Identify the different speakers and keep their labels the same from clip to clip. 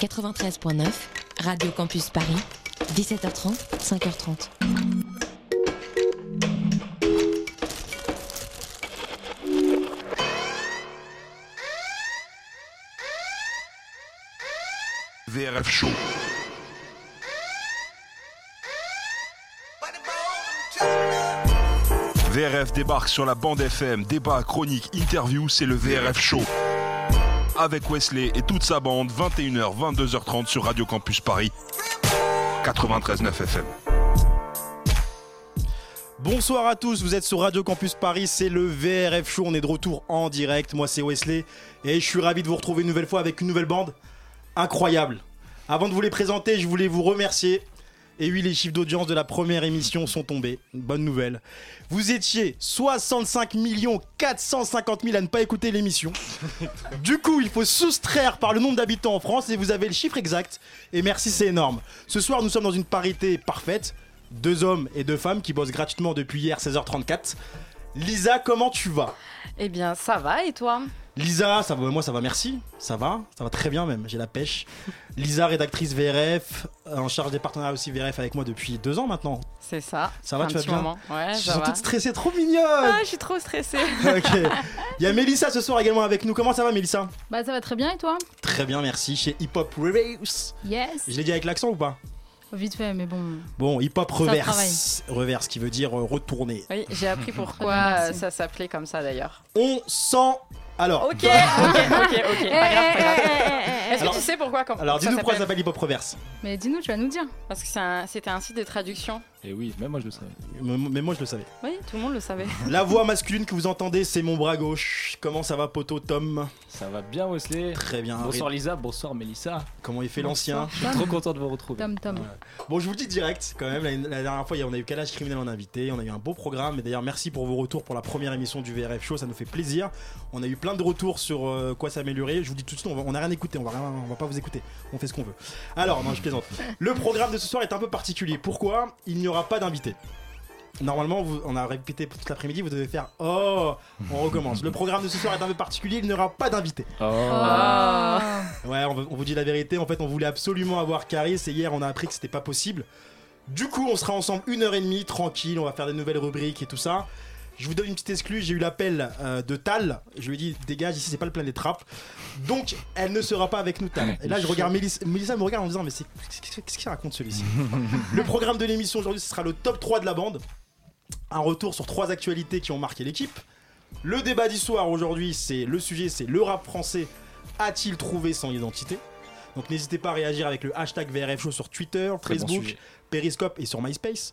Speaker 1: 93.9, Radio Campus Paris, 17h30, 5h30.
Speaker 2: VRF Show. VRF débarque sur la bande FM, débat, chronique, interview, c'est le VRF Show. Avec Wesley et toute sa bande, 21h, 22h30 sur Radio Campus Paris, 93.9 FM.
Speaker 3: Bonsoir à tous, vous êtes sur Radio Campus Paris, c'est le VRF Show, on est de retour en direct, moi c'est Wesley et je suis ravi de vous retrouver une nouvelle fois avec une nouvelle bande incroyable. Avant de vous les présenter, je voulais vous remercier. Et oui, les chiffres d'audience de la première émission sont tombés. Bonne nouvelle. Vous étiez 65 450 000 à ne pas écouter l'émission. Du coup, il faut soustraire par le nombre d'habitants en France et vous avez le chiffre exact. Et merci, c'est énorme. Ce soir, nous sommes dans une parité parfaite. Deux hommes et deux femmes qui bossent gratuitement depuis hier 16h34. Lisa, comment tu vas
Speaker 4: Eh bien, ça va et toi
Speaker 3: Lisa, ça va, moi ça va, merci. Ça va, ça va très bien même, j'ai la pêche. Lisa, rédactrice VRF, euh, en charge des partenariats aussi VRF avec moi depuis deux ans maintenant.
Speaker 4: C'est ça.
Speaker 3: Ça va,
Speaker 4: un
Speaker 3: tu vas
Speaker 4: petit
Speaker 3: bien
Speaker 4: moment. Ouais,
Speaker 3: Je
Speaker 4: ça
Speaker 3: suis
Speaker 4: va.
Speaker 3: toute stressée, trop mignonne
Speaker 4: Ah, je suis trop stressée.
Speaker 3: Ok. Il y a Mélissa ce soir également avec nous. Comment ça va Mélissa
Speaker 5: Bah ça va très bien et toi
Speaker 3: Très bien, merci, chez Hip Hop Reverse.
Speaker 5: Yes
Speaker 3: Je l'ai dit avec l'accent ou pas
Speaker 5: Vite fait mais bon.
Speaker 3: Bon, Hip Hop
Speaker 5: le
Speaker 3: Reverse. Reverse qui veut dire euh, retourner.
Speaker 4: Oui, j'ai appris pourquoi
Speaker 5: Merci.
Speaker 4: euh, ça s'appelait comme ça d'ailleurs.
Speaker 3: On sent. Alors, bah,
Speaker 4: Ok, ok, ok, ok. Pas grave, pas grave. Est-ce
Speaker 3: Alors-
Speaker 4: que tu sais pourquoi comme-
Speaker 3: alors
Speaker 4: ça
Speaker 3: dis-nous pourquoi ça
Speaker 4: s'appelle
Speaker 3: s'appelle Hip Hop Reverse.
Speaker 5: Mais dis-nous, tu vas nous dire.
Speaker 4: Parce que c'est un- c'était un site de traduction.
Speaker 6: Et Eh oui, même moi je le savais.
Speaker 3: Mais mais moi je le savais.
Speaker 4: Oui, tout le monde le savait.
Speaker 3: La voix masculine que vous entendez, c'est mon bras gauche. Comment ça va, poteau Tom
Speaker 6: Ça va bien Wesley
Speaker 3: Très bien.
Speaker 6: Bonsoir Lisa, bonsoir Mélissa.
Speaker 3: Comment il fait l'ancien
Speaker 6: Je suis trop content de vous retrouver.
Speaker 5: Tom Tom.
Speaker 3: Bon, je vous le dis direct quand même. La, la dernière fois, on a eu Kalash Criminel en invité. On a eu un beau programme. Et d'ailleurs, merci pour vos retours pour la première émission du VRF Show. Ça nous fait plaisir. On a eu plein de retours sur euh, quoi s'améliorer. Je vous dis tout de suite, on va- on n'a rien écouté. On va, rien, on va pas vous écouter. On fait ce qu'on veut. Alors, non, je plaisante. Le programme de ce soir est un peu particulier. Pourquoi Il n'y aura pas d'invité. Normalement, vous- on a répété toute l'après-midi, vous devez faire Oh, on recommence. Le programme de ce soir est un peu particulier, il n'y aura pas d'invité.
Speaker 4: Ah.
Speaker 3: Ouais, on, veut- on vous dit la vérité. En fait, on voulait absolument avoir Caris et hier, on a appris que c'était pas possible. Du coup, on sera ensemble une heure et demie, tranquille. On va faire des nouvelles rubriques et tout ça. Je vous donne une petite exclue. J'ai eu l'appel euh, de Tal. Je lui ai dit, dégage, ici, c'est pas le plein des trappes. Donc, elle ne sera pas avec nous, Tal. Et là, je regarde Mélissa. Mélissa me regarde en me disant, mais c'est- qu'est-ce qu'est-ce qu'il raconte celui-ci Le programme de l'émission aujourd'hui, ce sera le top 3 de la bande. Un retour sur trois actualités qui ont marqué l'équipe. Le débat du soir aujourd'hui, c'est le sujet, c'est le rap français a-t-il trouvé son identité Donc n'hésitez pas à réagir avec le hashtag VRF Show sur Twitter,
Speaker 6: Très bon
Speaker 3: Facebook,
Speaker 6: sujet.
Speaker 3: Periscope et sur MySpace.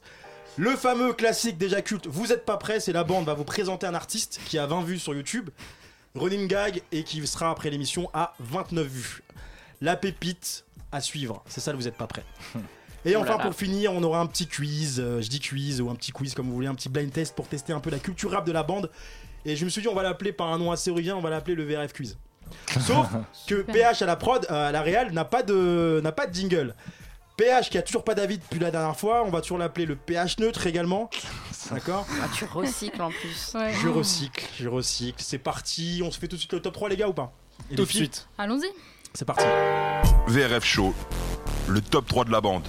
Speaker 3: Le fameux classique déjà culte, vous êtes pas prêts, c'est la bande va vous présenter un artiste qui a 20 vues sur YouTube, running gag et qui sera après l'émission à 29 vues. La pépite à suivre, c'est ça le vous êtes pas prêts. Et
Speaker 4: Oh
Speaker 3: enfin
Speaker 4: là là.
Speaker 3: pour finir, on aura un petit quiz, euh, je dis quiz ou un petit quiz comme vous voulez, un petit blind test pour tester un peu la culture rap de la bande. Et je me suis dit on va l'appeler par un nom assez original, on va l'appeler le VRF quiz. Sauf que PH à la prod, euh, à la Real, n'a pas de, n'a pas de jingle. PH qui a toujours pas d'avis depuis la dernière fois, on va toujours l'appeler le PH neutre également. D'accord
Speaker 4: Ah, tu recycles en plus.
Speaker 5: Ouais.
Speaker 3: Je recycle, je recycle. C'est parti, on se fait tout de suite le top 3 les gars ou pas Et les
Speaker 6: Tout de
Speaker 3: filles
Speaker 6: suite.
Speaker 5: Allons-y.
Speaker 3: C'est parti.
Speaker 2: VRF Show, le top 3 de la bande.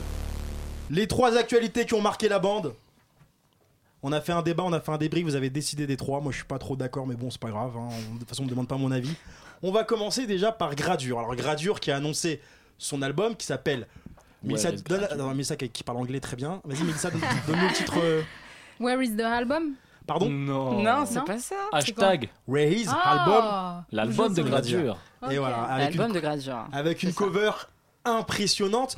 Speaker 3: Les trois actualités qui ont marqué la bande. On a fait un débat, on a fait un débrief, vous avez décidé des trois. Moi je suis pas trop d'accord, mais bon, c'est pas grave. hein. On- De toute façon, on me demande pas mon avis. On va commencer déjà par Gradure. Alors Gradure qui a annoncé son album qui s'appelle.
Speaker 6: Ouais,
Speaker 3: Mélissa,
Speaker 6: les
Speaker 3: donne-
Speaker 6: Gradure.
Speaker 3: non, Mélissa qui, qui parle anglais très bien. Vas-y, Mélissa, donne- donne-nous le titre. euh,
Speaker 5: Where is the album
Speaker 3: Pardon
Speaker 6: non.
Speaker 4: Non, c'est
Speaker 5: Non.
Speaker 4: pas ça.
Speaker 6: Hashtag
Speaker 3: Raise Album.
Speaker 5: Ah.
Speaker 6: l'album de gradure.
Speaker 3: Et
Speaker 5: Ok.
Speaker 3: voilà, avec une,
Speaker 4: L'album de Gradure.
Speaker 3: avec une
Speaker 4: C'est ça.
Speaker 3: cover impressionnante.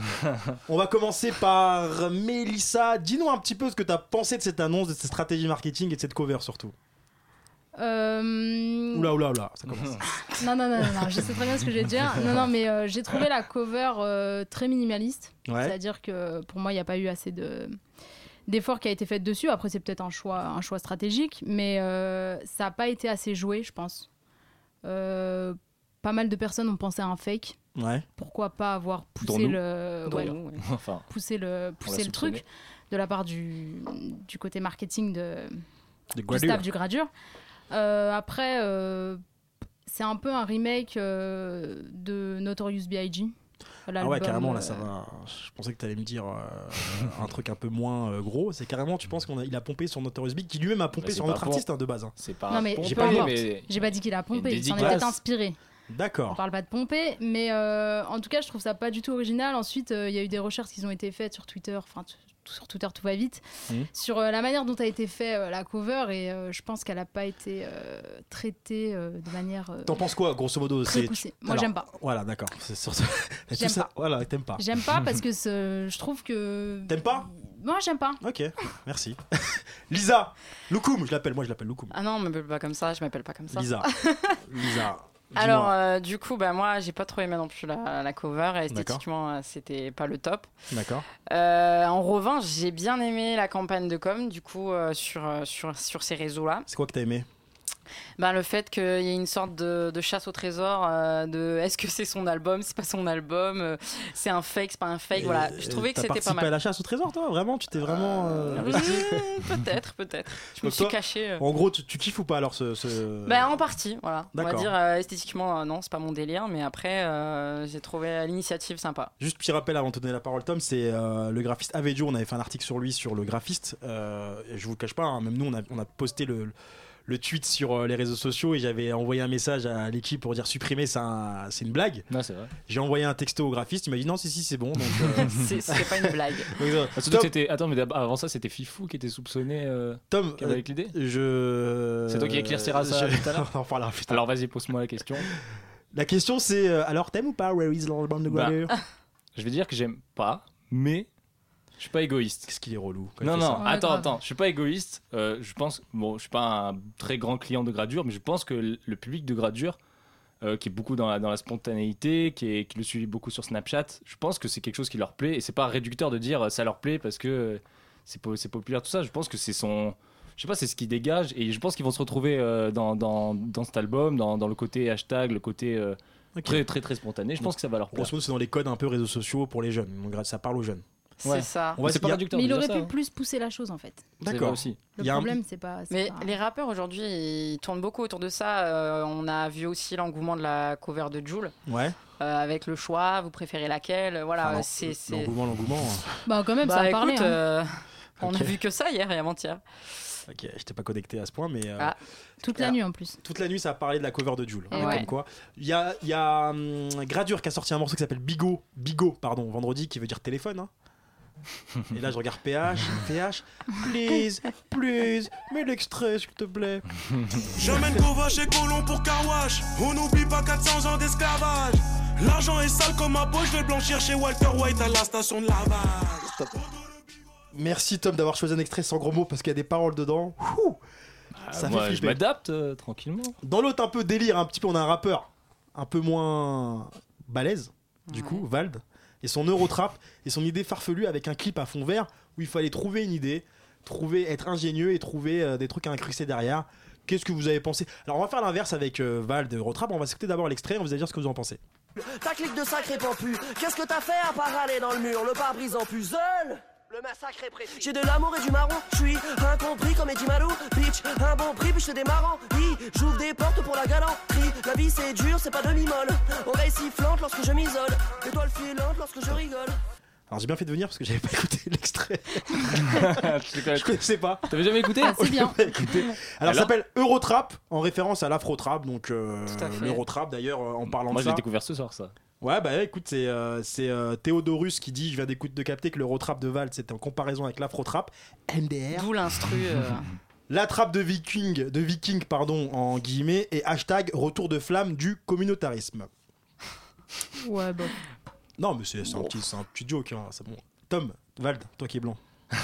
Speaker 3: On va commencer par Mélissa. Dis-nous un petit peu ce que tu as pensé de cette annonce, de cette stratégie marketing et de cette cover surtout.
Speaker 5: Euh,
Speaker 3: Oula, oula, oula, ça commence. Ah
Speaker 5: Non, non, non, non, non, je sais très bien ce que je vais dire. Non, non, mais euh, j'ai trouvé la cover euh, très minimaliste.
Speaker 3: Ouais.
Speaker 5: C'est-à-dire que pour moi, il n'y a pas eu assez de d'efforts qui a été fait dessus. Après, c'est peut-être un choix, un choix stratégique, mais euh, ça n'a pas été assez joué, je pense. Euh, pas mal de personnes ont pensé à un fake.
Speaker 3: Ouais.
Speaker 5: Pourquoi pas avoir
Speaker 6: Dont
Speaker 5: poussé
Speaker 6: nous.
Speaker 5: le,
Speaker 4: Ouais,
Speaker 5: ouais,
Speaker 4: ouais.
Speaker 6: enfin,
Speaker 5: pousser le, pousser le
Speaker 6: soupçonné.
Speaker 5: truc de la part du, du côté marketing de,
Speaker 3: De
Speaker 5: du staff du Gradure. Euh, après, euh, c'est un peu un remake euh, de Notorious B.I.G.
Speaker 3: Ah
Speaker 5: l'album.
Speaker 3: ouais, carrément, là,
Speaker 5: euh,
Speaker 3: ça va. Je pensais que t'allais me dire euh, un truc un peu moins euh, gros. C'est carrément, tu penses qu'on a, il a pompé sur Notorious Big, qui lui-même a pompé
Speaker 6: Bah, c'est
Speaker 3: sur
Speaker 6: pas
Speaker 3: notre
Speaker 6: pour-
Speaker 3: artiste hein, de base. hein.
Speaker 6: C'est pas
Speaker 5: euh, Non, mais
Speaker 6: pompé,
Speaker 5: j'ai pas importe.
Speaker 6: mais
Speaker 5: J'ai pas dit qu'il a pompé, il s'en est
Speaker 6: dédicace.
Speaker 3: Ah.
Speaker 5: peut-être inspiré. On
Speaker 3: D'accord.
Speaker 5: parle pas de Pompée, mais euh, en tout cas, je trouve ça pas du tout original. Ensuite, euh, il y a eu des recherches qui ont été faites sur Twitter, enfin t- tout- sur Twitter, tout va vite,
Speaker 3: Hum.
Speaker 6: Mhm.
Speaker 5: sur euh, la manière dont a été fait euh, la cover, et euh, je pense qu'elle a pas été euh, traitée euh, de manière euh,
Speaker 3: T'en penses quoi, grosso modo
Speaker 5: très
Speaker 3: c'est-
Speaker 5: poussée. Moi,
Speaker 3: Alors,
Speaker 5: j'aime pas.
Speaker 3: Voilà, d'accord. C'est surtout. Et tout
Speaker 5: J'aime
Speaker 3: ça-
Speaker 5: pas.
Speaker 3: Voilà, t'aimes pas.
Speaker 5: J'aime pas parce que ce- je trouve que.
Speaker 3: T'aimes pas
Speaker 5: Moi, j'aime pas.
Speaker 3: Ok, merci. Lisa Loukoum, je l'appelle, moi je l'appelle Loukoum.
Speaker 4: Ah non, on m'appelle pas comme ça, je m'appelle pas comme ça.
Speaker 3: Lisa. Lisa. dis-moi.
Speaker 4: Alors, euh, du coup, bah, moi, j'ai pas trop aimé non plus la, la cover. et
Speaker 3: D'accord.
Speaker 4: Esthétiquement, euh, c'était pas le top.
Speaker 3: D'accord.
Speaker 4: Euh, en revanche, j'ai bien aimé la campagne de com, du coup, euh, sur, euh, sur, sur ces réseaux-là.
Speaker 3: C'est quoi que t'as aimé
Speaker 4: Ben, le fait qu'il y ait une sorte de, de chasse au trésor, euh, de est-ce que c'est son album, c'est pas son album, euh, c'est un fake, c'est pas un fake. voilà,
Speaker 3: Euh,
Speaker 4: je trouvais que
Speaker 3: t'as
Speaker 4: c'était pas
Speaker 3: participé à
Speaker 4: mal.
Speaker 3: la chasse au trésor, toi Vraiment Tu t'es vraiment. euh,
Speaker 4: Mmh, peut-être, peut-être. Je me
Speaker 3: Donc
Speaker 4: suis
Speaker 3: toi,
Speaker 4: cachée. euh.
Speaker 3: En gros, tu, tu kiffes ou pas alors ce. ce-
Speaker 4: Ben, en partie, voilà. On va
Speaker 3: D'accord.
Speaker 4: dire euh, esthétiquement, euh, non, c'est pas mon délire, mais après, euh, j'ai trouvé l'initiative sympa.
Speaker 3: Juste petit rappel avant de te donner la parole, Tom, c'est euh, le graphiste Avedio. On avait fait un article sur lui, sur le graphiste. Euh, et je vous le cache pas, hein, même nous, on a, on a posté le, le tweet sur euh, les réseaux sociaux et j'avais envoyé un message à l'équipe pour dire supprimer, c'est un- c'est une blague.
Speaker 6: Non, c'est vrai.
Speaker 3: J'ai envoyé un texto au graphiste, il m'a dit non, si, si, c'est bon. Donc, euh,
Speaker 4: C'est c'était pas une blague.
Speaker 3: donc, euh,
Speaker 6: Ah, surtout
Speaker 3: Tom,
Speaker 6: que c'était- Attends, mais d'ab- avant ça, c'était Fifou qui était soupçonné euh,
Speaker 3: Tom,
Speaker 6: qui avait avec l'idée.
Speaker 3: euh, je. euh,
Speaker 6: C'est toi qui éclairciras ça tout à l'heure
Speaker 3: On en parlera plus tard.
Speaker 6: Alors vas-y, pose-moi la question.
Speaker 3: La question c'est euh, alors t'aimes ou pas Where is l'album de
Speaker 6: Bah.
Speaker 3: Gradure
Speaker 6: Je vais dire que j'aime pas, mais je suis pas égoïste.
Speaker 3: Qu'est-ce qu'il est relou. quand il
Speaker 6: Non,
Speaker 3: fait ça.
Speaker 6: non,
Speaker 5: Ouais,
Speaker 6: attends,
Speaker 5: grave.
Speaker 6: attends, je suis pas égoïste. Euh, je pense, bon, je suis pas un très grand client de Gradure, mais je pense que l- le public de Gradure, euh, qui est beaucoup dans la, dans la spontanéité, qui, est, qui le suit beaucoup sur Snapchat, je pense que c'est quelque chose qui leur plaît. Et c'est pas réducteur de dire euh, ça leur plaît parce que euh, c'est po- c'est populaire, tout ça. Je pense que c'est son. Je sais pas, c'est ce qui dégage. Et je pense qu'ils vont se retrouver euh, dans, dans, dans cet album, dans, dans le côté hashtag, le côté euh,
Speaker 3: Ok.
Speaker 6: très, très, très spontané. Je pense que ça va leur plaire.
Speaker 3: Grosso modo, c'est dans les codes un peu réseaux sociaux pour les jeunes. Donc, ça parle aux jeunes.
Speaker 4: C'est
Speaker 6: Ouais.
Speaker 4: ça.
Speaker 3: On va
Speaker 6: c'est
Speaker 3: essayer-
Speaker 6: pas réducteur
Speaker 5: Mais
Speaker 6: de
Speaker 5: il
Speaker 6: dire
Speaker 5: aurait
Speaker 6: ça,
Speaker 5: pu
Speaker 6: hein.
Speaker 5: plus pousser la chose en fait.
Speaker 6: C'est vrai
Speaker 3: D'accord.
Speaker 6: aussi.
Speaker 5: Le
Speaker 3: Il y a un-
Speaker 5: problème, c'est pas. Bah, c'est
Speaker 4: Mais
Speaker 5: pas-
Speaker 4: les rappeurs aujourd'hui, ils tournent beaucoup autour de ça. Euh, on a vu aussi l'engouement de la cover de Joule
Speaker 3: Ouais.
Speaker 4: euh, avec le choix, vous préférez laquelle. Voilà,
Speaker 3: Enfin,
Speaker 4: euh, c'est. c'est-
Speaker 3: L'engouement, l'engouement. hein.
Speaker 5: Bah, quand même,
Speaker 4: Bah,
Speaker 5: ça a
Speaker 4: écoute,
Speaker 5: parlé. hein.
Speaker 4: euh, on
Speaker 3: Ok.
Speaker 4: a vu que ça hier et avant-hier.
Speaker 3: Ok, j'étais pas connecté à ce point, mais euh,
Speaker 4: Ah.
Speaker 5: Toute la
Speaker 4: alors-
Speaker 5: nuit en plus.
Speaker 3: toute la nuit, ça a parlé de la cover de Jules.
Speaker 4: Et
Speaker 3: hein,
Speaker 4: ouais.
Speaker 3: Comme quoi. Il y a, il y a hum, Gradure qui a sorti un morceau qui s'appelle Bigo, Bigo, pardon, vendredi, qui veut dire téléphone. hein. Et là, je regarde PH, PH, please, please, mets l'extrait, s'il te plaît.
Speaker 7: J'emmène Kova chez Colomb pour Carwash. On n'oublie pas 400 ans d'esclavage. L'argent est sale comme ma peau, je vais blanchir chez Walter White à la station de lavage.
Speaker 3: Merci, Tom, d'avoir choisi un extrait sans gros mots parce qu'il y a des paroles dedans. Ouh. Ça
Speaker 6: Ah,
Speaker 3: fait
Speaker 6: moi, je
Speaker 3: flipper.
Speaker 6: m'adapte euh, tranquillement.
Speaker 3: Dans l'autre, un peu délire, un petit peu, on a un rappeur un peu moins balèze, du coup, Vald, et son Eurotrap, et son idée farfelue avec un clip à fond vert où il fallait trouver une idée, trouver, être ingénieux et trouver euh, des trucs à incruster derrière. Qu'est-ce que vous avez pensé Alors, on va faire l'inverse avec euh, Vald, Eurotrap, on va s'écouter d'abord l'extrait, on vous allez dire ce que vous en pensez.
Speaker 8: Ta clique de sacré pampu, qu'est-ce que t'as fait à part aller dans le mur Le pare-brise en puzzle Le massacre est précis. J'ai de l'amour et du marron, je suis incompris comme Eddie Malou. Bitch, un bon prix, puis je des marrants. Hi, j'ouvre des portes pour la galanterie. La vie c'est dur, c'est pas demi-molle. Oreille sifflante lorsque je m'isole. Étoile filante lorsque je rigole.
Speaker 3: Alors, j'ai bien fait de venir parce que j'avais pas écouté l'extrait,
Speaker 6: Tu connais-
Speaker 3: je connaissais pas.
Speaker 6: T'avais jamais écouté
Speaker 5: Ah, c'est bien.
Speaker 3: Alors,
Speaker 6: Alors
Speaker 3: ça s'appelle Eurotrap en référence à l'Afrotrap, donc euh,
Speaker 4: Tout à fait.
Speaker 3: l'Eurotrap d'ailleurs, euh, en parlant
Speaker 6: Moi,
Speaker 3: de ça.
Speaker 6: je l'ai découvert ce soir, ça.
Speaker 3: Ouais, bah écoute, c'est euh, c'est, euh, Théodorus qui dit Je viens d'écouter de capter que le rotrap de Val c'était en comparaison avec l'afro-trap, MDR.
Speaker 4: D'où l'instru. euh,
Speaker 3: La trappe de Viking, de Viking, pardon, en guillemets, et hashtag retour de flamme du communautarisme.
Speaker 5: Ouais, bah.
Speaker 3: Non, mais c'est c'est un, petit- c'est un petit joke, hein, c'est bon. Tom, Vald, toi qui es blanc.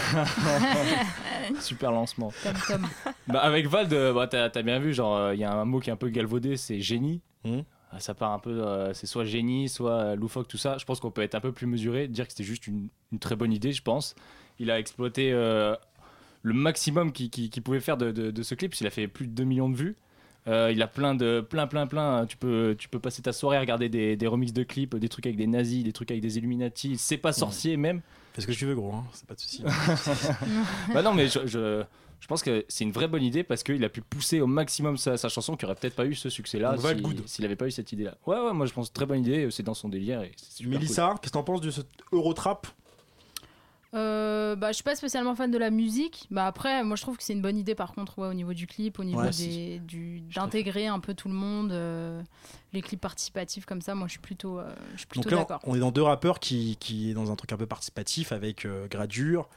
Speaker 6: Super lancement.
Speaker 5: Tom, Tom.
Speaker 6: Bah, avec Vald, euh, bah, t'as t'as bien vu, genre, euh, il y a un mot qui est un peu galvaudé, c'est génie.
Speaker 3: Mhm.
Speaker 6: Ah, Ça part un peu, euh, c'est soit génie, soit euh, loufoque, tout ça. Je pense qu'on peut être un peu plus mesuré, dire que c'était juste une, une très bonne idée, je pense. Il a exploité euh, le maximum qu'il qu'il- qu'il pouvait faire de, de- de ce clip, il a fait plus de 2 millions de vues. Euh, il a plein de plein plein plein. euh, Tu peux tu peux passer ta soirée à regarder des, des remixes de clips, des trucs avec des nazis, des trucs avec des Illuminati. C'est pas sorcier même.
Speaker 3: Fais ce que tu veux, gros, hein, c'est pas de soucis.
Speaker 6: Bah non, mais je, je, Je pense que c'est une vraie bonne idée parce qu'il a pu pousser au maximum sa, sa chanson qui aurait peut-être pas eu ce succès-là
Speaker 3: Donc, Val
Speaker 6: si-
Speaker 3: Good.
Speaker 6: s'il avait pas eu cette idée-là. Ouais, ouais, moi je pense très bonne idée, euh, c'est dans son délire. Et c'est super
Speaker 3: Mélissa, qu'est-ce que t'en penses de ce Eurotrap
Speaker 5: Euh, bah, je suis pas spécialement fan de la musique. Bah, après, moi je trouve que c'est une bonne idée par contre ouais, au niveau du clip, au niveau
Speaker 3: Ouais,
Speaker 5: des-
Speaker 3: si.
Speaker 5: du- d'intégrer un peu tout le monde, euh, les clips participatifs comme ça. Moi je suis plutôt, euh, je suis plutôt
Speaker 3: Donc là,
Speaker 5: d'accord.
Speaker 3: on est dans deux rappeurs qui, qui est dans un truc un peu participatif avec euh, Gradure,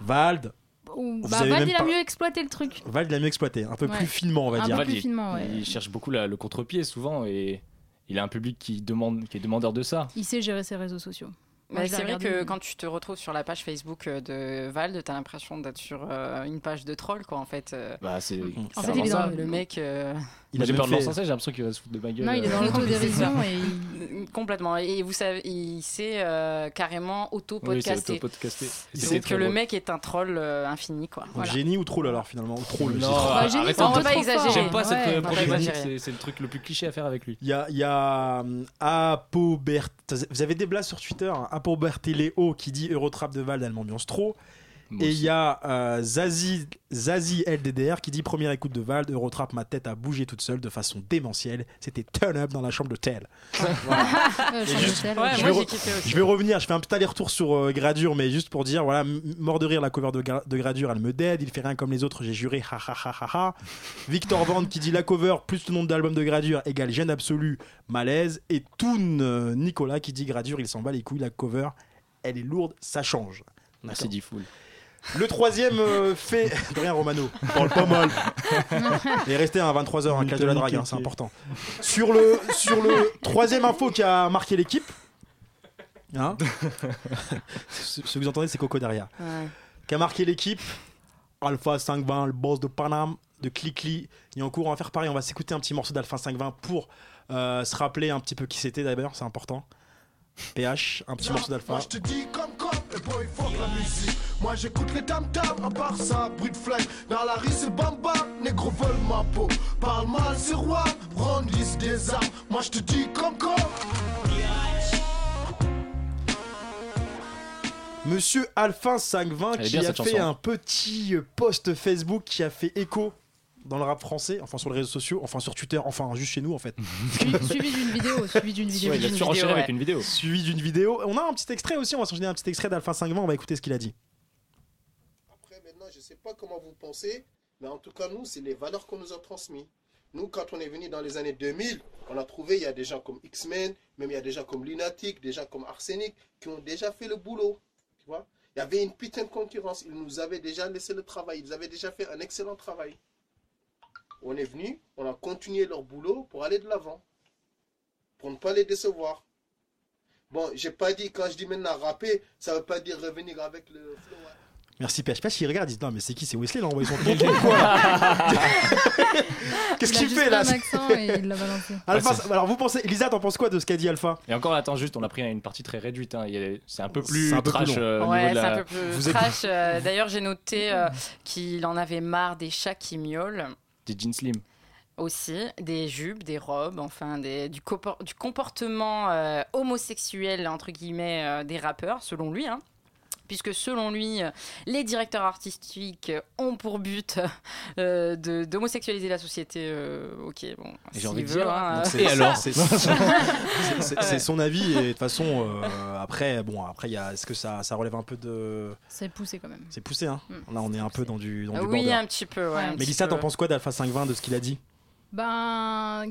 Speaker 3: Vald.
Speaker 5: Ou-
Speaker 3: vous
Speaker 5: Bah,
Speaker 3: avez
Speaker 5: Val
Speaker 3: même
Speaker 5: il a
Speaker 3: pas-
Speaker 5: mieux exploité le truc.
Speaker 3: Vald l'a mieux exploité, un peu
Speaker 5: Ouais.
Speaker 3: plus finement, on va
Speaker 5: Un
Speaker 3: dire.
Speaker 5: peu
Speaker 6: Val,
Speaker 5: plus
Speaker 6: il-
Speaker 5: finement, ouais.
Speaker 6: Il cherche beaucoup la- le contre-pied souvent et il a un public qui, demande, qui est demandeur de ça.
Speaker 5: Il sait gérer ses réseaux sociaux. Moi,
Speaker 4: Mais
Speaker 5: je l'ai
Speaker 4: Bah, c'est vrai
Speaker 5: regardé,
Speaker 4: que
Speaker 5: mais-
Speaker 4: quand tu te retrouves sur la page Facebook euh, de Vald, t'as l'impression d'être sur euh, une page de troll, quoi, en fait. euh.
Speaker 6: Bah, c'est.
Speaker 5: En
Speaker 4: C'est
Speaker 5: fait,
Speaker 4: vraiment
Speaker 5: il est dans-
Speaker 4: ça, le mec. euh,
Speaker 3: Il a
Speaker 6: J'ai
Speaker 3: même
Speaker 6: peur de
Speaker 3: fait-
Speaker 6: l'encenser, j'ai l'impression qu'il va se foutre de ma gueule.
Speaker 5: Non, il est dans
Speaker 6: euh,
Speaker 5: l'autodérision et il-
Speaker 4: Complètement. Et vous savez, il s'est euh, carrément
Speaker 6: Oui, c'est
Speaker 4: auto-podcasté.
Speaker 6: auto-podcasté.
Speaker 4: Donc,
Speaker 6: C'est
Speaker 4: que
Speaker 6: très
Speaker 4: le
Speaker 6: drôle.
Speaker 4: mec est un troll euh, infini, quoi.
Speaker 3: Donc,
Speaker 4: Voilà.
Speaker 3: Génie ou troll alors finalement Ou troll, j'ai
Speaker 6: Non,
Speaker 3: trop-
Speaker 5: Bah, génie,
Speaker 6: arrête,
Speaker 5: faut
Speaker 6: on
Speaker 5: pas
Speaker 6: peut-
Speaker 5: trop
Speaker 4: exagérer.
Speaker 5: fort.
Speaker 6: J'aime pas cette
Speaker 5: Ouais.
Speaker 6: euh,
Speaker 4: non,
Speaker 6: problématique,
Speaker 4: pas exagéré.
Speaker 6: c'est- c'est le truc le plus cliché à faire avec lui.
Speaker 3: Il y a, il y a hum, Apobert. Vous avez des blagues sur Twitter, hein, Apoberteleo qui dit Eurotrap de Vald, elle m'ambiance trop.
Speaker 6: Moi
Speaker 3: Et il
Speaker 6: aussi.
Speaker 3: y a euh, Zazie, Zazie LDDR qui dit Première écoute de Vald, Eurotrap, ma tête a bougé toute seule de façon démentielle. C'était turn up dans la chambre de Tel.
Speaker 5: Euh, Charles
Speaker 3: je-
Speaker 5: Michel,
Speaker 4: Ouais,
Speaker 5: je-
Speaker 4: moi
Speaker 3: vais
Speaker 4: j'ai
Speaker 3: re-
Speaker 4: kiffé aussi.
Speaker 3: Je vais revenir, je fais un petit aller-retour sur euh, Gradure, mais juste pour dire voilà, m- mort de rire, la cover de, Gra- de Gradure, elle me dead, il fait rien comme les autres, j'ai juré, ha ha ha ha ha. Victor Van qui dit la cover plus le nombre d'albums de Gradure égale gêne absolue, malaise. Et Toon euh, Nicolas qui dit Gradure, il s'en bat les couilles, la cover, elle est lourde, ça change.
Speaker 6: Merci dit full.
Speaker 3: Le troisième euh, fait. De rien, Romano. Parle pas mal. Et restez à 23h, un clash de la drague, hein, c'est important. Sur le, sur le troisième info qui a marqué l'équipe. Hein ce, ce que vous entendez, c'est Coco derrière.
Speaker 4: Ouais.
Speaker 3: Qui a marqué l'équipe. Alpha 520, le boss de Paname, de Clickly. Il est en cours, on va faire pareil. On va s'écouter un petit morceau d'Alpha 520 pour euh, se rappeler un petit peu qui c'était d'ailleurs, c'est important. PH, un petit morceau d'Alpha.
Speaker 9: je te dis comme cop, et boy, fuck la musique. Moi j'écoute les tam tam, à part ça, bruit de flingue. Dans la rue c'est bamba, négro veulent ma peau. Parle mal, c'est roi, brandissent des armes. Moi je te dis comme cop.
Speaker 3: Monsieur Alphin 520
Speaker 6: Elle est
Speaker 3: qui
Speaker 6: bien,
Speaker 3: a
Speaker 6: cette
Speaker 3: fait
Speaker 6: chanson.
Speaker 3: un petit euh, post Facebook qui a fait écho dans le rap français, enfin sur les réseaux sociaux, enfin sur Twitter, enfin juste chez nous en fait.
Speaker 5: suivi- Suivi d'une vidéo, suivi d'une vidéo.
Speaker 6: Ouais, il a
Speaker 4: une
Speaker 6: surenchéré
Speaker 4: vidéo,
Speaker 6: avec
Speaker 4: ouais.
Speaker 6: une vidéo.
Speaker 3: Suivi d'une vidéo. On a un petit extrait aussi, on va s'enchaîner un petit extrait d'Alphin 520, on va écouter ce qu'il a dit.
Speaker 9: Après, maintenant, je ne sais pas comment vous pensez, mais en tout cas, nous, c'est les valeurs qu'on nous a transmises. Nous, quand on est venu dans les années 2000, on a trouvé, il y a des gens comme X-Men, même il y a des gens comme Lunatic, des gens comme Arsenic, qui ont déjà fait le boulot. Tu vois Il y avait une putain de concurrence. Ils nous avaient déjà laissé le travail. Ils avaient déjà fait un excellent travail. On est venu, on a continué leur boulot pour aller de l'avant. Pour ne pas les décevoir. Bon, j'ai pas dit, quand je dis maintenant rapper, ça veut pas dire revenir avec le flow. hein.
Speaker 3: Merci PH. PH, il regarde, il dit Non, mais c'est qui C'est Wesley, là, on voit son tonton ou quoi Qu'est-ce
Speaker 5: Il a
Speaker 3: qu'il
Speaker 5: juste
Speaker 3: fait
Speaker 5: pris
Speaker 3: là
Speaker 5: un accent et il l'a balancé.
Speaker 3: Alpha,
Speaker 6: Ouais,
Speaker 3: Alors vous pensez, Elisa, t'en penses quoi de ce qu'a dit Alpha
Speaker 6: Et encore, attends, juste, on a pris une partie très réduite. hein. Il y a- C'est un peu plus
Speaker 3: C'est un peu plus
Speaker 6: trash.
Speaker 3: long.
Speaker 6: euh, au
Speaker 4: Ouais,
Speaker 6: niveau de
Speaker 4: c'est
Speaker 6: la-
Speaker 4: un peu plus
Speaker 3: Vous êtes-
Speaker 4: trash. euh, D'ailleurs, j'ai noté euh, qu'il en avait marre des chats qui miaulent
Speaker 6: des jeans slim.
Speaker 4: aussi, des jupes, des robes, enfin des, du, compor- du comportement euh, homosexuel, entre guillemets, euh, des rappeurs, selon lui. hein. Puisque selon lui, euh, les directeurs artistiques euh, ont pour but euh, de- d'homosexualiser la société. euh, ok, bon.
Speaker 6: Et
Speaker 4: s'il
Speaker 6: J'ai envie de
Speaker 4: veut,
Speaker 6: dire.
Speaker 4: hein,
Speaker 6: hein.
Speaker 4: euh,
Speaker 3: c'est-
Speaker 6: Et alors
Speaker 3: C'est c'est- c'est- c'est
Speaker 4: Ouais.
Speaker 3: son avis, et de toute façon, euh, après, bon, après, il y a- est-ce que ça, ça relève un peu de.
Speaker 5: C'est poussé quand même.
Speaker 3: C'est poussé, hein
Speaker 5: Mm.
Speaker 3: Là, on est un peu dans du,
Speaker 5: Euh,
Speaker 3: dans du
Speaker 4: oui,
Speaker 3: border.
Speaker 4: un petit peu. Ouais, un petit
Speaker 3: Mélissa, t'en
Speaker 4: peu.
Speaker 3: penses quoi d'Alpha 520 de ce qu'il a dit
Speaker 5: Ben,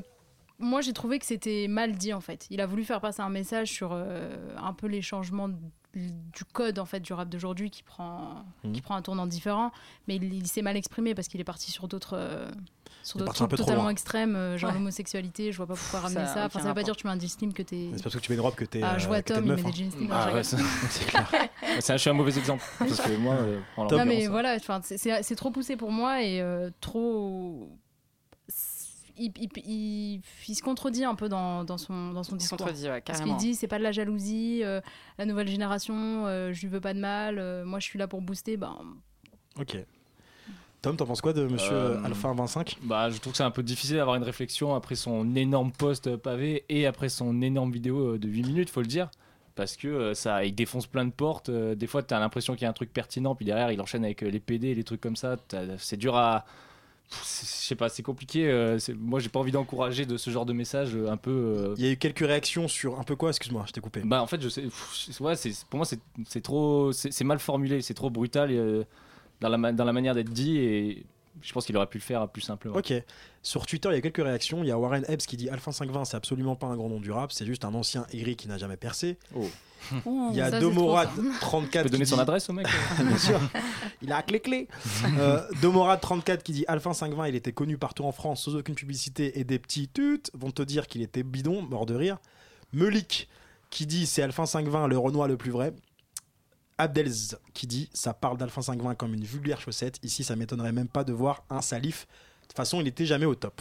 Speaker 5: moi j'ai trouvé que c'était mal dit en fait. Il a voulu faire passer un message sur euh, un peu les changements d- du code en fait du rap d'aujourd'hui qui prend
Speaker 3: Mhm.
Speaker 5: qui prend un tournant différent, mais il, il s'est mal exprimé parce qu'il est parti sur d'autres euh, sur
Speaker 3: Il est
Speaker 5: d'autres
Speaker 3: parti un
Speaker 5: trucs
Speaker 3: peu trop
Speaker 5: totalement
Speaker 3: loin.
Speaker 5: extrêmes, euh, genre
Speaker 4: Ouais.
Speaker 5: l'homosexualité. Je vois pas pourquoi
Speaker 4: Ça
Speaker 5: ramener
Speaker 4: a
Speaker 5: ça.
Speaker 4: aucun
Speaker 5: Enfin, ça veut pas
Speaker 4: rapport.
Speaker 5: dire que tu mets un jean slim que t'es.
Speaker 3: C'est parce que tu mets une robe que t'es.
Speaker 5: Ah,
Speaker 3: euh,
Speaker 5: je vois
Speaker 3: que t'es
Speaker 5: Tom,
Speaker 3: une
Speaker 5: il
Speaker 3: meuf,
Speaker 5: met des
Speaker 3: hein.
Speaker 5: jeans slim.
Speaker 6: Ah, ouais, ça- C'est un- je suis un mauvais exemple. Parce que moi, euh, en
Speaker 3: Top.
Speaker 5: Non, mais
Speaker 6: l'occurrence,
Speaker 5: voilà, enfin, c'est- c'est c'est trop poussé pour moi et euh, trop. Il, il- il- il se contredit un peu dans, dans son, dans son
Speaker 4: Il se
Speaker 5: discours.
Speaker 4: contredit, ouais,
Speaker 5: Parce qu'il
Speaker 4: carrément.
Speaker 5: dit, c'est pas de la jalousie, euh, la nouvelle génération, euh, je lui veux pas de mal, euh, moi je suis là pour booster. Ben,
Speaker 3: Ok. Tom, t'en penses quoi de monsieur
Speaker 6: Euh,
Speaker 3: euh, Alpha 25
Speaker 6: Bah, je trouve que c'est un peu difficile d'avoir une réflexion après son énorme post pavé et après son énorme vidéo euh, de 8 minutes, faut le dire. parce que euh, ça, il défonce plein de portes. euh, des fois, t'as l'impression qu'il y a un truc pertinent, puis derrière, il enchaîne avec euh, les PD, les trucs comme ça. T'as- C'est dur à. Pff, c'est- Je sais pas, c'est compliqué. euh, c'est- moi, j'ai pas envie d'encourager de ce genre de message euh, un peu. euh,
Speaker 3: Il y a eu quelques réactions sur un peu quoi Excuse-moi, je t'ai coupé.
Speaker 6: bah en fait, je sais. pff, c'est- ouais, c'est- pour moi, c'est c'est trop. C'est c'est mal formulé, c'est trop brutal euh, dans, la, ma- dans la manière d'être dit et je pense qu'il aurait pu le faire plus simplement.
Speaker 3: Ok. Sur Twitter, il y a quelques réactions. Il y a Warren Epps qui dit Alpha 520, c'est absolument pas un grand nom du rap, c'est juste un ancien aigri qui n'a jamais percé.
Speaker 6: Oh.
Speaker 3: Il y a
Speaker 5: Ça, c'est
Speaker 3: Domorad
Speaker 5: trop
Speaker 3: 34
Speaker 6: Tu peux
Speaker 3: qui
Speaker 6: donner son
Speaker 3: dit-
Speaker 6: adresse au mec euh
Speaker 3: Bien sûr. Il a clé clé. Euh, Domorad 34 qui dit Alpha 520, il était connu partout en France sans aucune publicité et des petits tutes vont te dire qu'il était bidon, mort de rire. Melik qui dit c'est Alpha 520 le Renoir le plus vrai. Abdelz qui dit ça parle d'Alpha 520 comme une vulgaire chaussette. Ici, ça m'étonnerait même pas de voir un salif. De toute façon, il était jamais au top.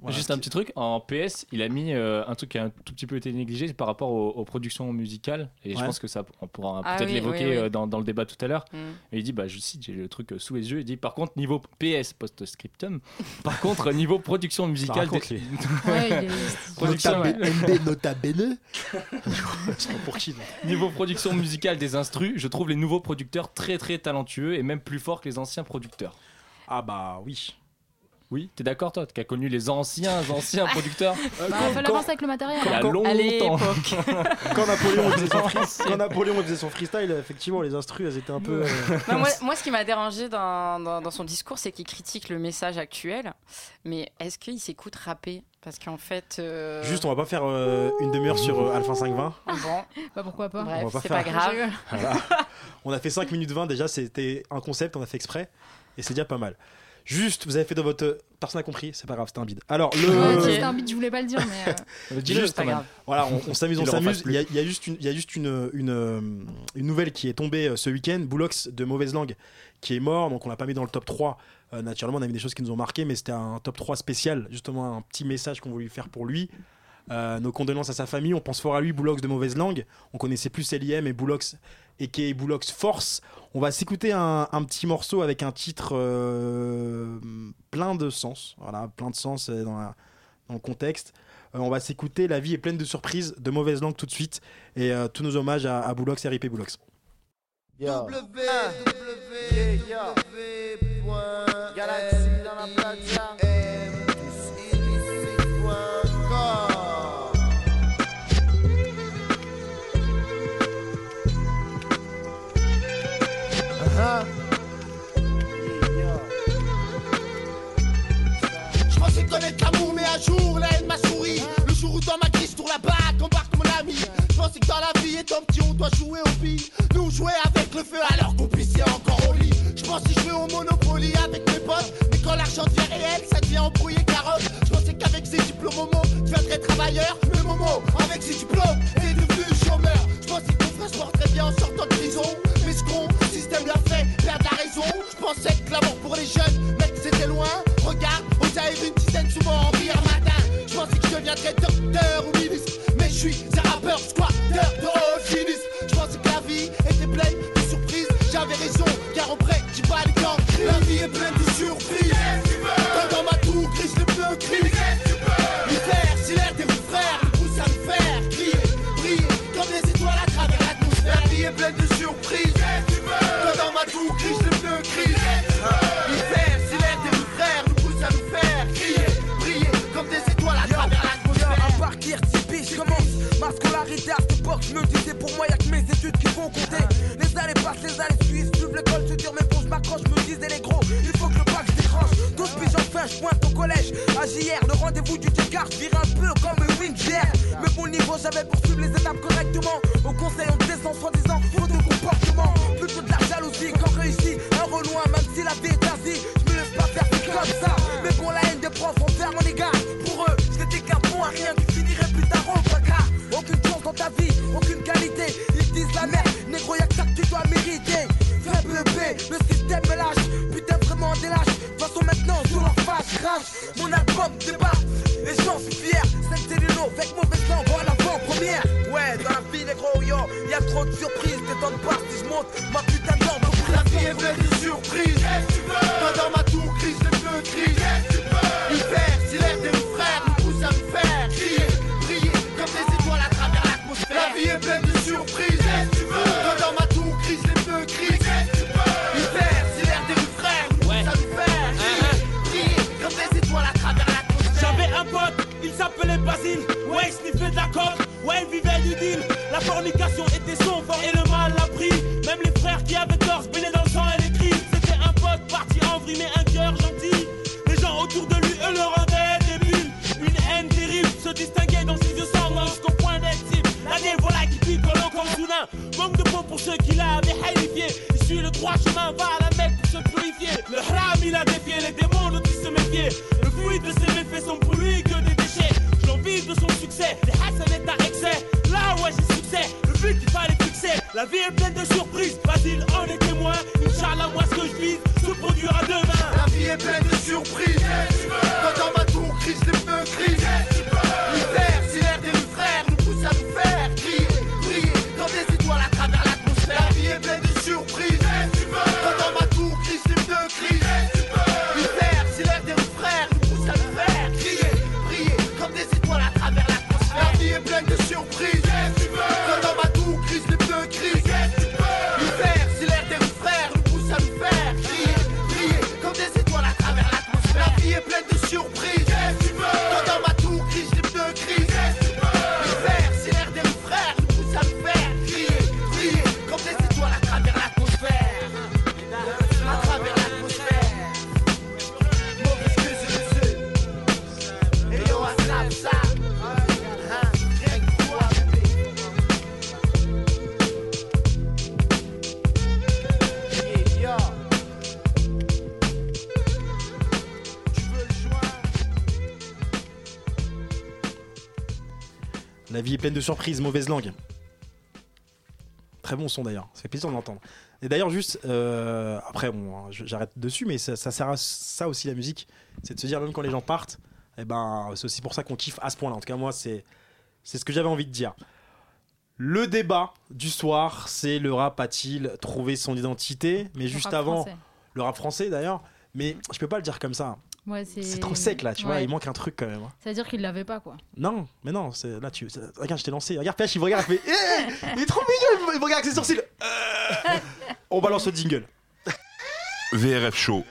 Speaker 3: Voilà.
Speaker 6: Juste un petit truc, en PS, il a mis euh, un truc qui a un tout petit peu été négligé c'est par rapport aux, aux productions musicales, et je
Speaker 3: Ouais.
Speaker 6: pense que ça, on pourra
Speaker 4: Ah
Speaker 6: peut-être
Speaker 4: oui,
Speaker 6: l'évoquer
Speaker 4: oui, oui.
Speaker 6: euh, dans, dans le débat tout à l'heure.
Speaker 4: Mm.
Speaker 6: Et il dit, bah, je cite, j'ai le truc euh, sous les yeux, il dit, par contre, niveau PS, post-scriptum, par contre, niveau production musicale,
Speaker 3: raconte,
Speaker 6: des-
Speaker 3: lui.
Speaker 5: Ouais, il est-
Speaker 6: production, ouais.
Speaker 3: Nota bene. Je sais pas pour qui, mais-
Speaker 6: Niveau production musicale des instrus, je trouve les nouveaux producteurs très très talentueux et même plus forts que les anciens producteurs.
Speaker 3: Ah bah oui.
Speaker 6: Oui, t'es d'accord toi, qui as connu les anciens anciens producteurs
Speaker 5: Bah,
Speaker 3: Euh, Quand-
Speaker 5: faut
Speaker 3: quand-
Speaker 5: l'avancer avec le matériel.
Speaker 6: il y a
Speaker 4: Allez,
Speaker 6: longtemps.
Speaker 4: époque.
Speaker 3: quand Napoléon faisait son, quand Napoléon faisait son freestyle, effectivement, les instrus, elles étaient un peu. euh,
Speaker 4: Bah, moi, moi, ce qui m'a dérangé dans, dans- dans son discours, c'est qu'il critique le message actuel. Mais est-ce qu'il s'écoute rapper Parce qu'en fait. euh,
Speaker 3: Juste, on va pas faire euh, une demi-heure sur euh, Alpha 520.
Speaker 4: Bon,
Speaker 5: Bah, pourquoi pas.
Speaker 4: bref,
Speaker 3: va pas
Speaker 4: c'est
Speaker 3: faire-
Speaker 4: pas grave.
Speaker 3: On a fait 5 minutes 20 déjà, c'était un concept, on a fait exprès, et c'est déjà pas mal. Juste, vous avez fait dans votre. Personne n'a compris, c'est pas grave, c'était un bide. Alors,
Speaker 5: Ouais,
Speaker 3: le.
Speaker 5: C'était un beat, je voulais pas le dire, mais. euh,
Speaker 6: Dis-le,
Speaker 4: C'est pas
Speaker 6: quand même.
Speaker 4: grave.
Speaker 3: Voilà, on, on s'amuse, on
Speaker 6: Qu'il en
Speaker 3: s'amuse.
Speaker 6: fasse
Speaker 3: Il
Speaker 6: plus.
Speaker 3: y a, il y a juste, une, il y a juste une, une, euh, une nouvelle qui est tombée euh, ce week-end. Boulox de Mauvaise Langue qui est mort, donc on l'a pas mis dans le top 3. Euh, naturellement, on a mis des choses qui nous ont marqué, mais c'était un top 3 spécial, justement un petit message qu'on voulait lui faire pour lui. Euh, nos condoléances à sa famille, on pense fort à lui, Boulox de Mauvaise Langue. On connaissait plus LIM et Boulox, et qui est Boulox Force. On va s'écouter un, un petit morceau avec un titre euh, plein de sens. Voilà, plein de sens euh, dans, la- dans le contexte. Euh, on va s'écouter La vie est pleine de surprises, de mauvaises langues tout de suite. Et euh, tous nos hommages à, à Boulox et RIP Boulox.
Speaker 8: Galaxy dans la plaza. Uh-huh.
Speaker 7: Je pensais connaître l'amour, mais un jour la haine m'a souri. Le jour où dans ma crise, tourne la bague, embarque mon ami. Je pensais que dans la vie, étant petit, on doit jouer au billes. Nous on jouait avec le feu alors qu'on pissait encore au lit. Je pensais jouer au Monopoly avec mes potes. Mais quand l'argent devient réel, ça devient embrouillé carotte. Je pensais qu'avec ses diplômes, Momo, tu très travailleur. Mais Momo, avec ses diplômes, est devenu chômeur. Je pensais que mon frère se porte très bien en sortant de prison. Mais ce con, le système l'a fait perdre la raison. Je pensais que l'amour pour les jeunes, mec, c'était loin. Regarde, aux aérines une dizaine souvent en pire matin. Je pensais que je deviendrais docteur ou ministre. Mais je suis un rappeur, squatteur de haut sinistre. Je pensais que la vie était pleine de surprises. J'avais raison, car en vrai, j'ai pas les gants. La vie est pleine de surprises. Quand dans ma tour, grise le bleu, crie. L'hiver, si l'air des frères, me pousse à me faire crier, briller, comme les étoiles à travers l'atmosphère. La vie est pleine de surprises. Quand dans ma tour, grise le bleu, crie. L'hiver, si l'air des frères, me pousse à me faire crier, briller, comme des étoiles à travers l'atmosphère.
Speaker 8: Un parcours typique, je commence ma scolarité à cette époque. Je me disais pour moi, y'a que mes études qui vont compter. Les années passent, les années suivent, suivent l'école, se dire mes bons, je m'accroche, me disais les gros, il faut que le bac je décroche. 12 piges enfin, je pointe au collège. À JR, le rendez-vous du Descartes, je vire un peu comme le Windsor. Mais mon niveau, j'avais poursuivre les étapes correctement. Au conseil, on descend soi-disant, faute de comportement. Plutôt de la jalousie quand réussi, un reloin, même si la vie est asie. Je me laisse pas faire c'est comme ça. Mais pour la haine des profs, on ferme les gars. Pour eux, je n'étais qu'un bon à rien, tu finirais plus tard au placard. Aucune chance dans ta vie, aucune qualité. Ils disent la merde, négro, y'a que ça que tu dois mériter. Faible B, le système me lâche. Putain, vraiment, des lâches. De toute façon, maintenant, sur leur face, crache. Mon album débat, et j'en suis fier. Cette cellule, avec mauvaise langue, en avant-première. Ouais, dans la vie, négro, yo, y'a trop de surprises. T'es temps de part si je monte ma putain de norme.
Speaker 7: La vie est vraie de surprise. Toi dans ma tour, crise le bleu, crise. L'hiver, si l'air de mon frère nous pousse à me faire crier, briller comme des étoiles à travers l'atmosphère. La vie est est pleine de surprises. Qu'est-ce que tu veux Dedans ma tour crise, les feux crisent. Qu'est-ce que tu veux L'hiver, c'est l'air des rues frères. Ça nous perd. Briller comme les étoiles à travers l'atmosphère.
Speaker 10: J'avais un pote, il s'appelait Basile. Ouais, il sniffait de la coke. Ouais, il vivait du deal. La fornication était son vent et le mal l'a pris. Même les frères qui avaient tort se baignaient dans le sang et les cris. C'était un pote parti en vrille, mais un cœur gentil. Les gens autour de lui, eux, le rendaient des bulles. Une haine terrible se distinguait dans ses yeux sanglants jusqu'au point d'être cible. La voilà qui pique comme encore soudain. Manque de peau pour ceux qui l'avaient haïfié. Il suit le droit chemin, va à la Mecque pour se purifier. Le haram, il a défié les démons dont il se méfiait. Le fruit de ses méfaits sont pour lui que des déchets. L'envie de son succès, c'est Hassan est un excès. Là, ouais, j'ai succès. Le but, il fallait fixer. La vie est pleine de surprises. Basile en est témoin. Inch'Allah, moi, ce que je vise se produira demain.
Speaker 7: La vie est pleine de surprises. Quand dans ma tour crise, les feux crisent. L'hiver, c'est l'air des rues frères, nous pousse à nous faire crier, briller comme des étoiles à travers l'atmosphère. La vie est pleine de surprises. Quand dans ma tour crise, les feux crisent. L'hiver, c'est l'air des rues frères, nous pousse à nous faire crier, briller comme des étoiles à travers l'atmosphère. La vie est pleine de surprises. Quand dans ma tour crise, les feux crisent. L'hiver, c'est l'air des rues frères, nous pousse à nous faire crier, briller comme des étoiles à travers l'atmosphère. La vie est pleine de surprises. Quand dans ma tour crise, les pneus crisent. L'hiver, c'est l'air des rues frères, nous pousse à me faire crier, briller comme des étoiles à travers l'atmosphère. À travers l'atmosphère. Mauvais que je le Et yo, ça, ça. Hein, rien que toi, bébé. Yeah, yeah. Tu veux le joint
Speaker 3: La vie est pleine de surprises, mauvaise langue. Très bon son d'ailleurs, ça fait plaisir de l'entendre. Et d'ailleurs, juste, euh, après, bon, hein, je- j'arrête dessus, mais ça, ça sert à ça aussi la musique, c'est de se dire, même quand les gens partent, eh ben, c'est aussi pour ça qu'on kiffe à ce point-là. En tout cas, moi, c'est c'est ce que j'avais envie de dire. Le débat du soir, c'est le rap a-t-il trouvé son identité Mais juste
Speaker 5: Rap
Speaker 3: avant,
Speaker 5: français.
Speaker 3: le rap français d'ailleurs, mais je peux pas le dire comme ça.
Speaker 5: Ouais,
Speaker 3: C'est trop sec là, tu vois,
Speaker 5: Ouais.
Speaker 3: il manque un truc quand même. hein.
Speaker 5: C'est-à-dire qu'il l'avait pas, quoi.
Speaker 3: Non, mais non, c'est là tu. c'est- Regarde, je t'ai lancé. Regarde, PH, il me regarde, il fait. Eh, il est trop mignon, il me regarde avec ses sourcils. Euh. On balance le jingle.
Speaker 2: VRF Show,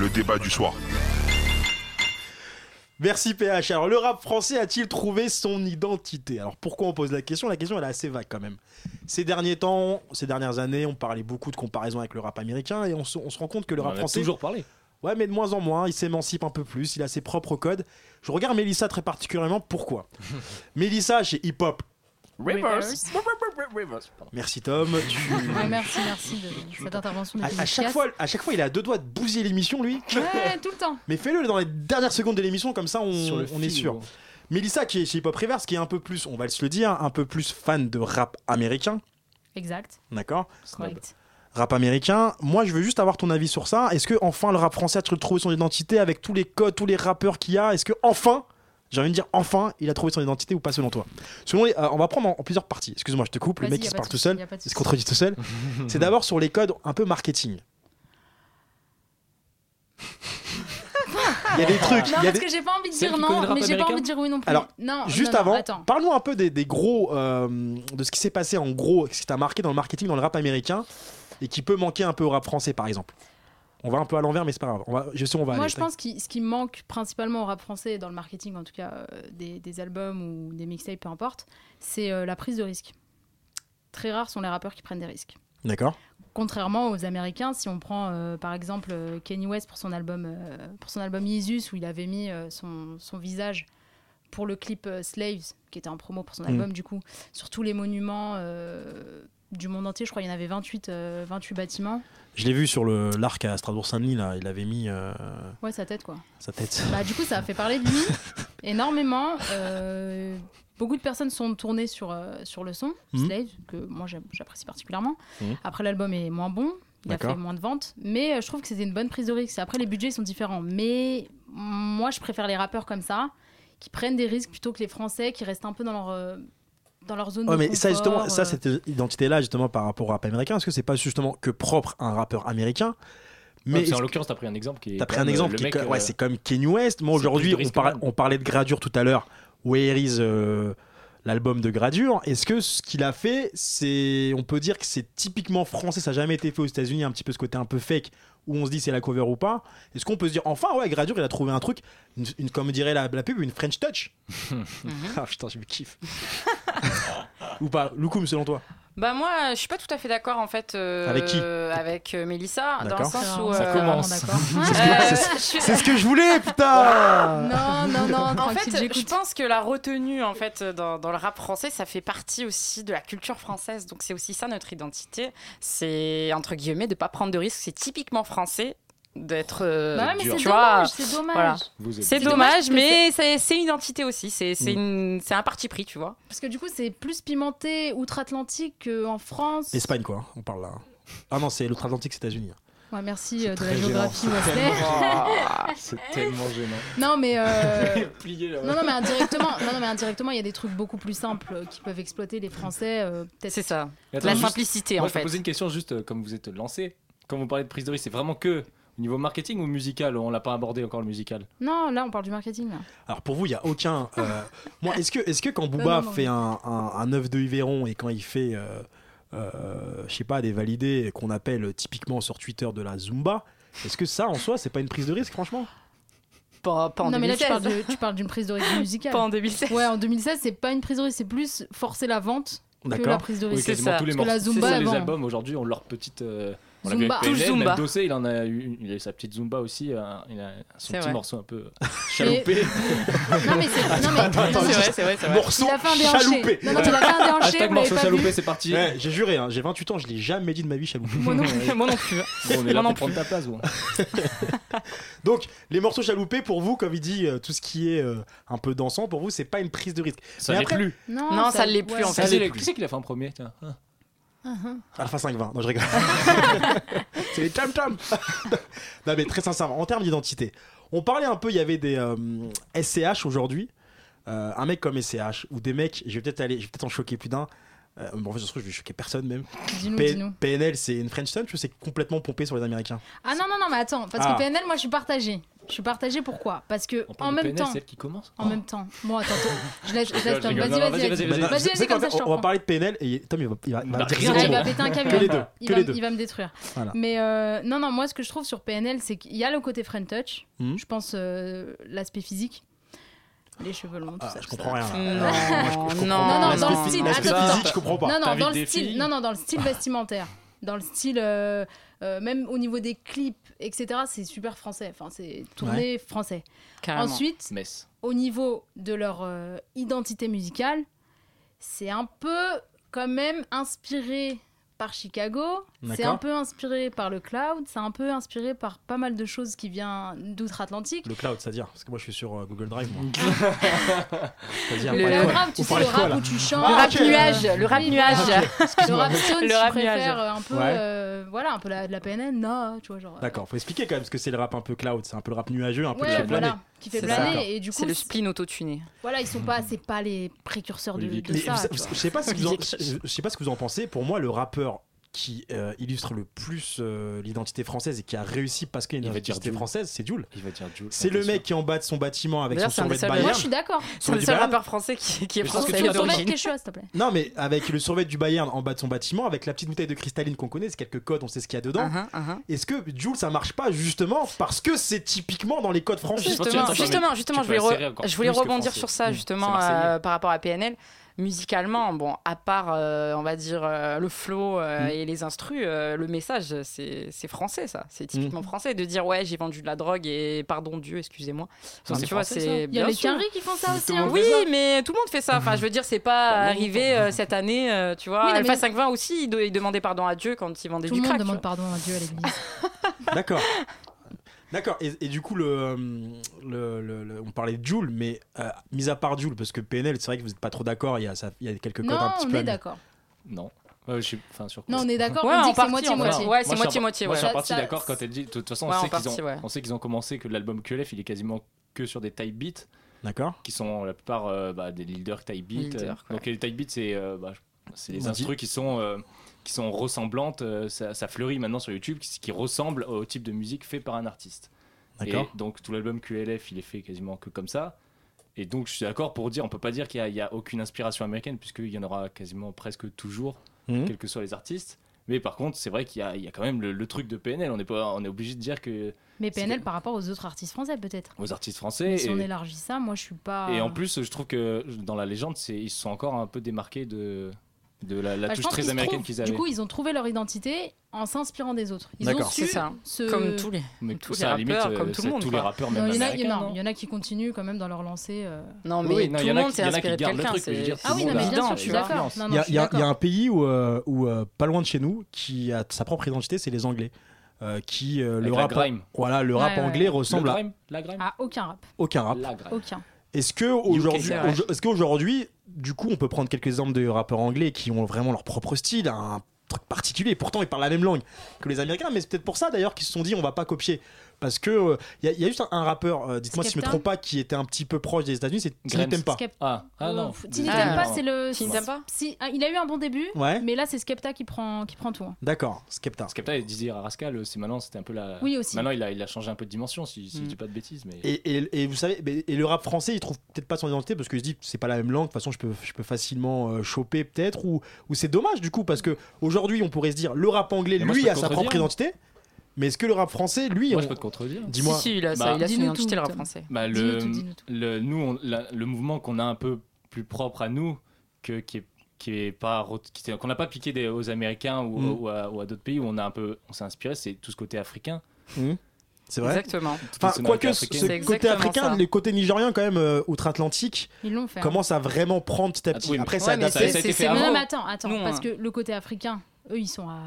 Speaker 2: le débat du soir.
Speaker 3: Merci PH. Alors, le rap français a-t-il trouvé son identité Alors, pourquoi on pose la question La question, elle est assez vague quand même. Ces derniers temps, ces dernières années, on parlait beaucoup de comparaison avec le rap américain et on se, on se rend compte que le
Speaker 6: On
Speaker 3: rap
Speaker 6: en a
Speaker 3: français.
Speaker 6: toujours parlé.
Speaker 3: Ouais, mais de moins en moins, il s'émancipe un peu plus, il a ses propres codes. Je regarde Mélissa très particulièrement. Pourquoi Mélissa, chez Hip Hop.
Speaker 5: Reverse.
Speaker 3: Merci Tom. tu-
Speaker 5: Ouais, merci, merci de cette intervention.
Speaker 3: À, à chaque
Speaker 5: efficace.
Speaker 3: fois, à chaque fois, il a deux doigts de bousiller l'émission, lui.
Speaker 5: Ouais, tout le temps.
Speaker 3: Mais fais-le dans les dernières secondes de l'émission, comme ça on,
Speaker 6: Sur le
Speaker 3: on
Speaker 6: fil,
Speaker 3: est sûr.
Speaker 6: gros.
Speaker 3: Mélissa, qui est chez Hip Hop Reverse, qui est un peu plus, on va se le dire, un peu plus fan de rap américain,
Speaker 5: Exact.
Speaker 3: d'accord
Speaker 5: Correct.
Speaker 3: Rap américain. Moi, je veux juste avoir ton avis sur ça. Est-ce que enfin le rap français a trouvé son identité avec tous les codes, tous les rappeurs qu'il y a Est-ce que enfin, j'ai envie de dire enfin, il a trouvé son identité ou pas selon toi Selon les- euh, on va prendre en, en plusieurs parties. Excuse-moi, je te coupe. Le
Speaker 5: Vas-y,
Speaker 3: mec
Speaker 5: y
Speaker 3: il
Speaker 5: a
Speaker 3: se
Speaker 5: pas de
Speaker 3: parle tout
Speaker 5: souci,
Speaker 3: seul,
Speaker 5: y a pas de
Speaker 3: il se
Speaker 5: souci.
Speaker 3: contredit tout seul. C'est d'abord sur les codes un peu marketing. Il y a des trucs.
Speaker 5: Ah, Non,
Speaker 3: il y a
Speaker 5: parce
Speaker 3: des-
Speaker 5: que j'ai pas envie de
Speaker 6: Celle
Speaker 5: dire
Speaker 6: qui connaît le
Speaker 5: non,
Speaker 6: rap
Speaker 5: mais j'ai pas
Speaker 6: américain
Speaker 5: envie de dire oui non plus.
Speaker 3: Alors,
Speaker 5: non,
Speaker 3: Juste
Speaker 5: non, non,
Speaker 3: avant,
Speaker 5: attends.
Speaker 3: parle-nous un peu des, des gros euh, de ce qui s'est passé en gros, ce qui t'a marqué dans le marketing, dans le rap américain, et qui peut manquer un peu au rap français, par exemple. On va un peu à l'envers, mais c'est pas grave. On va, je sais, on va.
Speaker 5: Moi,
Speaker 3: aller.
Speaker 5: je pense que ce qui manque principalement au rap français, dans le marketing en tout cas, euh, des, des albums ou des mixtapes, peu importe, c'est euh, la prise de risque. Très rares sont les rappeurs qui prennent des risques.
Speaker 3: D'accord.
Speaker 5: Contrairement aux Américains, si on prend euh, par exemple euh, Kanye West pour son album, euh, pour son album Yeezus, où il avait mis euh, son, son visage pour le clip euh, Slaves, qui était en promo pour son album, du coup, sur tous les monuments euh, du monde entier, je crois qu'il y en avait 28, euh, 28 bâtiments.
Speaker 3: Je l'ai vu sur le l'arc à Strasbourg-Saint-Denis là. Il avait mis euh,
Speaker 5: Ouais, sa tête quoi.
Speaker 3: sa tête.
Speaker 5: Bah, du coup, ça a fait parler de lui énormément. Euh, beaucoup de personnes sont tournées sur, euh, sur le son,
Speaker 3: Mhm.
Speaker 5: Slave, que moi j'aime- j'apprécie particulièrement.
Speaker 3: Mhm.
Speaker 5: Après, l'album est moins bon, il a
Speaker 3: D'accord.
Speaker 5: fait moins de ventes, mais euh, je trouve que c'était une bonne prise de risque. Après, les budgets sont différents, mais moi je préfère les rappeurs comme ça, qui prennent des risques plutôt que les Français qui restent un peu dans leur, euh, dans leur zone
Speaker 3: Ouais,
Speaker 5: de
Speaker 3: mais ça
Speaker 5: confort,
Speaker 3: justement, ça
Speaker 5: euh.
Speaker 3: cette identité là justement par rapport au rap américain, est-ce que c'est pas justement que propre à un rappeur américain
Speaker 6: Ouais, parce
Speaker 3: mais
Speaker 6: que en l'occurrence, t'as pris un exemple qui est.
Speaker 3: T'as pris
Speaker 6: quand
Speaker 3: un
Speaker 6: même,
Speaker 3: exemple
Speaker 6: euh,
Speaker 3: qui
Speaker 6: le
Speaker 3: est
Speaker 6: mec,
Speaker 3: co- ouais,
Speaker 6: euh,
Speaker 3: c'est comme Kanye West. Moi
Speaker 6: c'est plus
Speaker 3: aujourd'hui,
Speaker 6: de
Speaker 3: on,
Speaker 6: risque
Speaker 3: parle-
Speaker 6: quand même.
Speaker 3: on parlait de gradure tout à l'heure. Where is euh, l'album de Gradure. Est-ce que ce qu'il a fait, c'est, on peut dire que c'est typiquement français, ça n'a jamais été fait aux États-Unis, un petit peu ce côté un peu fake où on se dit c'est la cover ou pas. Est-ce qu'on peut se dire enfin ouais Gradure il a trouvé un truc, une, une- comme dirait la, la pub, une French touch. ah putain je me kiffe. ou pas, Loukoum selon toi.
Speaker 4: Bah moi, je suis pas tout à fait d'accord en fait. euh,
Speaker 3: Avec qui
Speaker 4: Avec euh, Mélissa, dans le
Speaker 3: D'accord.
Speaker 4: sens où.
Speaker 6: Ça
Speaker 4: euh,
Speaker 6: commence.
Speaker 5: Vraiment d'accord.
Speaker 4: euh,
Speaker 3: C'est ce que je voulais putain.
Speaker 5: Non, non, non,
Speaker 4: En
Speaker 5: tranquille,
Speaker 4: fait, je
Speaker 5: j'écoute.
Speaker 4: pense que la retenue en fait dans, dans le rap français, ça fait partie aussi de la culture française. Donc c'est aussi ça notre identité. C'est entre guillemets de pas prendre de risques. C'est typiquement français d'être. euh,
Speaker 5: Bah ouais, mais
Speaker 6: dur.
Speaker 5: c'est
Speaker 4: Tu vois,
Speaker 5: dommage, c'est dommage.
Speaker 4: voilà.
Speaker 6: Vous êtes
Speaker 4: C'est
Speaker 6: dur.
Speaker 5: dommage
Speaker 4: dommage,
Speaker 5: que
Speaker 4: mais c'est c'est une identité aussi. C'est
Speaker 3: Mm.
Speaker 4: c'est une- c'est un parti pris, tu vois.
Speaker 5: Parce que du coup, c'est plus pimenté outre-Atlantique qu'en France.
Speaker 3: Espagne quoi, hein, on parle là. Ah non c'est l'outre-Atlantique, États-Unis. hein.
Speaker 5: Ouais, merci euh, de la
Speaker 3: très
Speaker 5: géographie,
Speaker 3: gênant, c'est
Speaker 5: Wesley.
Speaker 6: Ah, C'est tellement gênant.
Speaker 5: Non, mais. euh,
Speaker 6: Plié là.
Speaker 5: Non, non, mais indirectement, non, non, mais indirectement, il y a des trucs beaucoup plus simples euh, qui peuvent exploiter les Français. euh, Peut-être.
Speaker 4: C'est ça.
Speaker 6: Et attends,
Speaker 4: La
Speaker 6: juste-
Speaker 4: simplicité
Speaker 6: Moi,
Speaker 4: en
Speaker 6: je vais
Speaker 4: fait.
Speaker 6: poser une question juste euh, comme vous êtes lancé. Quand vous parlez de prise de risque, c'est vraiment que au niveau marketing ou musical On l'a pas abordé encore le musical.
Speaker 5: Non, là, on parle du marketing. là.
Speaker 3: Alors pour vous, il n'y a aucun. euh, moi, est-ce que, est que quand Booba
Speaker 5: Euh, non, non.
Speaker 3: fait un, un, un œuf de Yveron et quand il fait, euh, euh, je sais pas, des validés qu'on appelle typiquement sur Twitter de la Zumba, est-ce que ça en soi, c'est pas une prise de risque, franchement
Speaker 4: Pas, pas en
Speaker 5: non, mais là, tu
Speaker 4: 2016.
Speaker 5: parles de- tu parles d'une prise de risque musicale.
Speaker 4: Pas en 2016.
Speaker 5: Ouais, en 2016, c'est pas une prise de risque, c'est plus forcer la vente que la
Speaker 3: D'accord.
Speaker 5: prise de
Speaker 6: Oui,
Speaker 5: risque.
Speaker 6: quasiment
Speaker 4: ça.
Speaker 6: tous les
Speaker 5: Parce que
Speaker 6: morceaux.
Speaker 5: la Zumba,
Speaker 6: C'est ça, les
Speaker 5: avant.
Speaker 6: albums aujourd'hui ont leur petite. euh, on l'a vu
Speaker 5: Zumba.
Speaker 6: avec
Speaker 4: Tous
Speaker 6: PNL,
Speaker 4: Zumba.
Speaker 6: même Dossé, il en a eu, il a eu sa petite Zumba aussi. euh, il a son
Speaker 4: C'est
Speaker 6: petit
Speaker 4: vrai.
Speaker 6: morceau un peu chaloupé.
Speaker 5: Non, mais c'est. Non, mais.
Speaker 4: C'est
Speaker 5: non, mais-
Speaker 4: vrai, c'est vrai, c'est vrai.
Speaker 3: Morceau
Speaker 5: Il a fait un
Speaker 3: chaloupé
Speaker 5: déhanché. Non, non, mais il a fait un déhanché,
Speaker 6: Hashtag
Speaker 5: vous l'avez
Speaker 6: morceau
Speaker 5: pas vu.
Speaker 6: chaloupé, c'est parti.
Speaker 3: Ouais, J'ai juré, hein, j'ai 28 ans, je l'ai jamais dit de ma vie chaloupé.
Speaker 4: Moi non plus. Moi non plus. hein.
Speaker 6: Bon, on est là
Speaker 4: Moi non
Speaker 6: pour prendre ta place. bon.
Speaker 3: Donc, les morceaux chaloupés, pour vous, comme il dit, euh, tout ce qui est euh, un peu dansant, pour vous, c'est pas une prise de risque.
Speaker 6: Ça
Speaker 3: Mais
Speaker 6: l'est
Speaker 3: après-
Speaker 6: plus.
Speaker 4: Non, ça l'est plus, en
Speaker 6: Ça
Speaker 4: fait.
Speaker 6: l'est plus. Qui c'est qui l'a fait en premier tiens Ah.
Speaker 3: Alpha 520, non je rigole. c'est les tam tam. non mais très sincèrement, en termes d'identité, on parlait un peu, il y avait des euh, SCH aujourd'hui, Euh, un mec comme SCH, ou des mecs, je vais peut-être aller, je vais peut-être en choquer plus d'un. Euh, bon, en fait, ça se trouve, je vais choquer personne même.
Speaker 5: Dis-nous,
Speaker 3: P-
Speaker 5: dis-nous.
Speaker 3: PNL, c'est une French touch ou c'est complètement pompé sur les Américains
Speaker 5: Ah non, non, non, mais attends, parce
Speaker 3: Ah.
Speaker 5: que PNL, moi, je suis partagée. Je suis partagée pourquoi Parce que,
Speaker 6: On parle
Speaker 5: en
Speaker 6: de
Speaker 5: même
Speaker 6: PNL,
Speaker 5: temps.
Speaker 6: C'est elle qui commence.
Speaker 5: En même temps. Moi, attends, attends, je laisse, je laisse
Speaker 6: Je
Speaker 5: Tom.
Speaker 6: rigole,
Speaker 5: Vas-y, vas-y,
Speaker 6: non,
Speaker 5: vas-y.
Speaker 6: vas-y, vas-y, vas-y.
Speaker 3: Bah,
Speaker 5: vas-y,
Speaker 3: vous savez
Speaker 5: comme
Speaker 3: quoi,
Speaker 5: ça, je te
Speaker 3: on va
Speaker 5: reprends.
Speaker 3: parler de PNL et Tom il va, il va, il va
Speaker 6: Bah,
Speaker 3: dire
Speaker 6: rien
Speaker 3: zéro
Speaker 5: Ouais, il
Speaker 3: mot.
Speaker 5: va péter un câble.
Speaker 3: Que les
Speaker 5: il va-
Speaker 3: deux,
Speaker 5: il
Speaker 3: que
Speaker 5: va-
Speaker 3: les deux.
Speaker 5: Il va me détruire.
Speaker 3: Voilà.
Speaker 5: Mais euh, non, non, moi, ce que je trouve sur PNL, c'est qu'il y a le côté friend touch.
Speaker 3: Mhm.
Speaker 5: Je pense euh, l'aspect physique. Les cheveux longs, tout
Speaker 3: Ah,
Speaker 5: ça.
Speaker 3: je
Speaker 5: tout ça.
Speaker 3: comprends rien. là.
Speaker 4: Non,
Speaker 3: je
Speaker 4: non,
Speaker 3: comprends
Speaker 4: non,
Speaker 3: pas.
Speaker 5: non,
Speaker 3: L'aspect
Speaker 5: dans le
Speaker 3: phy-
Speaker 5: style.
Speaker 3: l'aspect
Speaker 5: Attends,
Speaker 3: physique, je comprends pas.
Speaker 5: Non, non,
Speaker 6: T'invites
Speaker 5: dans
Speaker 6: des
Speaker 5: le style,
Speaker 6: filles
Speaker 5: non, non, dans le style vestimentaire. Dans le style, euh, euh, même au niveau des clips, etc., c'est super français. Enfin, c'est tourné français.
Speaker 4: Carrément.
Speaker 5: Ensuite, euh,
Speaker 6: Metz.
Speaker 5: au niveau de leur euh, identité musicale, c'est un peu quand même inspiré par Chicago, c'est
Speaker 3: D'accord.
Speaker 5: un peu inspiré par le cloud, c'est un peu inspiré par pas mal de choses qui viennent d'outre-Atlantique.
Speaker 3: Le cloud, c'est-à-dire Parce que moi, je suis sur euh, Google Drive. Moi. c'est-à-dire
Speaker 5: Le,
Speaker 3: pas
Speaker 5: rap,
Speaker 3: quoi
Speaker 5: tu
Speaker 3: On
Speaker 5: sais,
Speaker 3: parle
Speaker 5: le
Speaker 3: quoi,
Speaker 5: rap
Speaker 3: là
Speaker 5: où tu chantes.
Speaker 4: Le
Speaker 3: Ah,
Speaker 4: rap
Speaker 3: ok.
Speaker 4: nuage, le rap
Speaker 5: Oui,
Speaker 4: nuage.
Speaker 5: Le rap stone,
Speaker 4: Le
Speaker 5: je
Speaker 4: rap
Speaker 5: préfère
Speaker 4: nuage.
Speaker 5: euh, un peu,
Speaker 3: Ouais.
Speaker 5: euh, voilà, un peu la, de la PNL, non, tu vois, genre. euh,
Speaker 3: D'accord, faut expliquer quand même ce que c'est le rap un peu cloud, c'est un peu le rap nuageux, un peu
Speaker 5: Ouais,
Speaker 3: qui plané.
Speaker 5: voilà, qui fait
Speaker 4: C'est
Speaker 3: ça.
Speaker 5: planer et du coup,
Speaker 4: C'est le spleen autotuné.
Speaker 5: voilà, ils sont pas, c'est pas les précurseurs de,
Speaker 6: Olivier
Speaker 5: de
Speaker 3: Mais
Speaker 5: ça.
Speaker 3: vous-
Speaker 5: tu
Speaker 3: vous-
Speaker 5: vois.
Speaker 3: je sais pas ce que vous en,
Speaker 4: Olivier
Speaker 3: je- je sais pas ce que vous en pensez. Pour moi, le rappeur qui euh, illustre le plus euh, l'identité française et qui a réussi parce qu'il y a
Speaker 6: Il
Speaker 3: une
Speaker 6: va dire
Speaker 3: identité
Speaker 6: Jul.
Speaker 3: française, c'est Jules.
Speaker 6: Il va dire Jules.
Speaker 3: C'est le mec qui est en bas de son bâtiment avec son
Speaker 4: D'ailleurs, c'est un
Speaker 3: survêt
Speaker 4: des
Speaker 3: de
Speaker 4: seuls-
Speaker 5: Moi,
Speaker 3: Bayern.
Speaker 5: je suis d'accord.
Speaker 4: C'est le
Speaker 3: du
Speaker 4: seul
Speaker 3: Bayern.
Speaker 4: rapport français qui, qui est
Speaker 6: Mais je pense que
Speaker 4: français
Speaker 6: tu
Speaker 5: Tu
Speaker 4: d'origine.
Speaker 5: remettes quelque chose, s'il te plaît.
Speaker 3: Non, mais avec le survêt du Bayern en bas de son bâtiment, avec la petite bouteille de cristalline qu'on connaît, c'est quelques codes, on sait ce qu'il y a dedans.
Speaker 4: Ah, ah, ah.
Speaker 3: Est-ce que Jules ça marche pas justement parce que c'est typiquement dans les codes français
Speaker 6: Juste-
Speaker 4: Justement,
Speaker 6: Attends,
Speaker 4: justement,
Speaker 6: mais
Speaker 4: justement,
Speaker 6: tu
Speaker 4: je
Speaker 6: peux
Speaker 4: voulais,
Speaker 6: insérer
Speaker 4: re-
Speaker 6: encore
Speaker 4: je voulais
Speaker 6: plus que
Speaker 4: rebondir
Speaker 6: français.
Speaker 4: sur ça
Speaker 6: Mmh,
Speaker 4: justement
Speaker 6: c'est Marseillais.
Speaker 4: euh, par rapport à PNL. Musicalement, bon, à part, euh, on va dire, euh, le flow
Speaker 6: Mm.
Speaker 4: euh, et les instrus, euh, le message, c'est c'est français, ça. C'est typiquement
Speaker 6: Mm.
Speaker 4: français de dire, ouais, j'ai vendu de la drogue et pardon Dieu, excusez-moi. Enfin,
Speaker 6: c'est
Speaker 4: tu vois,
Speaker 6: français,
Speaker 4: c'est
Speaker 5: Il y a
Speaker 4: bien
Speaker 5: les
Speaker 4: sûr.
Speaker 5: quinries qui font ça
Speaker 6: Mais
Speaker 5: aussi.
Speaker 6: tout le
Speaker 5: hein.
Speaker 6: monde
Speaker 4: Oui, mais tout le monde fait ça. Enfin, je veux dire, c'est pas arrivé euh, cette année, euh, tu vois.
Speaker 5: Oui, non,
Speaker 4: Alpha
Speaker 5: mais-
Speaker 4: 520 aussi, il, do- il demandait pardon à Dieu quand il vendait
Speaker 5: Tout
Speaker 4: du
Speaker 5: le monde
Speaker 4: crack.
Speaker 5: demande
Speaker 4: tu vois.
Speaker 5: pardon à Dieu à l'église.
Speaker 3: D'accord. D'accord. Et, et du coup, le, euh, le- le- le- on parlait de Joule, mais euh, mis à part Joule, parce que PNL, c'est vrai que vous n'êtes pas trop d'accord, il y, a ça- il y a quelques codes un
Speaker 5: non,
Speaker 3: petit
Speaker 5: on
Speaker 3: peu.
Speaker 5: est
Speaker 3: à-
Speaker 5: d'accord.
Speaker 6: Non. Euh, je suis. Enfin, sur quoi
Speaker 5: Non, on est d'accord.
Speaker 4: Ouais,
Speaker 5: on dit
Speaker 4: en
Speaker 5: que c'est
Speaker 4: partie,
Speaker 5: moitié-moitié.
Speaker 4: en partie. Ouais, c'est
Speaker 6: Moi, je suis en-
Speaker 4: moitié-moitié,
Speaker 6: Moi, je suis
Speaker 5: ouais.
Speaker 6: en partie
Speaker 5: Ça-
Speaker 6: d'accord quand elle dit. De toute façon,
Speaker 4: Ouais,
Speaker 6: on,
Speaker 4: en
Speaker 6: sait qu'ils
Speaker 4: partie,
Speaker 6: ont,
Speaker 4: ouais.
Speaker 6: on sait qu'ils ont commencé que l'album QLF, il est quasiment que sur des type beats,
Speaker 3: D'accord.
Speaker 6: qui sont la plupart euh, bah, des leaders type beats.
Speaker 4: Leaders,
Speaker 6: euh, donc les type beats, c'est euh, bah, c'est les
Speaker 3: On dit-
Speaker 6: instrus qui sont euh, qui sont ressemblantes. euh, ça, ça fleurit maintenant sur YouTube, qui, qui ressemble au type de musique fait par un artiste. Et
Speaker 3: D'accord.
Speaker 6: donc tout l'album QLF, il est fait quasiment que comme ça. Et donc, je suis d'accord pour dire, on peut pas dire qu'il n'y a, il y a aucune inspiration américaine, puisqu'il y en aura quasiment presque toujours,
Speaker 11: Mhm.
Speaker 6: quels que soient les artistes. Mais par contre, c'est vrai qu'il y a, il y a quand même le, le truc de PNL. On est, pas, on est obligé de dire que
Speaker 5: Mais PNL par rapport aux autres artistes français, peut-être.
Speaker 6: aux
Speaker 5: Mais
Speaker 6: artistes français.
Speaker 5: Si on
Speaker 6: et-
Speaker 5: élargit ça, moi, je suis pas.
Speaker 6: Et en plus, je trouve que dans la légende, c'est, ils se sont encore un peu démarqués de, de la, la
Speaker 5: Bah, je
Speaker 6: touche
Speaker 5: pense
Speaker 6: très
Speaker 5: qu'ils se
Speaker 6: américaine
Speaker 5: trouvent-
Speaker 6: qu'ils avaient.
Speaker 5: Du coup, ils ont trouvé leur identité en s'inspirant des autres. Ils ont
Speaker 6: D'accord.
Speaker 5: su
Speaker 4: C'est ça.
Speaker 5: se-
Speaker 4: Comme tous les.
Speaker 6: mais
Speaker 4: tous les
Speaker 6: ça, à la limite,
Speaker 4: rappeurs,
Speaker 6: euh,
Speaker 4: comme tout le
Speaker 6: c'est
Speaker 4: monde,
Speaker 6: tous
Speaker 4: quoi.
Speaker 6: les rappeurs,
Speaker 5: Non,
Speaker 6: même
Speaker 5: il, y en a,
Speaker 6: américains,
Speaker 5: il y en a-
Speaker 6: non
Speaker 5: il y en a qui continuent quand même dans leur lancée. euh.
Speaker 4: Non, mais
Speaker 6: Oui, non,
Speaker 4: tout
Speaker 6: il y
Speaker 4: le
Speaker 6: en a
Speaker 4: monde
Speaker 6: qui-
Speaker 4: s'est
Speaker 6: il y en a qui
Speaker 4: inspiré de
Speaker 6: gardent le
Speaker 4: quelqu'un.
Speaker 6: truc, mais je veux dire,
Speaker 4: c'est-
Speaker 6: tout
Speaker 5: Ah oui, non,
Speaker 6: monde
Speaker 5: mais
Speaker 6: a-
Speaker 5: bien sûr,
Speaker 6: Dedans,
Speaker 5: je suis
Speaker 6: tu vois.
Speaker 5: d'accord. Non,
Speaker 3: Il
Speaker 5: non,
Speaker 3: y,
Speaker 5: je
Speaker 3: a-
Speaker 5: suis
Speaker 3: il y a- il y a
Speaker 5: d'accord.
Speaker 3: un pays où, euh, où, euh, pas loin de chez nous, qui a sa propre identité, c'est les Anglais. Euh, qui euh, le
Speaker 6: Avec la
Speaker 3: rap,
Speaker 6: grime.
Speaker 3: voilà, le rap
Speaker 5: Ouais, ouais.
Speaker 3: anglais
Speaker 6: Le
Speaker 3: ressemble à
Speaker 6: grime, la grime,
Speaker 5: Ah, aucun rap.
Speaker 3: aucun rap.
Speaker 6: la grime.
Speaker 5: Aucun.
Speaker 3: Est-ce que aujourd'hui,
Speaker 4: c'est vrai.
Speaker 3: aujo- est-ce qu'aujourd'hui, du coup, on peut prendre quelques exemples de rappeurs anglais qui ont vraiment leur propre style, un truc particulier. Pourtant, ils parlent la même langue que les Américains, mais c'est peut-être pour ça d'ailleurs qu'ils se sont dit on va pas copier, parce que il y, a juste un, un rappeur, euh, dites-moi si je me
Speaker 5: Skepta
Speaker 3: trompe pas, qui était un petit peu proche des États-Unis, c'est Tiny
Speaker 6: Grimes.
Speaker 3: Tempa.
Speaker 5: Skep-
Speaker 6: Ah, ah non.
Speaker 5: Ouf, Tiny
Speaker 4: Ah,
Speaker 5: Tempa,
Speaker 4: non.
Speaker 5: c'est le.
Speaker 4: Tiny Tempa
Speaker 5: Si, ah, il a eu un bon début,
Speaker 3: Ouais.
Speaker 5: mais là, c'est Skepta qui prend, qui prend tout. hein.
Speaker 3: D'accord, Skepta.
Speaker 6: Skepta et Dizzy Rascal, euh, c'est maintenant, c'était un peu la.
Speaker 5: Oui, aussi.
Speaker 6: Maintenant, il a, il a changé un peu de dimension, si, si
Speaker 4: Mm.
Speaker 6: je dis pas de bêtises. Mais...
Speaker 3: Et, et- et vous savez, mais- et le rap français, il trouve peut-être pas son identité parce qu'il se dit c'est pas la même langue. De toute façon, je peux, je peux facilement euh, choper peut-être ou, ou c'est dommage du coup parce que aujourd'hui, on pourrait se dire le rap anglais,
Speaker 6: Mais moi, je
Speaker 3: lui,
Speaker 6: peux
Speaker 3: a sa
Speaker 6: contredire.
Speaker 3: propre identité. Mais est-ce que le rap français, lui,
Speaker 6: Moi,
Speaker 3: on-
Speaker 6: je peux te contredire.
Speaker 3: dis-moi,
Speaker 4: Si, si, il a, ça,
Speaker 6: Bah,
Speaker 4: il a son
Speaker 5: dis-nous
Speaker 4: identité,
Speaker 5: tout,
Speaker 4: le rap
Speaker 5: Tom.
Speaker 4: français.
Speaker 6: Bah,
Speaker 5: Dis-nous
Speaker 6: le,
Speaker 5: tout, dis-nous tout.
Speaker 6: le- nous, on- la- le mouvement qu'on a un peu plus propre à nous, que, qui est, qui est pas, re- qui était- qu'on n'a pas piqué des- aux Américains ou,
Speaker 3: Mm.
Speaker 6: ou à, ou à d'autres pays où on a un peu, on s'est inspiré, c'est tout ce côté africain.
Speaker 3: Mm. c'est vrai.
Speaker 4: Exactement.
Speaker 6: Toute la
Speaker 3: Enfin,
Speaker 6: sonorité
Speaker 3: quoique ce
Speaker 6: africaine.
Speaker 3: ce
Speaker 4: C'est
Speaker 3: côté
Speaker 4: exactement
Speaker 3: africain,
Speaker 4: ça.
Speaker 3: le côté nigérien quand même euh, outre-Atlantique
Speaker 5: Ils l'ont fait. hein.
Speaker 3: commence à vraiment prendre petit à petit.
Speaker 6: Ah, oui, mais-
Speaker 3: Après,
Speaker 4: Ouais,
Speaker 3: ça
Speaker 4: mais
Speaker 3: adapte.
Speaker 6: Ça- ça a été fait
Speaker 5: Non,
Speaker 6: avant.
Speaker 5: non, mais attends, attends,
Speaker 4: Nous,
Speaker 5: parce
Speaker 4: hein.
Speaker 5: que le côté africain, eux, ils sont à,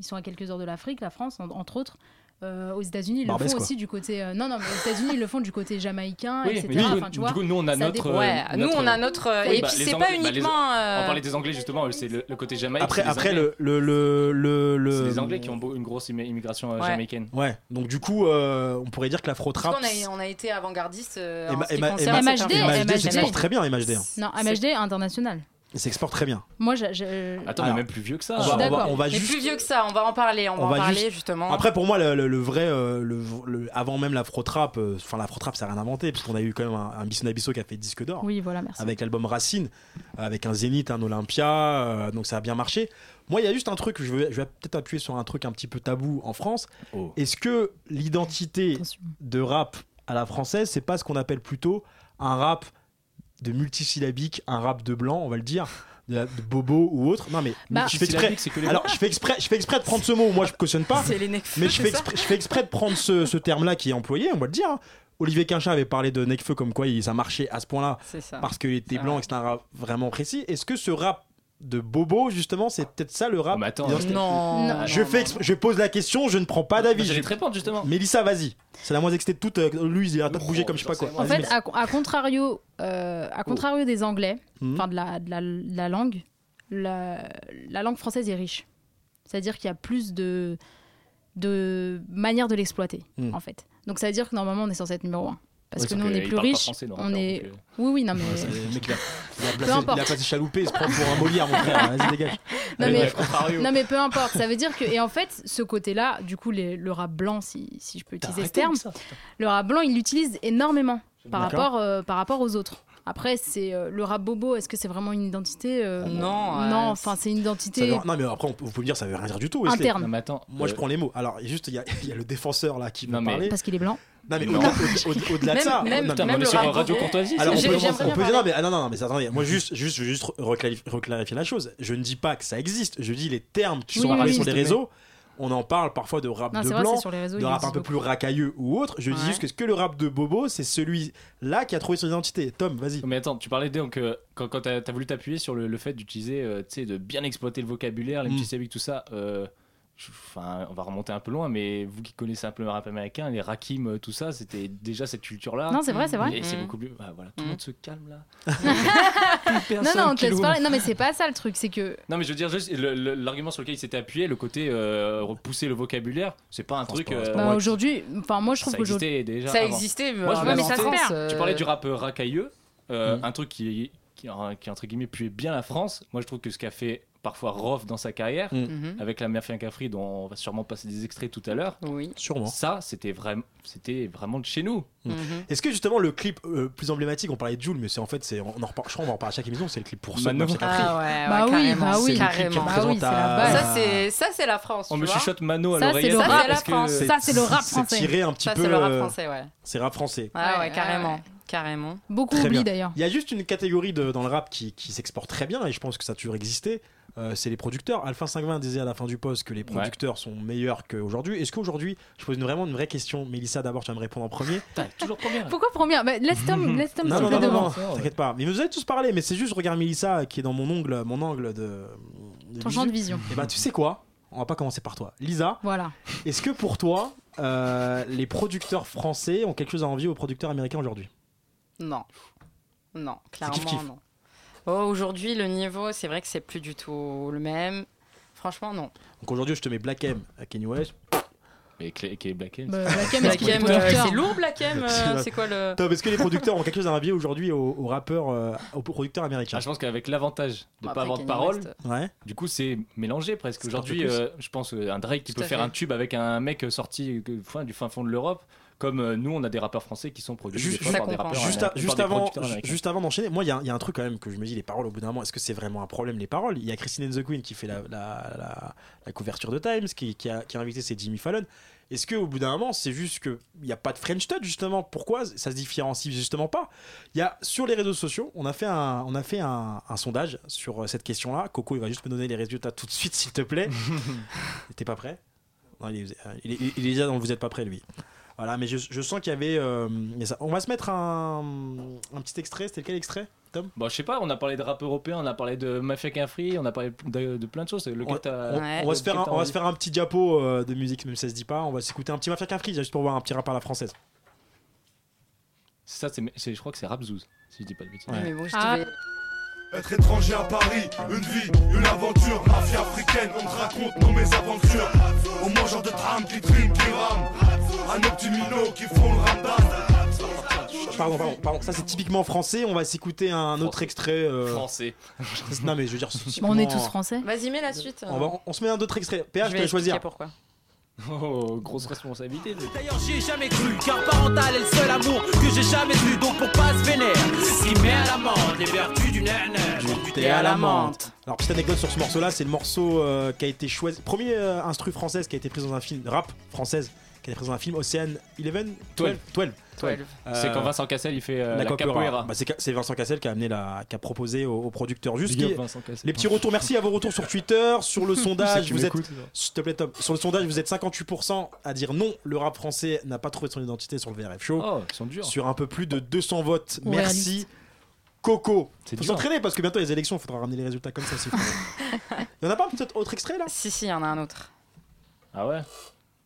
Speaker 5: ils sont à quelques heures de l'Afrique, la France, en- entre autres. Euh, aux États-Unis, ils le
Speaker 3: Barbès,
Speaker 5: font
Speaker 3: quoi.
Speaker 5: aussi du côté. euh, non, non, mais aux États-Unis, ils le font du côté jamaïcain,
Speaker 6: Oui,
Speaker 5: etc.
Speaker 6: mais du, coup,
Speaker 5: Enfin, tu
Speaker 6: du
Speaker 5: vois.
Speaker 6: coup, nous, on a
Speaker 5: ça
Speaker 6: notre.
Speaker 5: dépend.
Speaker 4: Ouais,
Speaker 6: euh,
Speaker 4: Ah, nous
Speaker 6: notre-
Speaker 4: on a notre.
Speaker 6: Oui,
Speaker 4: et
Speaker 6: bah,
Speaker 4: puis
Speaker 6: les
Speaker 4: c'est
Speaker 6: Anglais-
Speaker 4: pas
Speaker 6: bah, les-
Speaker 4: uniquement. euh,
Speaker 6: On parlait des Anglais justement, c'est le, le côté jamaïcain.
Speaker 3: Après,
Speaker 6: c'est les
Speaker 3: après
Speaker 6: Anglais.
Speaker 3: le le le le, le-
Speaker 6: C'est les Anglais qui ont beau- une grosse immi- immigration euh,
Speaker 4: Ouais.
Speaker 6: jamaïcaine.
Speaker 3: Ouais. Donc du coup, euh, on pourrait dire que l'afro-trap.
Speaker 4: on a, on a été avant-gardiste euh,
Speaker 3: Et
Speaker 4: en
Speaker 3: ma-
Speaker 4: ce qui
Speaker 3: et ma- et
Speaker 5: ma-
Speaker 4: concerne cette
Speaker 5: MHD,
Speaker 4: influence.
Speaker 3: MHD s'exporte
Speaker 5: MHD.
Speaker 3: très bien, MHD. hein.
Speaker 5: Non, AMHD international.
Speaker 3: Il s'exporte très bien.
Speaker 5: Moi, j'ai- j'ai-
Speaker 6: Attends,
Speaker 3: Alors,
Speaker 6: mais même plus vieux que ça.
Speaker 3: On
Speaker 5: suis
Speaker 3: va- on va-
Speaker 5: d'accord.
Speaker 3: on va
Speaker 4: Mais
Speaker 3: juste
Speaker 4: plus vieux que ça, on va en parler, on,
Speaker 3: On
Speaker 4: va en
Speaker 3: va
Speaker 4: parler
Speaker 3: juste-
Speaker 4: justement.
Speaker 3: Après, pour moi, le, le- le vrai, euh, le, le- avant même la trap enfin la trap ça n'a rien inventé, puisqu'on a eu quand même un, un Bisson Abisso qui a fait disque d'or,
Speaker 5: Oui, voilà, merci.
Speaker 3: avec l'album Racine, euh, avec un Zénith, un Olympia, euh, donc ça a bien marché. Moi, il y a juste un truc, je vais, je vais peut-être appuyer sur un truc un petit peu tabou en France.
Speaker 6: Oh.
Speaker 3: Est-ce que l'identité
Speaker 5: Attention.
Speaker 3: de rap à la française, c'est pas ce qu'on appelle plutôt un rap de multisyllabique, un rap de blanc, on va le dire, de, la- de bobo ou autre Non, mais
Speaker 5: Bah,
Speaker 3: je fais exprès.
Speaker 6: Multisyllabique, c'est que les-
Speaker 3: Alors, je fais exprès, je fais exprès de prendre ce mot. Moi, je cautionne pas.
Speaker 4: c'est les Necfeu,
Speaker 3: Mais je fais,
Speaker 4: c'est ça
Speaker 3: exprès, je fais exprès de prendre ce, ce terme-là qui est employé, on va le dire. hein. Olivier Quincha avait parlé de Necfeu comme quoi il, ça marchait à ce point-là
Speaker 4: C'est ça.
Speaker 3: parce qu'il était
Speaker 4: Ah.
Speaker 3: blanc et que c'était un rap vraiment précis. Est-ce que ce rap de Bobo, justement, c'est peut-être ça le rap
Speaker 6: Oh, mais attends,
Speaker 3: d'identité
Speaker 4: Non,
Speaker 5: Non.
Speaker 3: Je, fais exprès- je pose la question, je ne prends pas
Speaker 6: Bah,
Speaker 3: d'avis.
Speaker 6: J'allais te répondre justement.
Speaker 3: Mélissa, vas-y. C'est la moins excitée de toutes. euh, Lui, il a pas de bouger
Speaker 6: Oh,
Speaker 3: comme je sais pas quoi.
Speaker 5: En
Speaker 3: Vas-y,
Speaker 5: fait,
Speaker 3: Mélissa.
Speaker 5: à, à contrario, euh, à contrario des Anglais,
Speaker 6: Hmm.
Speaker 3: Mhm.
Speaker 5: enfin de la, de la- de la langue, la, la langue française est riche. C'est-à-dire qu'il y a plus de, de manières de l'exploiter,
Speaker 3: Mhm.
Speaker 5: en fait. Donc ça veut dire que normalement, on est censé être numéro un. Parce
Speaker 6: Hmm. Ouais,
Speaker 5: que
Speaker 6: sauf
Speaker 5: nous, on
Speaker 6: que
Speaker 5: est
Speaker 6: ils
Speaker 5: plus
Speaker 6: parlent pas
Speaker 5: riches.
Speaker 6: français, nos
Speaker 5: On
Speaker 6: rappeurs,
Speaker 5: est...
Speaker 6: donc,
Speaker 5: Oui, oui, non, mais...
Speaker 3: Ouais, c'est- le mec, il a- il a placé-
Speaker 5: importe.
Speaker 3: il a placé chaloupé, il se prend pour un Molière, mon frère. Vas-y, dégage.
Speaker 5: Non,
Speaker 6: euh,
Speaker 5: mais-
Speaker 6: à contrario.
Speaker 5: Non mais peu importe, ça veut dire que et en fait ce côté-là, du coup les- le rap blanc si, si je peux utiliser ce terme, le rap blanc il l'utilise énormément par
Speaker 3: D'accord.
Speaker 5: rapport euh, par rapport aux autres. Après c'est euh, le rap bobo, est-ce que c'est vraiment une identité euh,
Speaker 4: Non, euh,
Speaker 5: non, enfin c'est une
Speaker 3: Ça veut-
Speaker 5: identité
Speaker 3: Non, mais après, on peut- vous pouvez me dire, ça veut rien dire du tout. Wesley.
Speaker 5: interne
Speaker 6: Non, mais attends.
Speaker 3: Moi, je
Speaker 6: euh,
Speaker 3: prends les mots. Alors, juste, il y, a- il y a le défenseur là qui veut
Speaker 6: Non, mais-
Speaker 3: parler.
Speaker 5: parce qu'il est blanc.
Speaker 3: Non, mais
Speaker 6: Non.
Speaker 3: au-delà au- au- au-delà de
Speaker 4: Même-
Speaker 3: ça.
Speaker 4: même-
Speaker 3: non,
Speaker 6: Putain, mais
Speaker 4: même
Speaker 6: on est
Speaker 4: le
Speaker 6: sur
Speaker 4: rap-
Speaker 6: Radio Courtoisie.
Speaker 3: Alors, on
Speaker 4: J'ai-
Speaker 3: peut,
Speaker 4: j'aimerais bien
Speaker 3: on peut dire, non,
Speaker 4: parler.
Speaker 3: mais, ah, non, non, non, mais attendez, moi, juste, juste, je veux juste reclarif- reclarifier la chose. Je ne dis pas que ça existe, je dis les termes qui
Speaker 5: Oui,
Speaker 3: sont
Speaker 5: oui,
Speaker 3: parlés
Speaker 5: oui,
Speaker 3: sur les
Speaker 5: s'il te
Speaker 3: réseaux. On en parle parfois de rap
Speaker 5: Non,
Speaker 3: de
Speaker 5: c'est vrai, c'est
Speaker 3: blanc,
Speaker 5: sur les réseaux.
Speaker 3: de
Speaker 5: il
Speaker 3: rap
Speaker 5: existe
Speaker 3: un peu
Speaker 5: beaucoup.
Speaker 3: plus racailleux ou autre. Je dis
Speaker 4: Ouais.
Speaker 3: juste que ce que le rap de Bobo, c'est celui-là qui a trouvé son identité. Tom, vas-y.
Speaker 6: Mais attends, tu parlais donc euh, quand, quand t'as as voulu t'appuyer sur le, le fait d'utiliser, euh, tu sais, de bien exploiter le vocabulaire, les
Speaker 3: Mm.
Speaker 6: petits sabiques, tout ça. euh, je- Enfin, on va remonter un peu loin, mais vous qui connaissez un peu le rap américain, les Rakim, euh, tout ça, c'était déjà cette culture-là.
Speaker 5: Non, c'est vrai, c'est vrai.
Speaker 6: Et c'est
Speaker 4: Mm.
Speaker 6: beaucoup plus. Ah, voilà, tout le
Speaker 4: Mm.
Speaker 6: monde se calme là.
Speaker 5: Non non, on te laisse parler. Non mais c'est pas ça le truc, c'est que
Speaker 6: Non, mais je veux dire juste le- le- l'argument sur lequel il s'était appuyé, le côté euh, repousser le vocabulaire, c'est pas un
Speaker 3: c'est
Speaker 6: truc.
Speaker 3: pas- c'est
Speaker 6: euh,
Speaker 3: pas
Speaker 5: bah,
Speaker 3: moi qui-
Speaker 5: aujourd'hui, enfin moi je trouve
Speaker 6: ça
Speaker 5: qu'aujourd'hui
Speaker 6: existait déjà.
Speaker 4: Ça
Speaker 6: avant.
Speaker 4: existait, mais
Speaker 6: Moi, je
Speaker 4: alors,
Speaker 6: voulais
Speaker 4: mais
Speaker 6: en
Speaker 4: ça se
Speaker 6: France,
Speaker 4: perd.
Speaker 6: Tu parlais du rap euh, racailleux, euh,
Speaker 3: Mhm.
Speaker 6: un truc qui, qui, qui, entre guillemets puait bien la France. Moi, je trouve que ce qu'a fait parfois rough dans sa carrière,
Speaker 11: Mm.
Speaker 4: Mhm.
Speaker 6: avec la mafia Cafri dont on va sûrement passer des extraits tout à l'heure.
Speaker 4: Oui.
Speaker 11: Sûrement.
Speaker 6: Ça, c'était vraiment, c'était vraiment de chez nous.
Speaker 12: Mm.
Speaker 4: Mhm.
Speaker 3: Est-ce que justement le clip euh, plus emblématique, on parlait de Jules, mais c'est en fait, c'est, on en reparle, je crois qu'on va en reparler à chaque émission, c'est le clip pour ça.
Speaker 6: Manon.
Speaker 4: Ah ouais, ouais,
Speaker 5: Bah oui,
Speaker 4: carrément.
Speaker 5: bah oui.
Speaker 4: carrément.
Speaker 5: Bah oui, c'est la base.
Speaker 4: Ça c'est ça c'est la France.
Speaker 6: On
Speaker 4: tu
Speaker 6: me
Speaker 4: vois.
Speaker 6: chuchote Mano à
Speaker 5: Ça,
Speaker 6: l'oreillette.
Speaker 5: c'est le
Speaker 6: là,
Speaker 5: rap.
Speaker 6: parce que-
Speaker 5: C'est- Ça, le rap français.
Speaker 3: C'est tiré un petit
Speaker 4: Ça
Speaker 3: peu.
Speaker 4: c'est le rap
Speaker 3: euh,
Speaker 4: français, ouais.
Speaker 3: c'est rap français.
Speaker 4: Ouais, ouais,
Speaker 5: ouais,
Speaker 4: carrément,
Speaker 5: ouais.
Speaker 4: carrément.
Speaker 5: Beaucoup
Speaker 3: Très
Speaker 5: oublié
Speaker 3: bien.
Speaker 5: d'ailleurs.
Speaker 3: Il y a juste une catégorie de, dans le rap qui, qui s'exporte très bien et je pense que ça a toujours existé. euh, c'est les producteurs. Alpha 520 disait à la fin du poste que les producteurs sont meilleurs qu'aujourd'hui. Est-ce qu'aujourd'hui, je pose une- vraiment une vraie question, Mélissa, d'abord tu vas me répondre en premier.
Speaker 6: Putain, toujours première.
Speaker 5: Pourquoi première bah, Laisse Tom, laisse Tom
Speaker 3: Non,
Speaker 5: s'il
Speaker 3: non,
Speaker 5: te
Speaker 3: non,
Speaker 5: plaît
Speaker 3: non,
Speaker 5: devant.
Speaker 3: non, t'inquiète pas. Mais vous avez tous parlé, mais c'est juste, je regarde Mélissa qui est dans mon ongle, mon angle de.
Speaker 5: Ton champ de vision.
Speaker 3: Et bah, tu sais quoi On va pas commencer par toi. Lisa,
Speaker 5: Voilà.
Speaker 3: est-ce que pour toi, euh, les producteurs français ont quelque chose à envier aux producteurs américains aujourd'hui
Speaker 4: Non. Non, clairement
Speaker 3: kiff-kiff.
Speaker 4: non. Oh, aujourd'hui, le niveau, c'est vrai que c'est plus du tout le même. Franchement, non.
Speaker 3: Donc aujourd'hui, je te mets Black M, Kenny West.
Speaker 6: Mais Clé- Clé Black Elm,
Speaker 5: Bah, Black M,
Speaker 4: Black
Speaker 5: est-ce qu'il est
Speaker 4: M, euh,
Speaker 5: producteur
Speaker 4: c'est lourd, Black M. euh,
Speaker 3: C'est vrai.
Speaker 4: c'est quoi le.
Speaker 3: Tom, est-ce que les producteurs ont quelque chose à envier aujourd'hui aux, aux rappeurs, euh, aux producteurs américains
Speaker 6: Ah, je pense qu'avec l'avantage
Speaker 4: Bon,
Speaker 6: de ne
Speaker 4: après,
Speaker 6: pas avoir de
Speaker 4: Kanye
Speaker 6: parole,
Speaker 4: West. euh,
Speaker 3: Ouais.
Speaker 6: du coup c'est mélangé presque.
Speaker 3: C'est un peu
Speaker 6: Aujourd'hui,
Speaker 3: plus.
Speaker 6: euh, je pense euh, un Drake qui
Speaker 4: Tout
Speaker 6: peut
Speaker 4: à
Speaker 6: faire
Speaker 4: fait.
Speaker 6: un tube avec un mec sorti euh, fin- du fin fond de l'Europe, comme euh, nous on a des rappeurs français qui sont produits
Speaker 3: Juste-
Speaker 6: des fois
Speaker 4: ça
Speaker 6: par des
Speaker 4: comprend.
Speaker 6: rappeurs
Speaker 3: Juste,
Speaker 6: américains,
Speaker 3: à- juste
Speaker 6: par des
Speaker 3: avant,
Speaker 6: producteurs
Speaker 3: ju-
Speaker 6: américains.
Speaker 3: juste avant d'enchaîner, moi il y, a- il y a un truc quand même que je me dis les paroles au bout d'un moment, est-ce que c'est vraiment un problème les paroles Il y a Christine and the Queen qui fait la, la- la- la couverture de Times, qui, qui a, qui a invité c'est Jimmy Fallon. Est-ce que au bout d'un moment c'est juste que il n'y a pas de French touch justement Pourquoi ça se différencie justement pas Il y a sur les réseaux sociaux, on a fait un, on a fait un, un sondage sur euh, cette question-là. Coco, il va juste me donner les résultats tout de suite s'il te plaît. T'es pas prêt Non, il est, euh, il est- il est déjà dans vous êtes pas prêt lui. Voilà, mais je, je sens qu'il y avait. euh, il y a ça. On va se mettre un, un petit extrait. C'était quel extrait, Tom
Speaker 6: Bon, Bah, je sais pas, on a parlé de rap européen, on a parlé de Mafia Cafri, on a parlé de, de plein de choses. Lequel
Speaker 3: Ouais.
Speaker 6: t'as-
Speaker 3: on,
Speaker 4: Ouais.
Speaker 3: on va se faire un,
Speaker 6: Lequel t'as
Speaker 3: on va
Speaker 6: envie
Speaker 3: se faire un petit diapo euh, de musique, même si ça se dit pas. On va s'écouter un petit Mafia Cafri, juste pour voir un petit rap à la française.
Speaker 6: Ça, c'est- c'est- je crois que c'est Rapzouz, si je dis pas de bêtises.
Speaker 3: Ouais.
Speaker 4: Mais bon, je
Speaker 5: Ah.
Speaker 4: devais-
Speaker 10: Être étranger à Paris, une vie, une aventure, la vie africaine, on te raconte nos mésaventures. Au mangeur de tram qui trime, qui rame, à nos petits minots qui font le ramdas.
Speaker 3: Pardon, pardon, pardon. Ça, c'est typiquement français. On va s'écouter un autre extrait. euh,
Speaker 6: Français.
Speaker 3: non, mais je veux dire. c'est
Speaker 5: Bon, On est tous
Speaker 3: typiquement-
Speaker 5: français.
Speaker 4: Vas-y, mets la suite. euh.
Speaker 3: On, va- on- on se met un autre extrait. PH,
Speaker 4: hein. je
Speaker 3: tu
Speaker 4: vais
Speaker 3: vas choisir.
Speaker 4: expliquer pourquoi.
Speaker 6: Oh, grosse responsabilité. mais-
Speaker 10: D'ailleurs, j'y ai jamais cru, car parental est le seul amour que j'ai jamais vu, donc pour pas se vénère. Ce qui met à l'amende les vertus du nerner.
Speaker 3: Du thé à la menthe. Alors, petite anecdote sur ce morceau-là, c'est le morceau euh, qui a été choisi. Premier euh, instru française qui a été prise dans un film, rap française, qui a été prise dans un film Océane 11
Speaker 6: Twelve.
Speaker 3: 12.
Speaker 4: 12.
Speaker 6: C'est
Speaker 3: Euh,
Speaker 6: quand Vincent Cassel il fait euh,
Speaker 3: la
Speaker 6: la,
Speaker 3: capoeira.
Speaker 6: capoeira.
Speaker 3: Bah, c'est Ca- c'est Vincent Cassel qui a amené la, qui a proposé au, au producteur juste
Speaker 6: Big up,
Speaker 3: qui-
Speaker 6: Vincent Cassel.
Speaker 3: les petits retours. Merci à vos retours sur Twitter, sur le
Speaker 6: Je sais
Speaker 3: sondage.
Speaker 6: qu'il
Speaker 3: Vous êtes,
Speaker 6: m'écoute.
Speaker 3: s'il te plaît Tom, sur le sondage vous êtes 58% à dire non. Le rap français n'a pas trouvé son identité sur le VRF show.
Speaker 6: Oh, ils sont durs.
Speaker 3: Sur un peu plus de 200 votes.
Speaker 5: Ouais,
Speaker 3: Merci.
Speaker 5: réaliste.
Speaker 3: Coco,
Speaker 6: C'est
Speaker 3: faut
Speaker 6: dur.
Speaker 3: s'entraîner parce que bientôt les élections, il faudra ramener les résultats comme ça. s'il faut. Il y en a pas un petit autre- autre extrait là
Speaker 4: Si, si, il y en a un autre.
Speaker 6: Ah ouais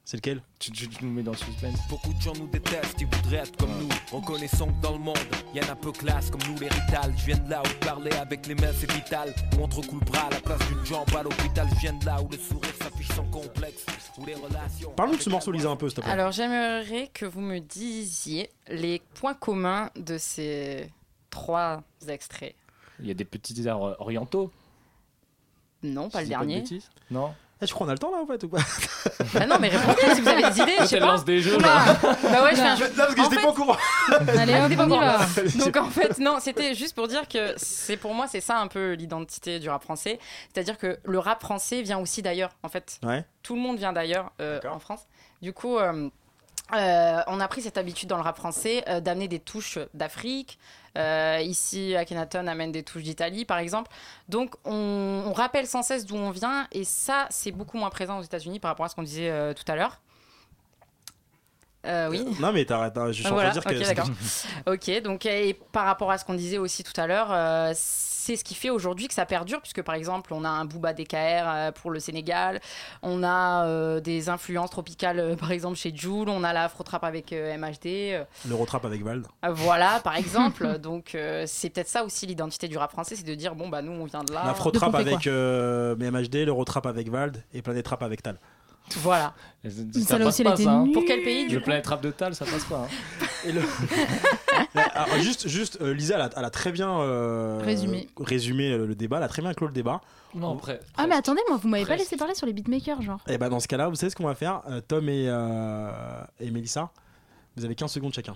Speaker 3: C'est lequel
Speaker 6: tu, tu- tu nous mets dans le suspense.
Speaker 10: Beaucoup de gens nous détestent, ils voudraient être comme nous. Reconnaissons que dans le monde, y en a peu classe comme nous les ritales. Je viens de là où parler avec les mains c'est vital. Où on te recoule le bras à la place d'une jambe à l'hôpital. Je viens de là où le sourire s'affiche sans complexe. Où les relations.
Speaker 3: Parlons de ce morceau, Lisa, un peu, s'il te plaît.
Speaker 4: Alors, j'aimerais que vous me disiez les points communs de ces trois extraits.
Speaker 6: Il y a des petits arts euh, orientaux.
Speaker 4: Non, pas le
Speaker 6: si je dis de
Speaker 4: dernier.
Speaker 6: bêtises. Non.
Speaker 3: Eh, je crois qu'on a le temps là, en fait, ou pas
Speaker 4: Bah non, mais répondez si vous avez des idées. Je
Speaker 6: Toi,
Speaker 4: sais
Speaker 6: tu
Speaker 4: pas.
Speaker 6: lances des jeux là.
Speaker 4: Oula. Bah ouais, je fais un jeu.
Speaker 3: parce
Speaker 4: que En j'étais fait- pas
Speaker 3: au courant.
Speaker 5: Allez,
Speaker 4: Bah,
Speaker 5: hop, on y va.
Speaker 4: Donc en fait, non, c'était juste pour dire que c'est pour moi, c'est ça un peu l'identité du rap français. C'est-à-dire que le rap français vient aussi d'ailleurs, en fait.
Speaker 3: Ouais.
Speaker 4: Tout le monde vient d'ailleurs euh,
Speaker 3: D'accord.
Speaker 4: en France. Du coup, euh, euh, on a pris cette habitude dans le rap français euh, d'amener des touches d'Afrique. Euh, ici, Akhenaton amène des touches d'Italie, par exemple. Donc, on, on rappelle sans cesse d'où on vient, et ça, c'est beaucoup moins présent aux États-Unis par rapport à ce qu'on disait euh, tout à l'heure. Euh, oui.
Speaker 3: Non, mais t'arrêtes, hein, je suis en train
Speaker 4: Voilà,
Speaker 3: de dire que.
Speaker 4: ok, d'accord. Ok, donc euh, et par rapport à ce qu'on disait aussi tout à l'heure, euh, c'est ce qui fait aujourd'hui que ça perdure, puisque par exemple, on a un Booba DKR euh, pour le Sénégal, on a euh, des influences tropicales, euh, par exemple chez Joule, on a la Afro-Trap avec euh, MHD, euh,
Speaker 3: Le retrape avec Vald.
Speaker 4: euh, voilà, par exemple. donc euh, c'est peut-être ça aussi l'identité du rap français, c'est de dire, bon, bah nous, on vient de là.
Speaker 3: La retrape
Speaker 5: De pomper,
Speaker 3: avec euh, MHD, le retrape avec Vald et plein des trappes avec Tal.
Speaker 4: Voilà.
Speaker 6: Ça
Speaker 5: Celle-là
Speaker 6: passe
Speaker 5: aussi, elle
Speaker 6: pas,
Speaker 5: était
Speaker 6: ça, hein.
Speaker 5: nulle.
Speaker 4: Pour quel pays du
Speaker 6: Le planète rap de Tal, ça passe pas. hein.
Speaker 3: Et le- Alors, juste, juste euh, Lisa, elle a, elle a très bien euh,
Speaker 5: Résumé.
Speaker 3: résumé le, le débat, elle a très bien clos le débat.
Speaker 6: Non, après.
Speaker 5: Ah, mais attendez, moi, vous m'avez pas
Speaker 6: Presque.
Speaker 5: laissé parler sur les beatmakers, genre.
Speaker 3: Et bah dans ce cas-là, vous savez ce qu'on va faire euh, Tom et, euh, et Mélissa, vous avez 15 secondes chacun.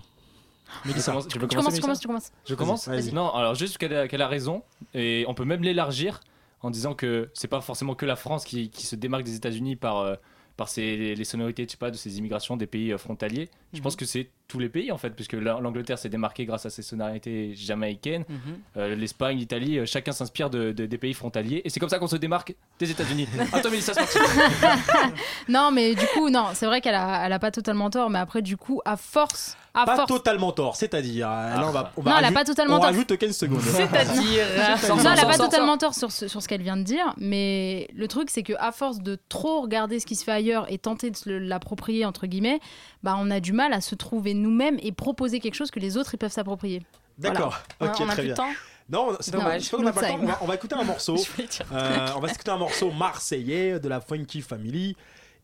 Speaker 6: Tu
Speaker 3: Mélissa,
Speaker 6: commences- tu veux
Speaker 5: Tu
Speaker 6: commencer,
Speaker 5: commences, tu
Speaker 6: Mélissa
Speaker 5: commences, tu commences.
Speaker 6: Je commence
Speaker 3: Vas-y, vas-y.
Speaker 6: Non, alors juste qu'elle a, qu'elle a raison, et on peut même l'élargir en disant que c'est pas forcément que la France qui, qui se démarque des États-Unis par, euh, par ses, les sonorités, je sais pas, de ces immigrations des pays euh, frontaliers. Je
Speaker 4: Mhm.
Speaker 6: pense que c'est tous les pays en fait, puisque la- l'Angleterre s'est démarquée grâce à ses sonorités jamaïcaines,
Speaker 4: Mhm.
Speaker 6: euh, l'Espagne, l'Italie, euh, chacun s'inspire de, de- des pays frontaliers, et c'est comme ça qu'on se démarque des États-Unis. Attends, mais ça se passe.
Speaker 5: Non, mais du coup, non, c'est vrai qu'elle a, elle a pas totalement tort, mais après, du coup, à force. À
Speaker 3: pas
Speaker 5: Ah, force.
Speaker 3: totalement tort, c'est-à-dire. euh, là, on va, on va
Speaker 5: Non, elle a
Speaker 3: rajoute-
Speaker 5: pas totalement
Speaker 3: on
Speaker 5: tort.
Speaker 3: rajoute 15 secondes.
Speaker 4: C'est-à-dire.
Speaker 5: Non, elle a pas totalement tort sur ce, sur ce qu'elle vient de dire, mais le truc, c'est que à force de trop regarder ce qui se fait ailleurs et tenter de se le- l'approprier, entre guillemets, bah, on a du mal à se trouver nous-mêmes et proposer quelque chose que les autres, ils peuvent s'approprier.
Speaker 3: D'accord, ok,
Speaker 4: on a
Speaker 3: très
Speaker 4: plus
Speaker 3: bien.
Speaker 4: de temps.
Speaker 3: Non, c'est pas
Speaker 4: Dommage.
Speaker 3: je crois qu'on a pas le
Speaker 5: Nous
Speaker 3: temps. on, va, on va écouter un morceau.
Speaker 4: Je voulais dire.
Speaker 3: Euh, on va écouter un morceau marseillais de la Funky Family.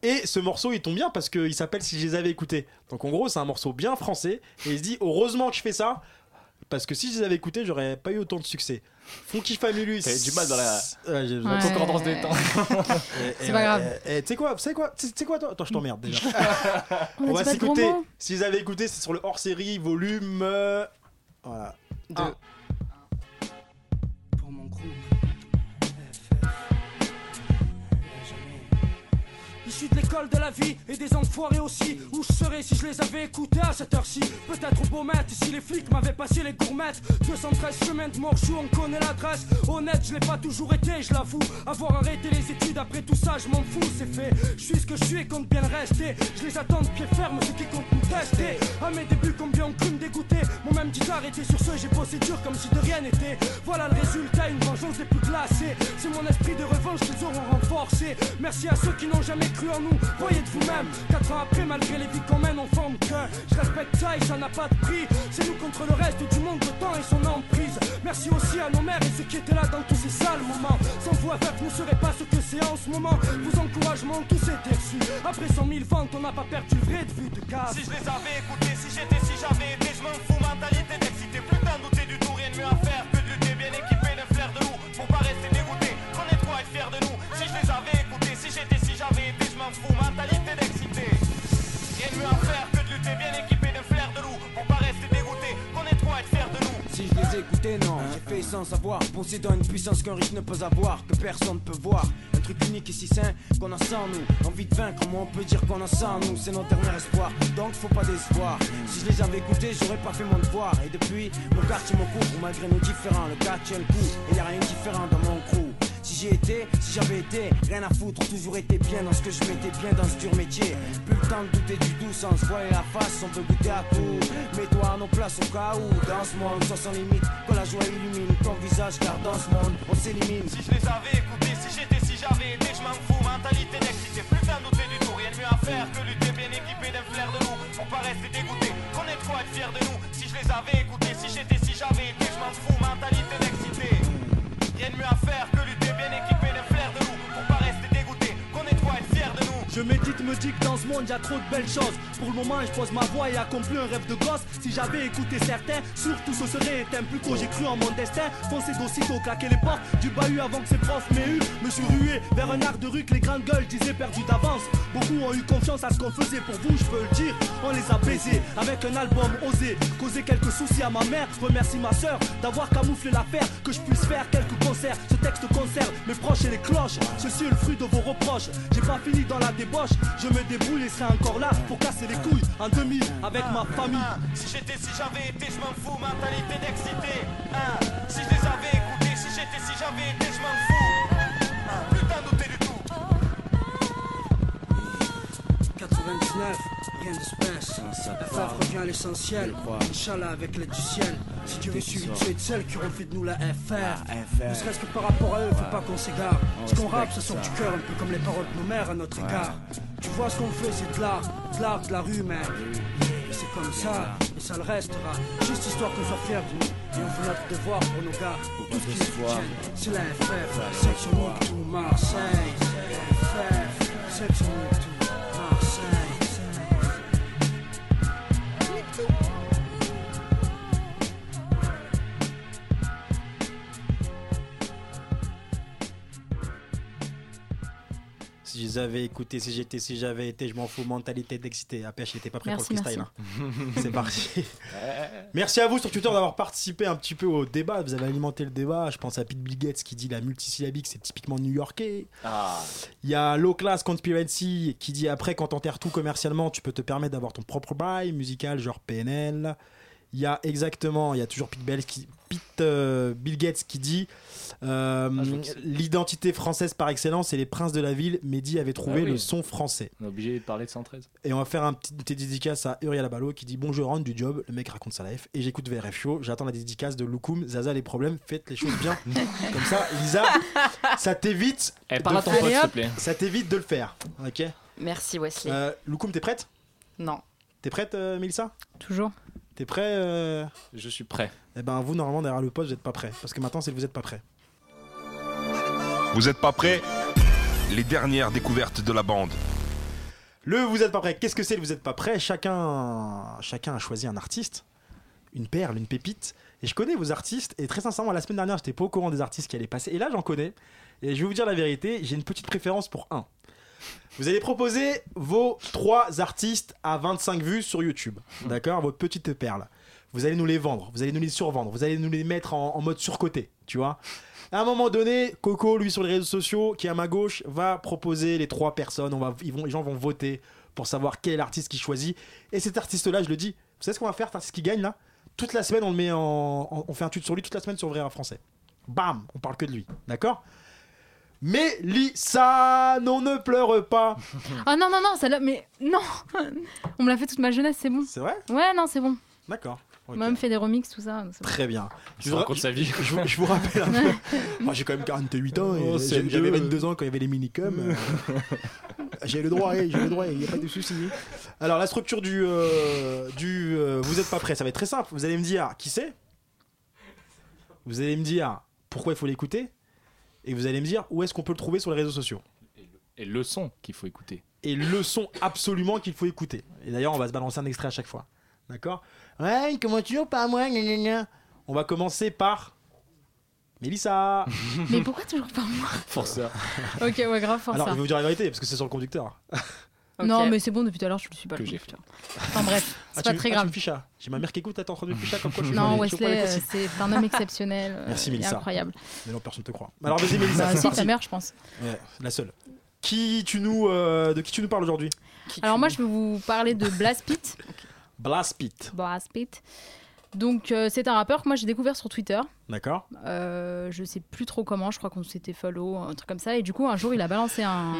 Speaker 3: Et ce morceau, il tombe bien parce qu'il s'appelle Si je les avais écoutés. Donc en gros, c'est un morceau bien français. Et il se dit, heureusement que je fais ça. Parce que si je les avais écoutés, j'aurais pas eu autant de succès. Funky Family.
Speaker 6: T'avais du mal dans la-
Speaker 3: Ouais, j'ai-
Speaker 5: Ouais.
Speaker 6: Concordance des temps.
Speaker 3: Et-
Speaker 5: C'est
Speaker 3: et-
Speaker 5: pas
Speaker 3: et-
Speaker 5: grave.
Speaker 3: et- et Tu sais quoi, tu sais quoi, tu sais quoi, toi Attends, je t'emmerde déjà.
Speaker 5: On, a
Speaker 3: On
Speaker 5: dit
Speaker 3: va
Speaker 5: pas de gros
Speaker 3: s'écouter.
Speaker 5: mots.
Speaker 3: Si vous avez écouté, c'est sur le hors série volume. euh, Voilà.
Speaker 4: Deux.
Speaker 12: Pour mon groupe, FF, la jamais. Issu de l'école de la vie et des enfoirés aussi. Où je serais si je les avais écoutés à cette heure-ci Peut-être au Beaumet, si les flics m'avaient passé les gourmettes. 213 chemins de Morchou, on connaît l'adresse. Honnête, je l'ai pas toujours été, je l'avoue. Avoir arrêté les études après tout ça, je m'en fous, c'est fait. Je suis ce que je suis et compte bien le rester. Je les attends de pied ferme, ceux qui comptent me tester. À mes débuts, combien ont cru me dégoûter. Mon même dit arrêté sur ce, j'ai bossé dur comme si de rien n'était. Voilà le résultat, une vengeance des plus classés. C'est mon esprit de revanche qu'ils auront renforcé. Merci à ceux qui n'ont jamais cru en nous. Voyez de vous-même, 4 ans après, malgré les vies qu'on mène, on forme qu'un. Je respecte ça et ça n'a pas de prix. C'est nous contre le reste du monde, le temps et son emprise. Merci aussi à nos mères et ceux qui étaient là dans tous ces sales moments. Sans vous, avec ne serait pas ce que c'est en ce moment. Vos encouragements tous étaient reçus. Après 100 000 ventes, on n'a pas perdu le vrai de vue de case.
Speaker 8: Si je les avais écoutés, si j'étais, si j'avais été, je m'en fous. Mentalité d'excité, putain douter du tout, rien de mieux à faire que de lutter bien équipé d'un flair de loup pour pas rester dégoûté. Qu'on est trois à être fiers de nous. Si je les avais écoutés, si j'étais, si j'avais été, je m'en fous. Mentalité d'excité, rien de mieux à faire que de lutter bien équipé d'un flair de loup pour pas rester dégoûté. Qu'on est trois à être fiers de nous.
Speaker 12: Si je les écoutais, non, j'ai fait sans savoir. Possédant une puissance qu'un riche ne peut avoir, que personne ne peut voir. Un truc unique et si sain qu'on a sans nous. Envie de vaincre, moi on peut dire qu'on a sans nous. C'est notre dernier espoir, donc faut pas d'espoir. Si je les avais écoutés, j'aurais pas fait mon devoir. Et depuis, mon quartier me couvre, malgré nos différents. Le cas tient le coup, et y a rien de différent dans mon crew. Si j'y étais, si j'avais été, rien à foutre, toujours été bien dans ce que je m'étais bien dans ce dur métier. Plus le temps de douter du tout, sans se voiler la face, on veut goûter à tout. Mets-toi à nos places au cas où, dans ce monde, soit sans limite, quand la joie illumine ton visage, car dans ce monde, on s'élimine.
Speaker 8: Si je les avais écoutés, si j'étais, si j'avais été, je m'en fous. Mentalité d'excité, plus d'un douter du tout. Rien de mieux à faire que lutter bien équipé d'un flair de loup. Pour pas rester dégoûté, qu'on ait de quoi être fier de nous. Si je les avais écoutés, si j'étais, si j'avais été, je m'en fous. Mentalité d'excité, rien de mieux à faire que lutter bien équipé d'un flair de loup. Pour pas rester dégoûté, qu'on ait de quoi être fier de nous.
Speaker 12: Je médite, me dis que dans ce monde y a trop de belles choses. Pour le moment, je pose ma voix et accomplis un rêve de gosse. Si j'avais écouté certains, surtout ce serait éteint. Plutôt j'ai cru en mon destin, foncé d'aussitôt, claquer les portes du bahut avant que ces profs m'aient eu. Me suis rué vers un art de rue que les grandes gueules disaient perdu d'avance. Beaucoup ont eu confiance à ce qu'on faisait pour vous, je peux le dire. On les a baisés avec un album osé. Causé quelques soucis à ma mère, remercie ma soeur d'avoir camouflé l'affaire. Que je puisse faire quelques concerts, ce texte conserve mes proches et les cloches. Ceci est le fruit de vos reproches. J'ai pas fini dans la débauche, je me débrouille et serai encore là pour casser les couilles en 2000 avec ma famille.
Speaker 8: Ah, Si j'étais, si j'avais été, je m'en fous, mentalité d'excité. Ah, Si je les avais écoutés, si j'étais, si j'avais été, je m'en fous. Ah, Putain, douter du tout.
Speaker 12: 99, rien ne se passe. FF revient à l'essentiel. Inch'Allah avec l'aide du ciel. Si Dieu veut suivre, tu es de celles qui auront fait de nous la FR. Ne serait-ce que par rapport à eux, faut pas qu'on s'égare. Ce qu'on rappe, ça sort du cœur, un peu comme les paroles de nos mères à notre égard. Tu vois ce qu'on fait, c'est de l'art, de l'art de la rue, mais Et c'est comme ça, et ça le restera. Juste histoire qu'on soit fiers de nous. Et on fait notre devoir pour nos gars, pour tout ce qui nous soutiennent. C'est la FF, section Nick to Marseille. FF, section Nick to Marseille.
Speaker 3: si je les avais écoutés, si j'étais, si j'avais été, je m'en fous, mentalité Ah, d'excité. APH, j'étais pas prêt pour
Speaker 5: Merci,
Speaker 3: le freestyle.
Speaker 5: merci.
Speaker 3: hein. C'est parti. Merci à vous sur Twitter d'avoir participé un petit peu au débat. Vous avez alimenté le débat. Je pense à Pete Bill Gates qui dit la multisyllabique, c'est typiquement new-yorkais. Il y a Low Class Conspiracy qui dit après, quand t'enterres tout commercialement, tu peux te permettre d'avoir ton propre bail musical, genre PNL. Il y a exactement, il y a toujours Pete, Bell qui- Pete, euh, Bill Gates qui dit euh, l'identité française par excellence, c'est les princes de la ville. Mehdi avait trouvé
Speaker 6: Ah oui.
Speaker 3: le son français.
Speaker 6: On est obligé de parler de 113.
Speaker 3: Et on va faire un petit, une petite dédicace à Uriel Abalo qui dit Bon, je rentre du job, le mec raconte sa life, et j'écoute VRF Show, j'attends la dédicace de Loukoum, Zaza les problèmes, faites les choses bien. Comme ça, Lisa, ça t'évite.
Speaker 6: Eh,
Speaker 3: de
Speaker 6: parle à ton
Speaker 3: faire-
Speaker 6: pote, s'il te plaît.
Speaker 3: Ça t'évite de le faire. Ok
Speaker 4: Merci Wesley.
Speaker 3: euh, Loukoum, t'es prête
Speaker 4: Non.
Speaker 3: T'es prête, euh, Mélissa
Speaker 5: Toujours.
Speaker 3: T'es prêt euh
Speaker 6: Je suis prêt.
Speaker 3: Eh ben, vous, normalement, derrière le poste, vous êtes pas prêt. Parce que maintenant, c'est que vous êtes pas prêt.
Speaker 2: Vous êtes pas prêts Les dernières découvertes de la bande.
Speaker 3: Le vous êtes pas prêt. Qu'est-ce que c'est le vous êtes pas prêt Chacun, chacun a choisi un artiste, une perle, une pépite. Et je connais vos artistes. Et très sincèrement, la semaine dernière, j'étais pas au courant des artistes qui allaient passer. Et là, j'en connais. Et je vais vous dire la vérité, j'ai une petite préférence pour un. Vous allez proposer vos trois artistes à 25 vues sur YouTube. D'accord Votre petite perle. Vous allez nous les vendre, vous allez nous les survendre, vous allez nous les mettre en, en mode surcoté, tu vois. À un moment donné, Coco, lui, sur les réseaux sociaux, qui est à ma gauche, va proposer les trois personnes. On va, ils vont, les gens vont voter pour savoir quel est l'artiste qui choisit. Et cet artiste-là, je le dis, vous savez ce qu'on va faire, cet artiste qui gagne là Toute la semaine, on le met en, en- on fait un tweet sur lui toute la semaine sur vrai Rap français. Bam, on parle que de lui, d'accord Mais Lisa, non ne pleure pas.
Speaker 5: Ah non, non, non, celle-là, mais non On me l'a fait toute ma jeunesse, c'est bon.
Speaker 3: C'est vrai
Speaker 5: Ouais, non, c'est bon.
Speaker 3: D'accord.
Speaker 5: On
Speaker 3: ok.
Speaker 5: m'a même fait des remixes, tout ça. donc c'est bon.
Speaker 3: Très bien.
Speaker 6: Je raconte sa vie.
Speaker 3: je, vous- je vous rappelle un peu. Moi, j'ai quand même 48 ans et
Speaker 6: Oh, c'est
Speaker 3: j'ai- j'avais
Speaker 6: mieux.
Speaker 3: 22 ans quand il y avait les minicums. euh, j'ai le droit, eh, j'ai le droit, il n'y a pas de souci. Alors, la structure du. euh, du euh, vous êtes pas prêt, ça va être très simple. Vous allez me dire qui c'est Vous allez me dire pourquoi il faut l'écouter Et vous allez me dire où est-ce qu'on peut le trouver sur les réseaux sociaux
Speaker 6: Et le son qu'il faut écouter.
Speaker 3: et le son absolument qu'il faut écouter. Et d'ailleurs, on va se balancer un extrait à chaque fois. D'accord Ouais, comment tu veux pas moi gna, gna, gna. On va commencer par Mélissa.
Speaker 5: Mais pourquoi toujours pas moi
Speaker 6: Pour ça.
Speaker 5: Ok, ouais, grave, force.
Speaker 3: Alors,
Speaker 5: ça.
Speaker 3: je vais vous dire la vérité parce que c'est sur le conducteur.
Speaker 4: Ok.
Speaker 5: Non, mais c'est bon, depuis tout à l'heure, je le suis pas.
Speaker 6: Que
Speaker 5: le
Speaker 6: j'ai
Speaker 5: conducteur. Enfin bref, c'est
Speaker 3: Ah,
Speaker 5: pas
Speaker 3: tu- ah,
Speaker 5: très
Speaker 3: tu
Speaker 5: grave.
Speaker 3: me fiches à. J'ai ma mère qui écoute, elle est en train de me ficher à comme quoi je suis
Speaker 5: Non,
Speaker 3: désolé, je suis au poil
Speaker 5: Wesley,
Speaker 3: avec
Speaker 5: euh,
Speaker 3: aussi.
Speaker 5: c'est un homme exceptionnel. euh,
Speaker 3: Merci,
Speaker 5: il est
Speaker 3: Mélissa.
Speaker 5: Incroyable.
Speaker 3: Mais non, personne te croit. Alors, vas-y, Mélissa,
Speaker 5: Bah,
Speaker 3: c'est
Speaker 5: si, ta
Speaker 3: parti.
Speaker 5: mère, je pense.
Speaker 3: Ouais, la seule. Qui tu nous, euh, de qui tu nous parles aujourd'hui
Speaker 4: Qui
Speaker 5: Alors
Speaker 4: tu-
Speaker 5: moi, je vais vous parler de Blast Pit.
Speaker 3: Oh, Blast Pit.
Speaker 5: Blast Pit. Donc, euh, c'est un rappeur que moi j'ai découvert sur Twitter.
Speaker 3: D'accord
Speaker 5: Euh, je sais plus trop comment, je crois qu'on s'était follow, un truc comme ça. Et du coup, un jour, il a balancé un.
Speaker 4: Hmm.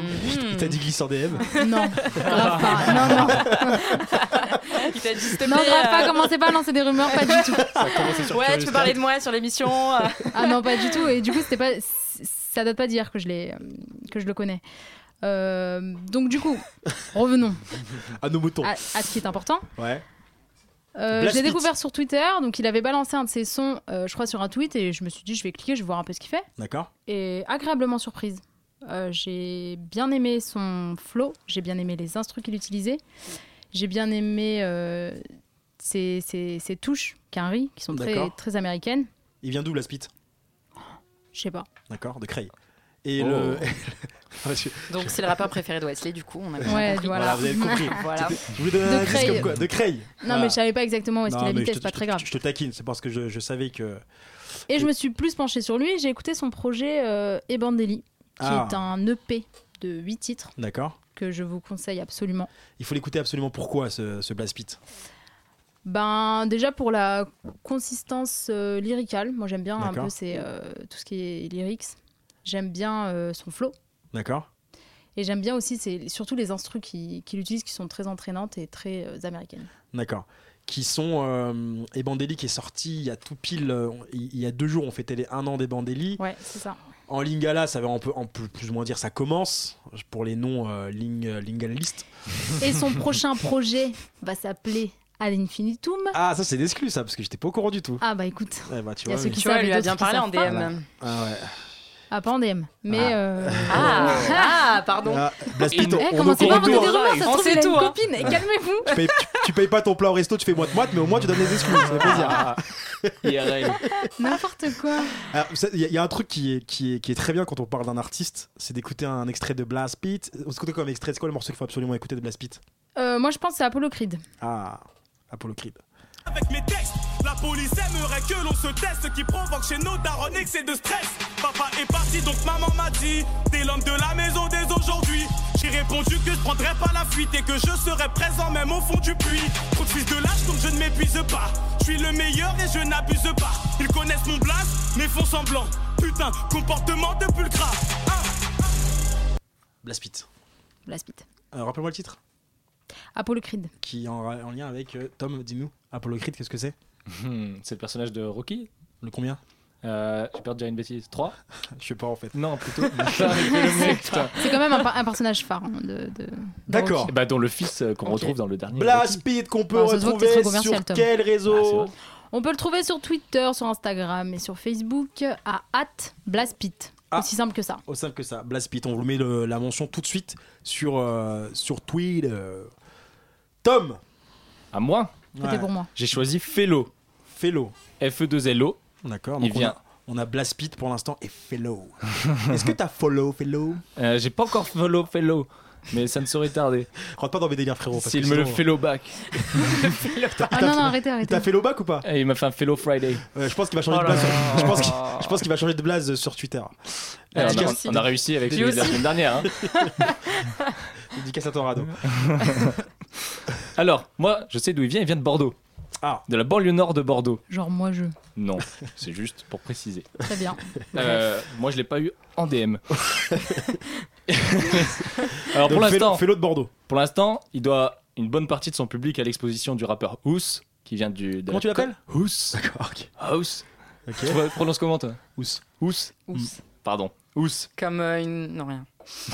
Speaker 3: Il t'a dit glisse en DM.
Speaker 5: Hmm. Non, grave pas. Non, non,
Speaker 3: Euh.
Speaker 4: Il t'a dit, s'il te
Speaker 5: non,
Speaker 4: plaît,
Speaker 5: grave pas.
Speaker 4: euh,
Speaker 5: Commencez pas à lancer des rumeurs, pas du tout.
Speaker 4: Ouais, tu peux parler de moi sur l'émission. euh.
Speaker 5: Ah non, pas du tout. Et du coup, c'était pas. Ça date pas d'hier que je l'ai, euh, que je le connais. Euh, donc du coup, revenons
Speaker 3: À nos moutons.
Speaker 5: à, à ce qui est important.
Speaker 3: Ouais.
Speaker 5: Ah,
Speaker 3: Blast
Speaker 5: Euh, je l'ai
Speaker 3: Beat.
Speaker 5: découvert sur Twitter, donc il avait balancé un de ses sons, euh, je crois, sur un tweet, et je me suis dit, je vais cliquer, je vais voir un peu ce qu'il fait.
Speaker 3: D'accord.
Speaker 5: Et agréablement surprise. Euh, j'ai bien aimé son flow, j'ai bien aimé les instrus qu'il utilisait, j'ai bien aimé euh, ses, ses- ses touches Quinry, qui sont très,
Speaker 3: D'accord.
Speaker 5: très américaines.
Speaker 3: Il vient d'où, Blast Pit
Speaker 5: Je sais pas.
Speaker 3: D'accord, de Creil. Et
Speaker 6: Oh.
Speaker 3: le.
Speaker 4: Donc c'est le rappeur préféré de Wesley, du coup. On a bien
Speaker 5: Ouais,
Speaker 4: compris.
Speaker 5: voilà.
Speaker 3: Voilà, vous avez compris.
Speaker 4: Voilà.
Speaker 3: Je voulais donner
Speaker 5: De
Speaker 3: un indice
Speaker 5: Creil.
Speaker 3: comme quoi. De Creil.
Speaker 5: Non, mais je savais pas exactement où est-ce qu'il habitait, c'est pas très grave.
Speaker 3: Je te taquine, c'est parce que je, je savais que.
Speaker 5: Et je me suis plus penchée sur lui, j'ai écouté son projet euh, Ebandeli, qui
Speaker 3: Ah.
Speaker 5: est un EP de 8 titres
Speaker 3: D'accord.
Speaker 5: que je vous conseille absolument.
Speaker 3: Il faut l'écouter absolument pourquoi ce, ce Blast Pit.
Speaker 5: Ben déjà pour la consistance euh, lyricale, moi j'aime bien un
Speaker 3: D'accord.
Speaker 5: peu c'est euh, tout ce qui est lyrics. J'aime bien euh, son flow
Speaker 3: D'accord
Speaker 5: et j'aime bien aussi c'est surtout les instrus qui- qu'il utilise qui sont très entraînantes et très euh, américaines.
Speaker 3: D'accord. Qui sont. Euh, Ebandeli qui est sorti il y a tout pile. euh, il il y a deux jours, on fêtait les un an d'Ebandeli.
Speaker 5: Ouais, c'est ça.
Speaker 3: En Lingala, ça, va- on, peut, on peut plus ou moins dire ça commence. Pour les noms euh, ling, euh, lingalistes.
Speaker 5: Et son prochain projet va s'appeler Ad infinitum.
Speaker 3: Ah, ça c'est d'exclus ça, parce que j'étais pas au courant du tout.
Speaker 5: Ah bah écoute,
Speaker 3: Eh bah, tu
Speaker 5: Il y a
Speaker 3: vois,
Speaker 5: ceux
Speaker 3: oui.
Speaker 5: qui
Speaker 4: Tu vois,
Speaker 5: savent
Speaker 4: elle lui
Speaker 5: et
Speaker 4: a
Speaker 5: d'autres
Speaker 4: bien
Speaker 5: qui
Speaker 4: parlé
Speaker 5: savent
Speaker 4: en
Speaker 5: pas.
Speaker 4: DM.
Speaker 3: Ah ouais.
Speaker 5: à pas en DM, mais
Speaker 3: Ah.
Speaker 5: euh,
Speaker 4: Ah, ah, pardon.
Speaker 3: Ah, Blast Pit,
Speaker 5: eh,
Speaker 3: on, on
Speaker 5: commencez
Speaker 3: est au
Speaker 5: pas à
Speaker 3: courant de
Speaker 5: inventer
Speaker 3: tout,
Speaker 5: des
Speaker 3: hein.
Speaker 5: rumeurs, ça se
Speaker 4: On
Speaker 5: trouve
Speaker 4: sait
Speaker 5: il a
Speaker 4: tout,
Speaker 5: une
Speaker 4: hein.
Speaker 5: copine. Calmez-vous.
Speaker 3: Tu payes- tu- tu payes pas ton plat au resto, tu fais moite-moite, mais au moins tu donnes les exclus. Ça fait plaisir.
Speaker 6: IRL.
Speaker 5: N'importe quoi.
Speaker 3: Alors, vous savez, Il y, a- il y a un truc qui est, qui est- qui est très bien quand on parle d'un artiste, c'est d'écouter un extrait de Blast Pit. On s'écoute comme extrait, c'est quoi le morceau qu'il faut absolument écouter de Blast Pit
Speaker 5: Euh, moi, je pense que c'est Apollo Creed.
Speaker 3: Ah, Apollo Creed.
Speaker 10: Avec mes textes, la police aimerait que l'on se teste. Ce qui provoque chez nos darons excès de stress. Papa est parti, donc maman m'a dit T'es l'homme de la maison dès aujourd'hui. J'ai répondu que je prendrais pas la fuite et que je serais présent même au fond du puits. Trop de fils de lâche, donc je ne m'épuise pas. Je suis le meilleur et je n'abuse pas. Ils connaissent mon blast, mais font semblant. Putain, comportement de pulcra.
Speaker 3: Blast Pit.
Speaker 5: Blast Beat.
Speaker 3: Euh, Rappelle-moi le titre,
Speaker 5: Apollo Creed.
Speaker 3: qui est en, en lien avec euh, Tom, dis-nous. Apollo Creed, qu'est-ce que c'est
Speaker 6: Hmm, C'est le personnage de Rocky
Speaker 3: Le combien
Speaker 6: euh, J'ai peur de dire une bêtise. 3
Speaker 3: Je sais pas en fait.
Speaker 6: Non, plutôt. Putain, mais le mec, putain.
Speaker 5: C'est quand même un, par- un personnage phare hein, de. de- de
Speaker 3: D'accord.
Speaker 6: Eh ben, dont le fils euh, qu'on
Speaker 4: Ok.
Speaker 6: retrouve dans le dernier.
Speaker 3: Blast Pit qu'on peut
Speaker 5: Bah, ça se voit que t'es
Speaker 3: retrouver
Speaker 5: trop commercial,
Speaker 3: sur
Speaker 5: Tom.
Speaker 3: quel réseau
Speaker 6: Ah,
Speaker 5: Rocky. On peut le trouver sur Twitter, sur Instagram et sur Facebook à @blastpit.
Speaker 3: Ah.
Speaker 5: Aussi simple que ça.
Speaker 3: Au simple que ça, Blast Pit, on vous met le- la mention tout de suite sur, euh, sur Twitter. Tom
Speaker 6: À moi,
Speaker 5: C'était pour moi.
Speaker 6: j'ai choisi Fellow. E
Speaker 3: Fellow.
Speaker 6: F-E-2-L-O.
Speaker 3: D'accord,
Speaker 6: Il
Speaker 3: donc on
Speaker 6: vient.
Speaker 3: a, on a Blast Pit pour l'instant et Fellow. Est-ce que t'as Follow, Fellow
Speaker 6: Euh, j'ai pas encore Fellow, Fellow. Mais ça ne saurait tarder.
Speaker 3: Rentre pas dans mes délires, frérot. parce
Speaker 6: S'il
Speaker 3: que
Speaker 6: me le
Speaker 3: sinon-
Speaker 6: fellow back.
Speaker 5: Ah non, non, arrêtez, arrêtez.
Speaker 3: T'as Fellow back ou pas
Speaker 6: Et Eh, il m'a fait un fellow Friday.
Speaker 3: Euh, Je pense qu'il va changer de blaze. sur- Je pense qu'il je pense qu'il va changer de blaze euh, sur Twitter.
Speaker 6: Eh, on, a,
Speaker 4: merci.
Speaker 6: on a réussi avec
Speaker 4: Lui
Speaker 6: lui la
Speaker 4: aussi.
Speaker 6: semaine dernière. hein.
Speaker 3: Dédicace à ton radeau.
Speaker 6: Alors, moi, je sais d'où il vient. Il vient de Bordeaux.
Speaker 3: Ah.
Speaker 6: De la banlieue nord de Bordeaux.
Speaker 5: Genre, moi, je.
Speaker 6: Non, c'est juste pour préciser.
Speaker 5: Très bien.
Speaker 6: Euh, moi, je l'ai pas eu en DM. Alors, pour
Speaker 3: Donc, Fellow-
Speaker 6: l'instant,
Speaker 3: Fellow de Bordeaux.
Speaker 6: pour l'instant, il doit une bonne partie de son public à l'exposition du rappeur Hoos, qui vient du. de
Speaker 3: Comment
Speaker 6: la-
Speaker 3: tu l'appelles
Speaker 6: Hoos.
Speaker 3: D'accord, ok.
Speaker 6: Hoos.
Speaker 3: Ok.
Speaker 6: Tu vois- prononces comment toi
Speaker 3: Hoos.
Speaker 6: Hoos.
Speaker 4: Oups.
Speaker 6: Pardon. Hoos.
Speaker 4: Comme euh, une. Non, rien.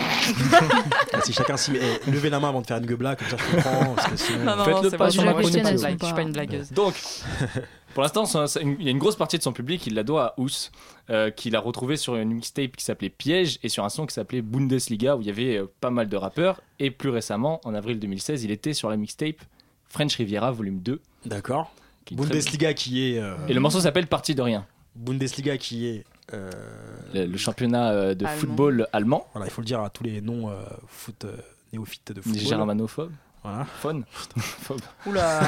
Speaker 3: Ah, Si chacun s'y met. eh, Levez la main avant de faire une gueule là, comme ça je comprends. Parce que sinon-
Speaker 4: Non, non,
Speaker 6: Faites-le
Speaker 4: non, c'est
Speaker 6: pas
Speaker 4: pas
Speaker 6: sur ma
Speaker 4: moi, je suis
Speaker 6: chronique.
Speaker 4: pas une
Speaker 5: Elles
Speaker 4: blague,
Speaker 5: sont
Speaker 4: je suis pas une
Speaker 5: pas-
Speaker 4: blagueuse.
Speaker 6: Donc, pour l'instant, ça- ça- une- il y a une grosse partie de son public qui la doit à Hoos, euh, qu'il a retrouvé sur une mixtape qui s'appelait Piège et sur un son qui s'appelait Bundesliga, où il y avait euh, pas mal de rappeurs. Et plus récemment, en avril 2016, il était sur la mixtape French Riviera Volume 2.
Speaker 3: D'accord.
Speaker 6: qui est très-
Speaker 3: Bundesliga qui est. euh,
Speaker 6: Et le morceau s'appelle Partie de rien.
Speaker 3: Bundesliga qui est. euh,
Speaker 6: Le, le championnat euh, de
Speaker 4: Allemand.
Speaker 6: football allemand,
Speaker 3: Voilà, il faut le dire à tous les noms euh, foot euh, néophytes de football.
Speaker 6: germanophobe,
Speaker 3: Voilà.
Speaker 6: fun. Phobe.
Speaker 4: Oula,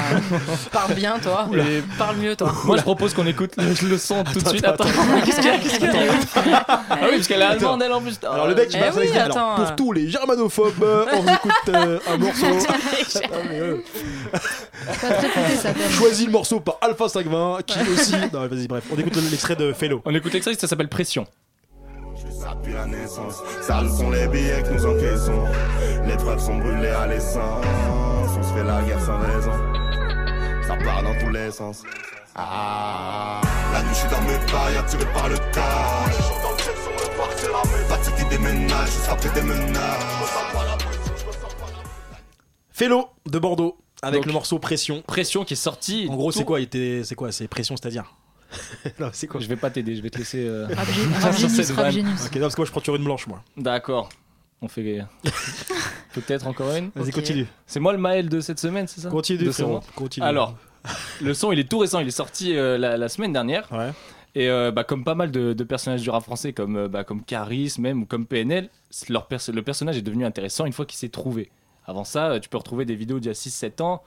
Speaker 4: parle bien, toi.
Speaker 6: Et
Speaker 4: Parle mieux, toi.
Speaker 6: moi je propose qu'on écoute le, le son tout de
Speaker 3: Attends,
Speaker 6: suite.
Speaker 3: attends,
Speaker 6: Attends, qu'est-ce qu'il y a, qu'est-ce qu'il y a Ah oui, parce qu'elle est allemande elle en plus.
Speaker 3: Alors le mec
Speaker 4: Eh
Speaker 3: il passe
Speaker 4: oui,
Speaker 3: avec- alors,
Speaker 4: attends,
Speaker 3: pour
Speaker 4: euh.
Speaker 3: tous les germanophobes, euh, on écoute euh, un morceau. Ah, mais, euh,
Speaker 5: Faut pas te répéter, ça donne.
Speaker 3: choisis le morceau par Alpha 520 qui aussi. Non, vas-y, bref, on écoute l'extrait de Fellow.
Speaker 6: On écoute l'extrait, ça s'appelle Pression.
Speaker 11: Ça pue la naissance, sales sont les billets que nous encaissons. Les preuves sont brûlées à l'essence, on se fait la guerre sans raison. Ça part dans tous les sens. Ah. La nuit, je suis dans mes pailles, attiré par le tard. J'entends le chef sur le parc, c'est la même. Fatigue qui déménage, juste après des menaces.
Speaker 3: Fellow de Bordeaux avec
Speaker 6: Donc-
Speaker 3: le morceau Pression.
Speaker 6: Pression qui est sorti.
Speaker 3: En gros, c'est
Speaker 6: tout-
Speaker 3: quoi il était- C'est quoi C'est Pression, c'est-à-dire Non, c'est quoi
Speaker 6: Je vais pas t'aider, je vais te laisser. euh,
Speaker 5: Rap
Speaker 6: Sur cette
Speaker 5: Genius, Rap
Speaker 6: vanne.
Speaker 5: Genius.
Speaker 3: Ok, non, parce que moi je prends sur une blanche, moi.
Speaker 6: D'accord. On fait peut-être encore une.
Speaker 3: Vas-y,
Speaker 4: Ok.
Speaker 3: continue.
Speaker 6: C'est moi le mail de cette semaine, c'est ça
Speaker 3: Continue,
Speaker 6: De ce
Speaker 3: frérot.
Speaker 6: mois
Speaker 3: Continue.
Speaker 6: Alors, le son il est tout récent, il est sorti euh, la, la semaine dernière.
Speaker 3: Ouais.
Speaker 6: Et euh, bah, comme pas mal de, de personnages du rap français, comme, euh, bah, comme Caris même ou comme PNL, c'est- leur perso- le personnage est devenu intéressant une fois qu'il s'est trouvé. Avant ça, euh, tu peux retrouver des vidéos d'il y a 6-7 ans.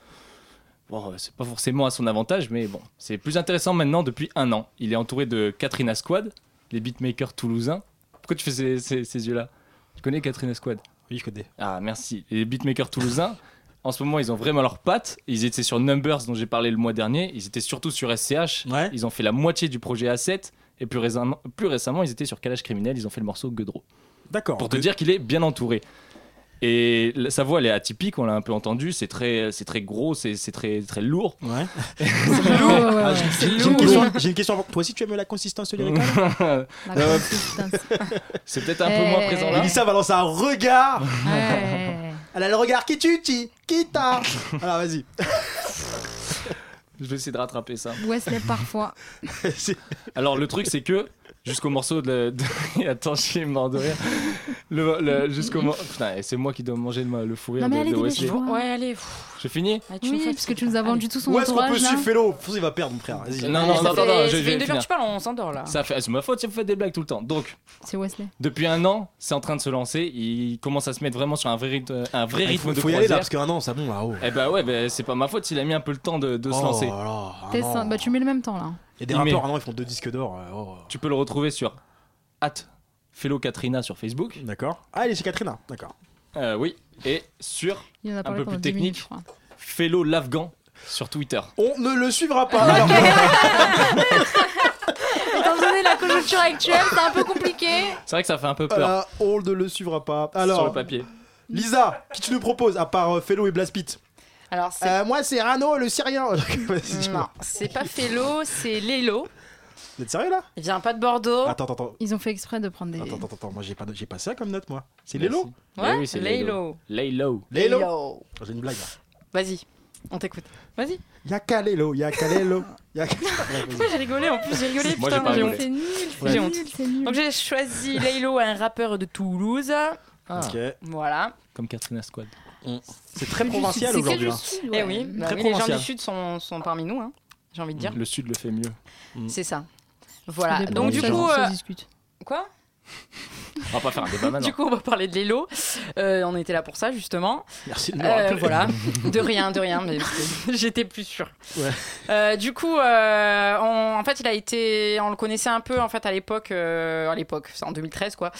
Speaker 6: Bon, euh, c'est pas forcément à son avantage, mais bon, c'est plus intéressant maintenant depuis un an. Il est entouré de Katrina Squad, les beatmakers toulousains. Pourquoi tu fais ces, ces- ces yeux-là Tu connais Katrina Squad
Speaker 3: Oui, je connais.
Speaker 6: Ah, merci. Les beatmakers toulousains, en ce moment, ils ont vraiment leurs pattes. Ils étaient sur Numbers, dont j'ai parlé le mois dernier. Ils étaient surtout sur SCH.
Speaker 3: Ouais.
Speaker 6: Ils ont fait la moitié du projet A7 et plus récemment, plus récemment ils étaient sur Kalash Criminel, ils ont fait le morceau Gudro.
Speaker 3: D'accord.
Speaker 6: Pour te dire qu'il est bien entouré. Et la- sa voix elle est atypique, on l'a un peu entendu, c'est très, c'est très gros, c'est c'est très, très lourd.
Speaker 3: Ouais.
Speaker 5: Ouais, ouais, ouais.
Speaker 3: Ah, J'ai une question- j'ai une question avant- Toi aussi, tu aimes la consistance lyricale
Speaker 5: La
Speaker 6: Euh,
Speaker 5: consistance.
Speaker 6: C'est peut-être un peu
Speaker 5: Eh.
Speaker 6: moins présent là.
Speaker 3: Elissa va lancer un regard.
Speaker 5: Ouais.
Speaker 3: Elle a le regard qui tue, qui qui t'a. Alors, vas-y.
Speaker 6: Je vais essayer de rattraper ça.
Speaker 5: Wesley parfois.
Speaker 3: C'est-
Speaker 6: Alors le truc c'est que jusqu'au morceau de. de- Attends, je suis mort de rire. Le, le- jusqu'au mor- Putain, et c'est moi qui dois manger le, le fou rire
Speaker 5: Non, mais
Speaker 6: de,
Speaker 5: allez,
Speaker 6: de
Speaker 5: dépêche-toi.
Speaker 6: Wesley.
Speaker 5: Ouais.
Speaker 4: Ouais, allez.
Speaker 6: J'ai fini
Speaker 5: Oui, parce que tu nous as vendu tout son
Speaker 3: Où est-ce qu'on peut
Speaker 5: entourage. là.
Speaker 3: suivre Félo Il va perdre, mon frère. Vas-y.
Speaker 6: Non, non, non,
Speaker 4: ça
Speaker 6: non,
Speaker 4: fait,
Speaker 6: non,
Speaker 4: ça
Speaker 6: je- je
Speaker 4: fait
Speaker 6: vais
Speaker 4: une demi-heure
Speaker 6: finir.
Speaker 4: que tu parles, on s'endort là.
Speaker 6: Ça fait, c'est ma faute si vous faites des blagues tout le temps. Donc,
Speaker 5: C'est Wesley.
Speaker 6: depuis un an, c'est en train de se lancer. Il commence à se mettre vraiment sur un vrai rythme, un vrai
Speaker 3: Ah, il
Speaker 6: rythme
Speaker 3: faut,
Speaker 6: de
Speaker 3: faut y aller là,
Speaker 6: croisière.
Speaker 3: parce qu'un an, ça bon là-haut.
Speaker 6: Eh bah ouais, bah, c'est pas ma faute s'il a mis un peu le temps de, de
Speaker 3: Oh
Speaker 6: se lancer.
Speaker 5: T'es
Speaker 6: Ah,
Speaker 5: sympa. Bah, tu mets le même temps là.
Speaker 3: Il y a des
Speaker 6: Il
Speaker 3: rappeurs,
Speaker 6: met.
Speaker 3: un an, ils font deux disques d'or. euh, oh.
Speaker 6: Tu peux le retrouver sur at Fellow Katrina sur Facebook.
Speaker 3: D'accord. Ah, elle est chez Katrina. D'accord.
Speaker 6: Euh, oui. Et sur
Speaker 5: Il en a parlé
Speaker 6: peu
Speaker 5: pendant
Speaker 6: plus
Speaker 5: 10 minutes,
Speaker 6: technique.
Speaker 5: je crois.
Speaker 6: Fellow l'Afghan sur Twitter.
Speaker 3: On ne le suivra pas. Alors,
Speaker 5: Étant donné la conjoncture actuelle, c'est un peu compliqué.
Speaker 6: C'est vrai que ça fait un peu
Speaker 4: Euh,
Speaker 6: peur
Speaker 3: voilà, on ne le suivra pas.
Speaker 6: sur
Speaker 3: Alors,
Speaker 6: le papier.
Speaker 3: Lisa, qui tu nous proposes à part euh, Fellow et Blaspit
Speaker 4: Alors, c'est
Speaker 3: Euh, Moi, c'est Rano, le Syrien. Vas-y,
Speaker 4: Non,
Speaker 3: dis-moi.
Speaker 4: c'est pas Félo, c'est Lélo.
Speaker 3: Vous êtes sérieux là
Speaker 4: Il vient pas de Bordeaux.
Speaker 3: Attends, attends, attends.
Speaker 5: Ils ont fait exprès de prendre des.
Speaker 3: Attends, attends, attends, moi j'ai pas, de- j'ai pas ça comme note, moi. C'est Lélo
Speaker 6: Merci.
Speaker 4: Ouais,
Speaker 6: Oui, c'est
Speaker 4: Lélo.
Speaker 6: Lay low.
Speaker 3: Lélo J'ai une blague. là.
Speaker 4: Vas-y, on t'écoute. Vas-y.
Speaker 3: Y'a qu'à Lélo, y'a qu'à Lélo. y'a qu'à-
Speaker 4: Putain, J'ai rigolé, en plus j'ai rigolé.
Speaker 6: Moi,
Speaker 4: putain,
Speaker 6: j'ai pas
Speaker 4: honte.
Speaker 6: rigolé.
Speaker 5: C'est nul,
Speaker 4: J'ai
Speaker 5: c'est
Speaker 4: honte.
Speaker 5: nul, c'est nul.
Speaker 4: Donc j'ai choisi Lélo, un rappeur de Toulouse.
Speaker 6: Ah,
Speaker 3: Ok. Mm.
Speaker 4: Voilà.
Speaker 6: Comme Katrina Squad.
Speaker 3: C'est très provincial
Speaker 5: C'est que
Speaker 3: aujourd'hui.
Speaker 5: du
Speaker 3: hein.
Speaker 5: style,
Speaker 4: Eh
Speaker 5: ouais.
Speaker 4: oui, bah
Speaker 6: Très
Speaker 4: oui, les gens
Speaker 6: provincial.
Speaker 4: du Sud sont, sont parmi nous, hein, j'ai envie de dire.
Speaker 6: Mm, Le Sud le fait mieux. Mm.
Speaker 4: C'est ça.
Speaker 5: Ça
Speaker 4: Voilà.
Speaker 5: dépend,
Speaker 4: Donc du
Speaker 5: ça,
Speaker 4: coup,
Speaker 5: ça
Speaker 4: euh,
Speaker 5: se discute.
Speaker 4: quoi
Speaker 6: On va pas faire un débat
Speaker 3: hein.
Speaker 6: maintenant.
Speaker 4: Du coup, on va parler de Lélo. Euh, on était là pour ça justement.
Speaker 3: Merci de me
Speaker 4: Euh,
Speaker 3: rappeler.
Speaker 4: voilà, de rien, de rien, mais j'étais plus sûre.
Speaker 3: Ouais.
Speaker 4: Euh, du coup, euh, on- en fait, il a été, on le connaissait un peu en fait à l'époque, euh, à l'époque, c'est en 2013 quoi,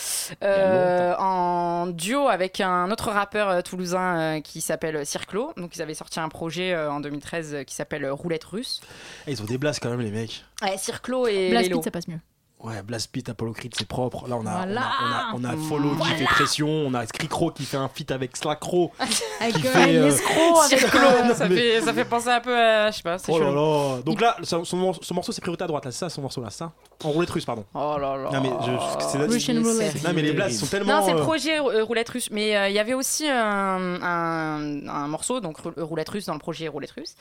Speaker 4: Euh, en duo avec un autre rappeur euh, toulousain euh, qui s'appelle Circlo. Donc ils avaient sorti un projet euh, en 2013 euh, qui s'appelle Roulette Russe.
Speaker 3: Eh, Ils ont des blasts quand même, les mecs.
Speaker 4: Ouais, Circlo et
Speaker 5: Blast
Speaker 4: Lelo.
Speaker 5: Beat, ça passe mieux.
Speaker 3: Ouais, Blastbeat, Apollo Creed, c'est propre. Là, on a,
Speaker 5: Voilà.
Speaker 3: on a, on a, on a Follow qui fait pression, on a Scricro qui fait un feat avec Slacro.
Speaker 5: Avec
Speaker 3: fait, euh,
Speaker 5: l'escroc,
Speaker 4: Circlo,
Speaker 3: Non,
Speaker 4: ça,
Speaker 3: mais-
Speaker 4: fait, ça fait penser un peu à, je sais pas, c'est
Speaker 3: Oh là
Speaker 4: chelou.
Speaker 3: là. Donc là, son, son mor- son morceau, c'est priorité à droite, là, c'est ça, son morceau là, c'est ça. En roulette russe, pardon.
Speaker 4: Oh là là.
Speaker 3: Non, mais je- c'est- c'est-
Speaker 5: Russian roulette.
Speaker 3: Non, mais les blasts sont tellement.
Speaker 4: Non, c'est le
Speaker 3: euh,
Speaker 4: projet euh, Roulette Russe. Mais euh, il y avait aussi un, un- un morceau, donc Rou- euh, Roulette Russe, dans le projet Roulette Russe.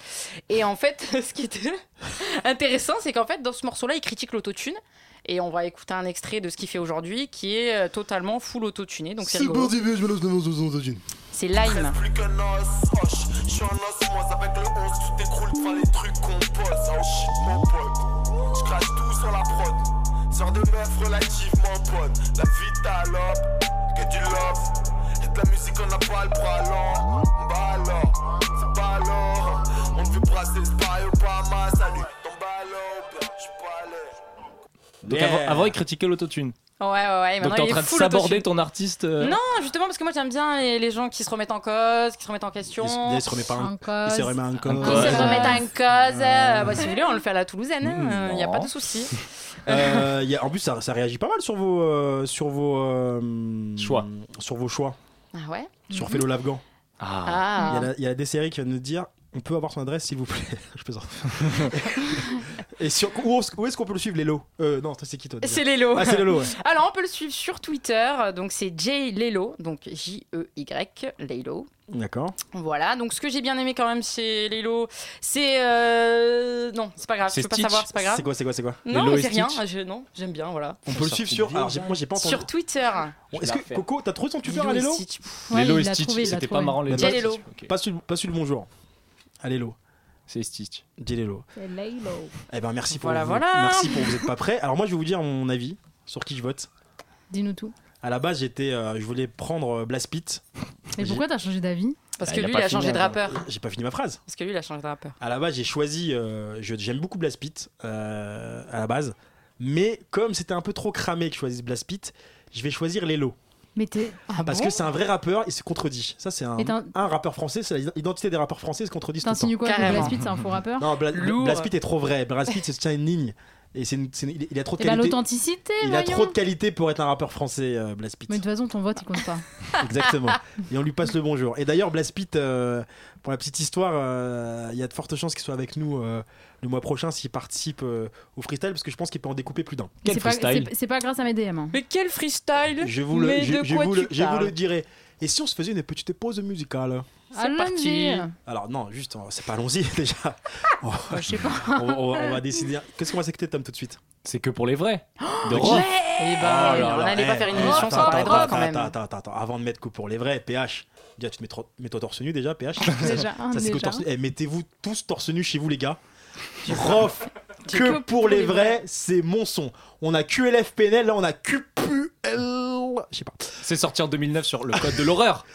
Speaker 4: Et en fait, ce qui était intéressant, c'est qu'en fait, dans ce morceau-là, il critique l'autotune. Et on va écouter un extrait de ce qu'il fait aujourd'hui qui est euh, totalement full autotuné. Donc c'est rigolo.
Speaker 11: début, je me lance de mon autotune.
Speaker 4: C'est Lime.
Speaker 7: Plus qu'un os, hoche. Je suis un os, moi, avec le 11, tout écroule devant les trucs qu'on pose. Oh shit, mon pote. Je crache tout sur la prod. Sœur de meuf relativement bonne. La vie t'as l'op, que du love. Et de la musique, on n'a pas le bras long. Bah alors, c'est pas alors. On ne veut brasser le spy au pas ma salut. Ton ballon, bien, je suis pas à l'aise.
Speaker 6: Donc
Speaker 3: Yeah.
Speaker 6: avant, avant, il critiquait l'autotune.
Speaker 4: Ouais, ouais, ouais.
Speaker 6: Donc
Speaker 4: Maintenant,
Speaker 6: t'es en
Speaker 4: il est
Speaker 6: train de
Speaker 4: full
Speaker 6: saborder
Speaker 4: autotune.
Speaker 6: ton artiste. euh,
Speaker 4: Non, justement, parce que moi j'aime bien les, les gens qui se remettent en cause, qui se remettent en question.
Speaker 3: Il se- il se remet pas un. Il se remet un
Speaker 4: Ils
Speaker 3: code.
Speaker 6: Ouais.
Speaker 4: se remettent en cause. Euh,
Speaker 3: Ah.
Speaker 4: bah, si vous voulez, on le fait à la Toulousaine. Il
Speaker 3: Mm.
Speaker 6: Mmh,
Speaker 4: n'y a
Speaker 6: non.
Speaker 4: pas de souci.
Speaker 3: Euh, il y a- en plus, ça, ça réagit pas mal sur vos. euh, sur vos. euh,
Speaker 6: Choix.
Speaker 3: Sur vos choix.
Speaker 4: Ah ouais
Speaker 3: Sur Félo l'Afghan.
Speaker 6: Ah.
Speaker 4: Ah.
Speaker 3: Il y a la- Il y, a des séries qui viennent nous dire on peut avoir son adresse s'il vous plaît. Je plaisante. Et sur, où, où est-ce qu'on peut le suivre, Lélo euh, Non, toi, c'est qui toi déjà
Speaker 4: C'est Lélo.
Speaker 3: Ah, c'est Lélo, ouais.
Speaker 4: Alors, on peut le suivre sur Twitter. Donc, c'est J Lelo. Donc, J-E-Y, Lelo.
Speaker 3: D'accord.
Speaker 4: Voilà. Donc, ce que j'ai bien aimé quand même chez Lelo, c'est. euh, Non, c'est pas grave.
Speaker 6: C'est
Speaker 4: Je peux pas
Speaker 6: Stitch.
Speaker 4: savoir, c'est pas grave.
Speaker 3: C'est quoi, c'est quoi, c'est quoi
Speaker 4: Non,
Speaker 6: Lelo
Speaker 4: mais
Speaker 6: et
Speaker 4: c'est rien.
Speaker 6: Stitch.
Speaker 4: Je- Non, j'aime bien, voilà.
Speaker 3: On peut le suivre sur. Alors, j'ai- moi, j'ai pas entendu.
Speaker 4: Sur Twitter.
Speaker 3: Est-ce
Speaker 6: Je
Speaker 3: que
Speaker 6: la
Speaker 3: Coco, t'as trouvé son Twitter
Speaker 4: Lelo
Speaker 3: à
Speaker 4: et
Speaker 3: Lélo
Speaker 4: Stitch.
Speaker 5: Ouais,
Speaker 6: Lelo
Speaker 5: il
Speaker 6: et
Speaker 5: l'a
Speaker 6: Stitch,
Speaker 5: trouvé, il l'a
Speaker 6: c'était pas
Speaker 5: trouvé.
Speaker 6: marrant les
Speaker 3: J'ai
Speaker 6: deux.
Speaker 4: Lelo.
Speaker 6: Ok.
Speaker 3: pas, su, pas su le bonjour. À Lélo.
Speaker 6: C'est Stitch.
Speaker 3: Dis Lélo. Eh ben, merci pour
Speaker 4: Voilà,
Speaker 3: vous.
Speaker 4: voilà.
Speaker 3: Merci pour vous êtes pas prêts. Alors, moi, je vais vous dire mon avis sur qui je vote.
Speaker 5: Dis-nous tout.
Speaker 3: À la base, j'étais, euh, je voulais prendre euh, Blaspit. J'ai-
Speaker 5: Mais pourquoi t'as changé d'avis
Speaker 3: Bah,
Speaker 4: Parce
Speaker 6: Ah,
Speaker 4: que
Speaker 6: il a
Speaker 4: lui,
Speaker 6: pas
Speaker 4: il a
Speaker 6: fini
Speaker 4: changé de
Speaker 6: avant.
Speaker 4: rappeur.
Speaker 3: J'ai pas fini ma phrase.
Speaker 4: Parce que lui, il a changé de rappeur.
Speaker 3: À la base, j'ai choisi. euh, je- J'aime beaucoup Blaspit euh, à la base. Mais comme c'était un peu trop cramé que je choisisse Blaspit, je vais choisir Lélo.
Speaker 5: Mais t'es. Ah
Speaker 3: Parce
Speaker 5: bon
Speaker 3: que c'est un vrai rappeur, il se contredit. Ça, c'est un,
Speaker 5: Et t'in-
Speaker 3: un rappeur français, c'est l'identité des rappeurs français, ils se contredisent tout le temps.
Speaker 5: T'insinues quoi que
Speaker 4: Carrément. euh.
Speaker 5: Blast Beat, c'est un faux rappeur
Speaker 3: Non, Bla-
Speaker 4: Lourd.
Speaker 3: Blaspit est trop vrai. Blaspit se tient une ligne. Et c'est une- c'est une- il, il a trop de
Speaker 5: Et bah
Speaker 3: qualité.
Speaker 5: l'authenticité,
Speaker 3: il a
Speaker 5: voyons.
Speaker 3: trop de qualité pour être un rappeur français, euh, Blaspit.
Speaker 5: Mais de toute façon, ton vote, il compte pas.
Speaker 3: Exactement. Et on lui passe le bonjour. Et d'ailleurs, Blaspit, euh, pour la petite histoire, euh, il y a de fortes chances qu'il soit avec nous euh, le mois prochain s'il participe euh, au freestyle, parce que je pense qu'il peut en découper plus d'un.
Speaker 6: Quel
Speaker 5: C'est pas-
Speaker 6: freestyle.
Speaker 5: c'est- C'est pas grâce à mes DM. hein.
Speaker 4: Mais quel freestyle
Speaker 3: Je vous le,
Speaker 4: Mais
Speaker 3: je,
Speaker 4: de
Speaker 3: je
Speaker 4: quoi
Speaker 3: vous
Speaker 4: tu
Speaker 3: le, je vous le
Speaker 4: parles
Speaker 3: dirai. Et si on se faisait une petite pause musicale
Speaker 5: Allons-y. parti.
Speaker 3: Alors non, juste, on- c'est pas allons-y déjà. On va-
Speaker 5: Je sais pas.
Speaker 3: on, va- on va- on va décider. Qu'est-ce qu'on va s'écouter, Tom, tout de suite
Speaker 6: C'est que pour les vrais. De
Speaker 3: De
Speaker 6: Rof.
Speaker 3: qui
Speaker 4: Eh ben,
Speaker 3: Oh là
Speaker 4: on
Speaker 3: là,
Speaker 4: n'allait pas
Speaker 3: eh,
Speaker 4: faire une
Speaker 3: eh,
Speaker 4: émission
Speaker 3: attends,
Speaker 4: sans parler de
Speaker 3: attends,
Speaker 4: rock quand
Speaker 3: attends,
Speaker 4: même.
Speaker 3: Attends, attends, attends, avant de mettre coup pour les vrais, PH. Déjà, tu te mets, trop- mets-toi torse nu déjà, PH.
Speaker 5: Déjà, hein,
Speaker 3: Ça, c'est que
Speaker 5: déjà.
Speaker 3: torse nu. Eh, mettez-vous tous torse nu chez vous, les gars. Rof, que pour les vrais, c'est mon son. On a QLF PNL, là, on a QPUL. Je sais pas.
Speaker 6: C'est sorti en 2009 sur le code de l'horreur.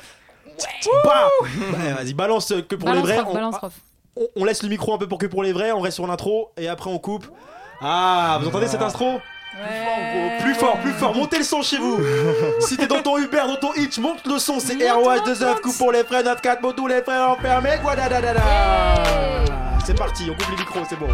Speaker 3: Bah, ouais, vas-y, balance euh, que pour
Speaker 5: balance
Speaker 3: les vrais.
Speaker 5: Rof,
Speaker 3: on-
Speaker 5: balance Rof.
Speaker 3: on, on laisse le micro un peu pour que pour les vrais, on reste sur l'intro et après on coupe. Ah, vous entendez cette intro Plus fort, plus fort, montez le son chez vous Si t'es dans ton Uber, dans ton Hitch, monte le son, c'est ROH 2 coup pour les frais, 9-4, mots tous les frais enfermés, guadadadada C'est parti, on coupe les micros, c'est bon.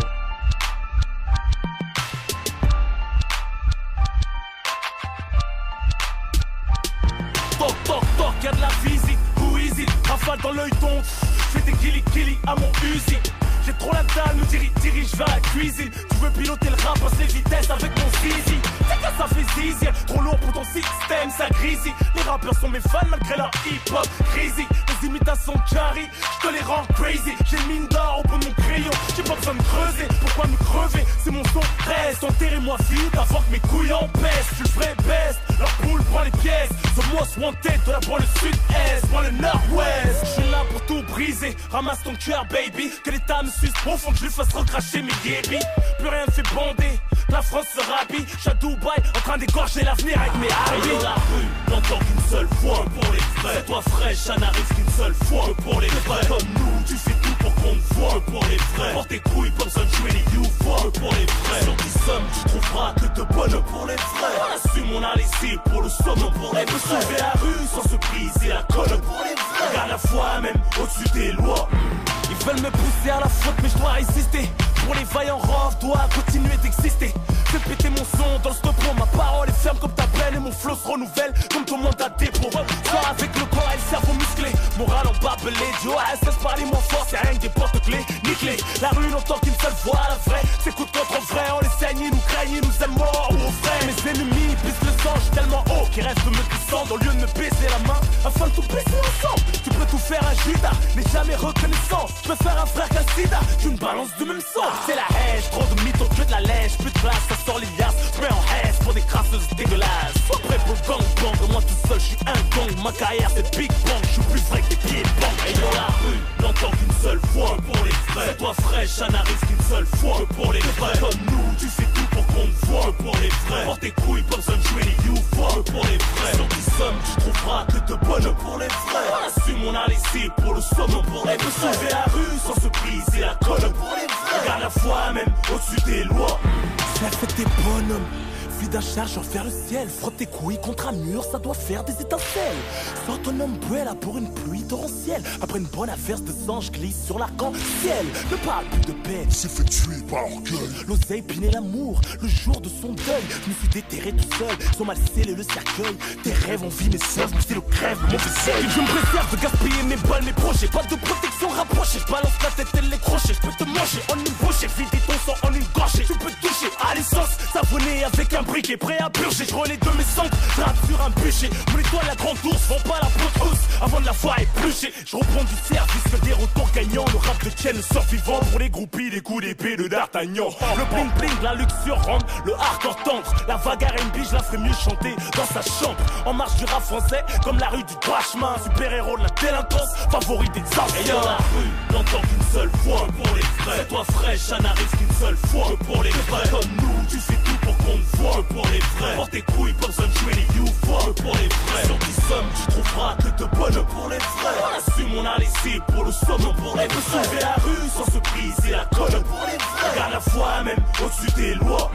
Speaker 10: Toc toc toc, y'a de la physique, who is it Rafale dans l'œil ton, fais des killy killy à mon Uzi J'ai trop la dalle, nous dirige, dirige vers la cuisine Tu veux piloter le rap, passe les vitesses avec mon zizi C'est que ça fait zizi, trop lourd pour ton système, ça grésille Les rappeurs sont mes fans malgré leur hip-hop crazy Les imitations carry, je te les rends crazy J'ai une mine d'or au bout de mon crayon, j'ai pas besoin de creuser Pourquoi me crever, c'est mon son reste Enterrez-moi vite avant que mes couilles en pèsent Je suis le vrai best, leur boule prend les pièces The most wanted de la banlieue sud-est Prends le nord-ouest Je suis là pour tout briser Ramasse ton cœur baby Que l'état me suce profond Que je lui fasse recracher mes débits Plus rien ne fait bonder La France se rhabille Je suis à Dubaï En train d'égorger l'avenir avec mes habits la rue n'entend qu'une seule fois pour les frais Toi fraîche ça n'arrive qu'une seule fois que pour les frais Comme nous tu fais tout pour qu'on te voit que pour les frais Pour tes couilles pas besoin de jouer les you fois que pour les frais Sur qui somme tu trouveras que de bonnes pour les frais On assume on a laissé pour le somme pour les frais Sauver la rue sans se briser la colle pour les frais Garde la foi même au-dessus des lois ils veulent me pousser à la faute, mais je dois résister. Pour les vaillants roves, doit continuer d'exister. Fais péter mon son dans le stopro, ma parole est ferme comme ta peine et mon flow se renouvelle comme ton mandat de dépôt. Sois avec le corps et le cerveau musclé, moral en barbelé, du OSS par les moins forts, c'est rien que des porte-clés, nique-les. La rue n'entend qu'une seule voix, la vraie. C'est coup de contre vrai, on les saigne, ils nous craignent, ils nous aiment mort ou au frais. Mes ennemis pissent le sang, je suis tellement haut qu'ils restent me descendre au lieu de me baiser la main afin de tout baisser ensemble. Tu peux tout faire à Judas, mais jamais reconnaissant. Je peux faire un frère qu'un sida, tu me balances du même sang. C'est la haine, trop de mythos, que de la lèche, plus de place, ça sort les liasses. Je mets en haine pour des crasseuses dégueulasses. Sois prêt pour le gang bang, moi tout seul, je suis un gang. Ma carrière c'est Big Bang, je suis plus vrai que des pieds de banque. Et dans la rue, n'entends qu'une seule fois pour les frais. Toi fraîche, ça n'arrive qu'une seule fois que pour les frais. Comme nous, tu fais tout pour qu'on te voit que pour les frais. Pour tes couilles, pas besoin de jouer les you fois que pour les frais. Sur qui somme, tu trouveras que de bonnes pour les frais. On assume, on a laissé pour le somme pour les frais. Sauver la rue sans se briser la colle pour les frais. Regarde la foi même au-dessus des lois. C'est la fête des bonhommes. Fille d'un chargeur vers le ciel, frotte tes couilles contre un mur, ça doit faire des étincelles. Sors ton umbrella pour une pluie torrentielle. Après une bonne averse de sang, je glisse sur l'arc-en-ciel. Ne parle plus de paix,
Speaker 11: S'est fait tuer par orgueil.
Speaker 10: l'oseille pinait l'amour, le jour de son deuil. Je me suis déterré tout seul, sans mal scellé le cercueil. Tes rêves ont vie, mes sœurs, c'est le crève, mon seuil. Je me préserve de gaspiller mes balles, mes projets. Pas de protection rapprochée, je balance la tête et les crochets. Je peux te manger en une bouchée, vider ton sang en une gorgée. Tu peux toucher à l'essence, savonné avec un briquet. Prêt à purger, je relais de mes cendres, drape sur un bûcher. Mon étoile, la grande ours, vends pas la peau de ours avant de la voir épluchée. Je reprends du service, que des retours gagnants. Le rap de Ken sort vivant pour les groupies, les coups d'épée de D'Artagnan. Le bling bling, la luxure rentre, le hardcore tendre. La vague R&B, je la ferai mieux chanter dans sa chambre. En marche du rap français, comme la rue du droit chemin. Super héros de la délinquance, favori des enfants. Et dans la rue, n'entend qu'une seule fois pour les frais. Toi fraîche, ça n'arrive qu'une seule fois que pour les frais. Comme nous, tu fais tout pour qu'on te voit que pour les frais. Pour tes couilles, pas besoin de jouer les you fois que pour les frais. Sur qui somme, tu trouveras que de bonnes pour les frais. On assume, on a laissé pour le somme pour les frais. Sauver la rue sans se briser la colle pour les frais. Regarde la foi même au-dessus des lois.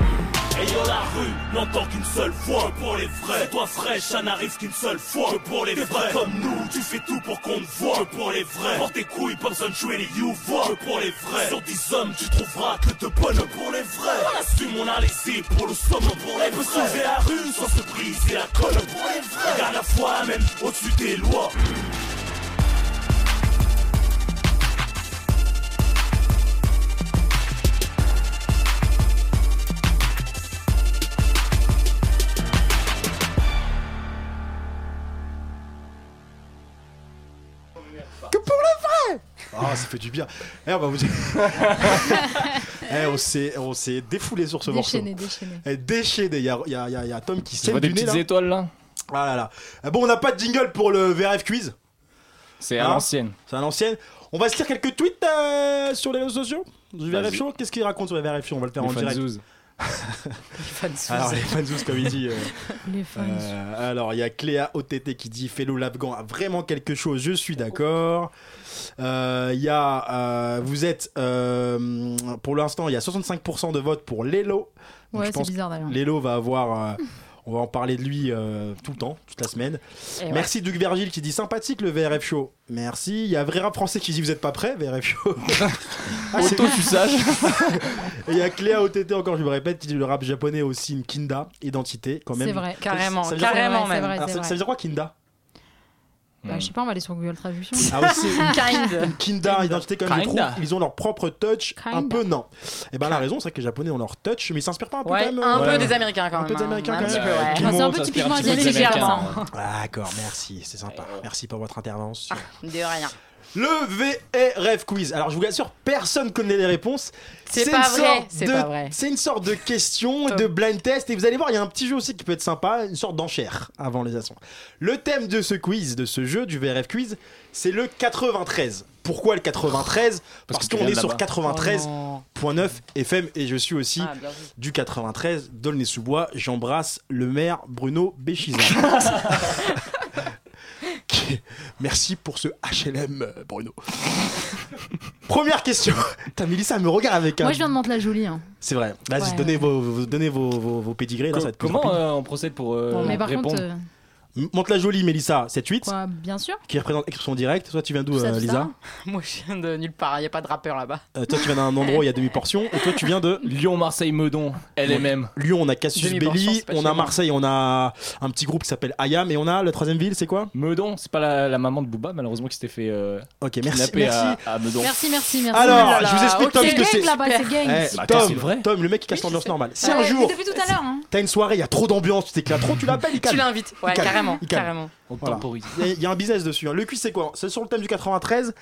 Speaker 10: Et yo, la rue n'entend qu'une seule fois que pour les frais. Toi fraîche, ça n'arrive qu'une seule fois que pour les frais. Comme nous, tu fais tout pour qu'on te voit que pour les frais. Pour tes couilles, pas besoin de jouer les you fois que pour les frais. Sur 10 hommes, tu trouveras que de bonnes pour les frais. On assume, on a laissé pour le somme pour les frais. Sauver la rue sans se briser la colle pour les frais. Regarde la foi même au-dessus des lois.
Speaker 3: Que pour le vrai Ah, ça fait du bien. Eh, on va vous dire. Eh, on s'est on s'est défoulé sur ce
Speaker 5: Déchaîné,
Speaker 3: morceau.
Speaker 5: déchaîné.
Speaker 3: Eh, déchaîné. Il y a, il y a- il y a- il y a Tom qui
Speaker 6: Tu
Speaker 3: sème
Speaker 6: vois des
Speaker 3: du nez
Speaker 6: petites
Speaker 3: là.
Speaker 6: étoiles là
Speaker 3: Ah là là. Euh, Bon, on n'a pas de jingle pour le VRF quiz.
Speaker 6: C'est à
Speaker 3: Hein
Speaker 6: l'ancienne.
Speaker 3: C'est à l'ancienne. On va se lire quelques tweets euh, sur les réseaux sociaux du VRF
Speaker 6: Vas-y.
Speaker 3: Show. Qu'est-ce qu'il raconte sur les VRF Show On va le faire
Speaker 6: Les
Speaker 3: en direct.
Speaker 6: fanzouz.
Speaker 3: Alors, les fanzous, comme il dit. euh,
Speaker 5: Les fans.
Speaker 3: euh, alors, il y a Cléa OTT qui dit Fellow l'Afghan a vraiment quelque chose, je suis d'accord. Euh, Il y a. euh, vous êtes. euh, pour l'instant, il y a 65% de vote pour Lelo. Donc,
Speaker 5: Ouais,
Speaker 3: je
Speaker 5: c'est
Speaker 3: pense que
Speaker 5: bizarre d'ailleurs.
Speaker 3: Lelo va avoir. euh, on va en parler de lui euh, tout le temps, toute la semaine.
Speaker 4: Et ouais.
Speaker 3: Merci Duc Vergil qui dit sympathique le VRF show. Merci. Il y a Vrai Rap Français qui dit vous êtes pas prêt VRF show. Ah, c'est-
Speaker 6: Auto-suçage.
Speaker 3: Et il y a Cléa OTT encore, je me répète, qui dit le rap japonais aussi une kinda, identité quand même.
Speaker 5: C'est vrai. Ah,
Speaker 4: Carrément,
Speaker 3: Ça veut dire quoi
Speaker 4: carrément
Speaker 5: Ouais, c'est
Speaker 4: même. Hmm.
Speaker 5: vrai.
Speaker 3: Alors, ça, ça veut dire quoi kinda
Speaker 5: Bah, je sais pas, on va aller sur Google Traduction.
Speaker 3: Ah aussi.
Speaker 4: Kind.
Speaker 3: Une Kinda, identité comme ils,
Speaker 6: Kinda.
Speaker 3: trouvent, ils ont leur propre touch, un
Speaker 5: Kinda.
Speaker 3: peu non. Et ben la raison, c'est que les Japonais ont leur touch, mais ils s'inspirent pas un peu
Speaker 4: Ouais,
Speaker 3: quand même.
Speaker 4: un
Speaker 3: euh,
Speaker 6: ouais.
Speaker 4: peu des Américains quand
Speaker 3: Un
Speaker 4: même.
Speaker 3: peu des
Speaker 4: hein.
Speaker 3: Américains,
Speaker 4: Un
Speaker 3: quand
Speaker 4: petit
Speaker 3: même. Ah,
Speaker 4: peu, ouais.
Speaker 5: Qui- un peu typiquement
Speaker 3: D'accord, merci, c'est sympa. Merci pour votre intervention.
Speaker 4: De rien.
Speaker 3: Le VRF quiz. Alors je vous l'assure, personne connaît les réponses.
Speaker 4: C'est
Speaker 3: une
Speaker 4: pas vrai,
Speaker 3: sorte
Speaker 4: c'est
Speaker 3: de-
Speaker 4: pas vrai.
Speaker 3: C'est une sorte de question et de blind test. Et vous allez voir, il y a un petit jeu aussi qui peut être sympa, une sorte d'enchère avant les actions. Le thème de ce quiz, de ce jeu, du VRF quiz, c'est le 93. Pourquoi le 93 Parce,
Speaker 6: Parce que tu
Speaker 3: qu'on
Speaker 6: viens
Speaker 3: est
Speaker 6: de
Speaker 3: sur
Speaker 6: là-bas.
Speaker 3: 93.9
Speaker 4: Oh.
Speaker 3: FM et je suis aussi
Speaker 4: Ah, bien vu.
Speaker 3: du 93 d'Aulnay-sous-Bois. J'embrasse le maire Bruno Béchiza. Qui- Merci pour ce HLM, euh, Bruno. Première question. T'as Mélissa elle me regarde avec un.
Speaker 5: Moi, je viens de Mantes-la-Jolie. Hein.
Speaker 3: C'est vrai. Vas-y,
Speaker 5: Ouais.
Speaker 3: donnez, vos, vos- donnez vos, vos, vos pédigrés. là, ça va être plus
Speaker 6: Comment
Speaker 3: rapide.
Speaker 6: euh, on procède pour euh,
Speaker 5: mais par
Speaker 6: répondre
Speaker 5: contre, euh,
Speaker 3: M- Monte la jolie, Mélissa, 7-8,
Speaker 5: quoi, bien sûr.
Speaker 3: qui représente Expression Directe. Toi, tu viens d'où,
Speaker 5: Tout ça,
Speaker 3: euh,
Speaker 5: tout
Speaker 3: Lisa
Speaker 4: Moi je viens de nulle part, il n'y a pas de rappeur là-bas.
Speaker 3: Euh, Toi, tu viens d'un endroit où il y a demi-portion. Et toi, tu viens de
Speaker 6: Lyon, Marseille, Meudon, LMM.
Speaker 3: Lyon, on a Cassius
Speaker 4: Demi-portion,
Speaker 3: Belli.
Speaker 4: c'est pas
Speaker 3: On
Speaker 4: chez
Speaker 3: a
Speaker 4: moi.
Speaker 3: Marseille, on a un petit groupe qui s'appelle Ayam. Et on a la troisième ville, c'est quoi
Speaker 6: Meudon, c'est pas Euh, la, la maman de Booba, malheureusement, qui s'était fait euh,
Speaker 3: Ok, merci.
Speaker 6: kidnapper
Speaker 3: merci.
Speaker 6: à, à Meudon.
Speaker 5: Merci, merci, Oh merci.
Speaker 3: Alors,
Speaker 4: Ouh là là,
Speaker 3: je vous explique,
Speaker 4: ok,
Speaker 3: Tom, ce que
Speaker 5: c'est
Speaker 3: c'est.
Speaker 5: gang là-bas, c'est gang.
Speaker 3: Eh,
Speaker 6: Bah, attends, c'est
Speaker 3: Tom,
Speaker 6: vrai.
Speaker 3: Tom, le mec qui casse l'ambiance normale. Si un
Speaker 5: Ouais,
Speaker 3: jour
Speaker 5: Depuis tout à l'heure. hein.
Speaker 3: t'as une soirée, il y a trop d'ambiance, c'est éclaté trop, tu l'appelles, il
Speaker 4: Tu
Speaker 3: calme.
Speaker 4: l'invites, ouais,
Speaker 3: Il calme.
Speaker 4: carrément,
Speaker 3: Il calme.
Speaker 4: carrément.
Speaker 6: On
Speaker 3: Voilà.
Speaker 6: temporise.
Speaker 3: Il y, a- il y a un business dessus. hein. Le quiz, c'est quoi C'est sur le thème du 93.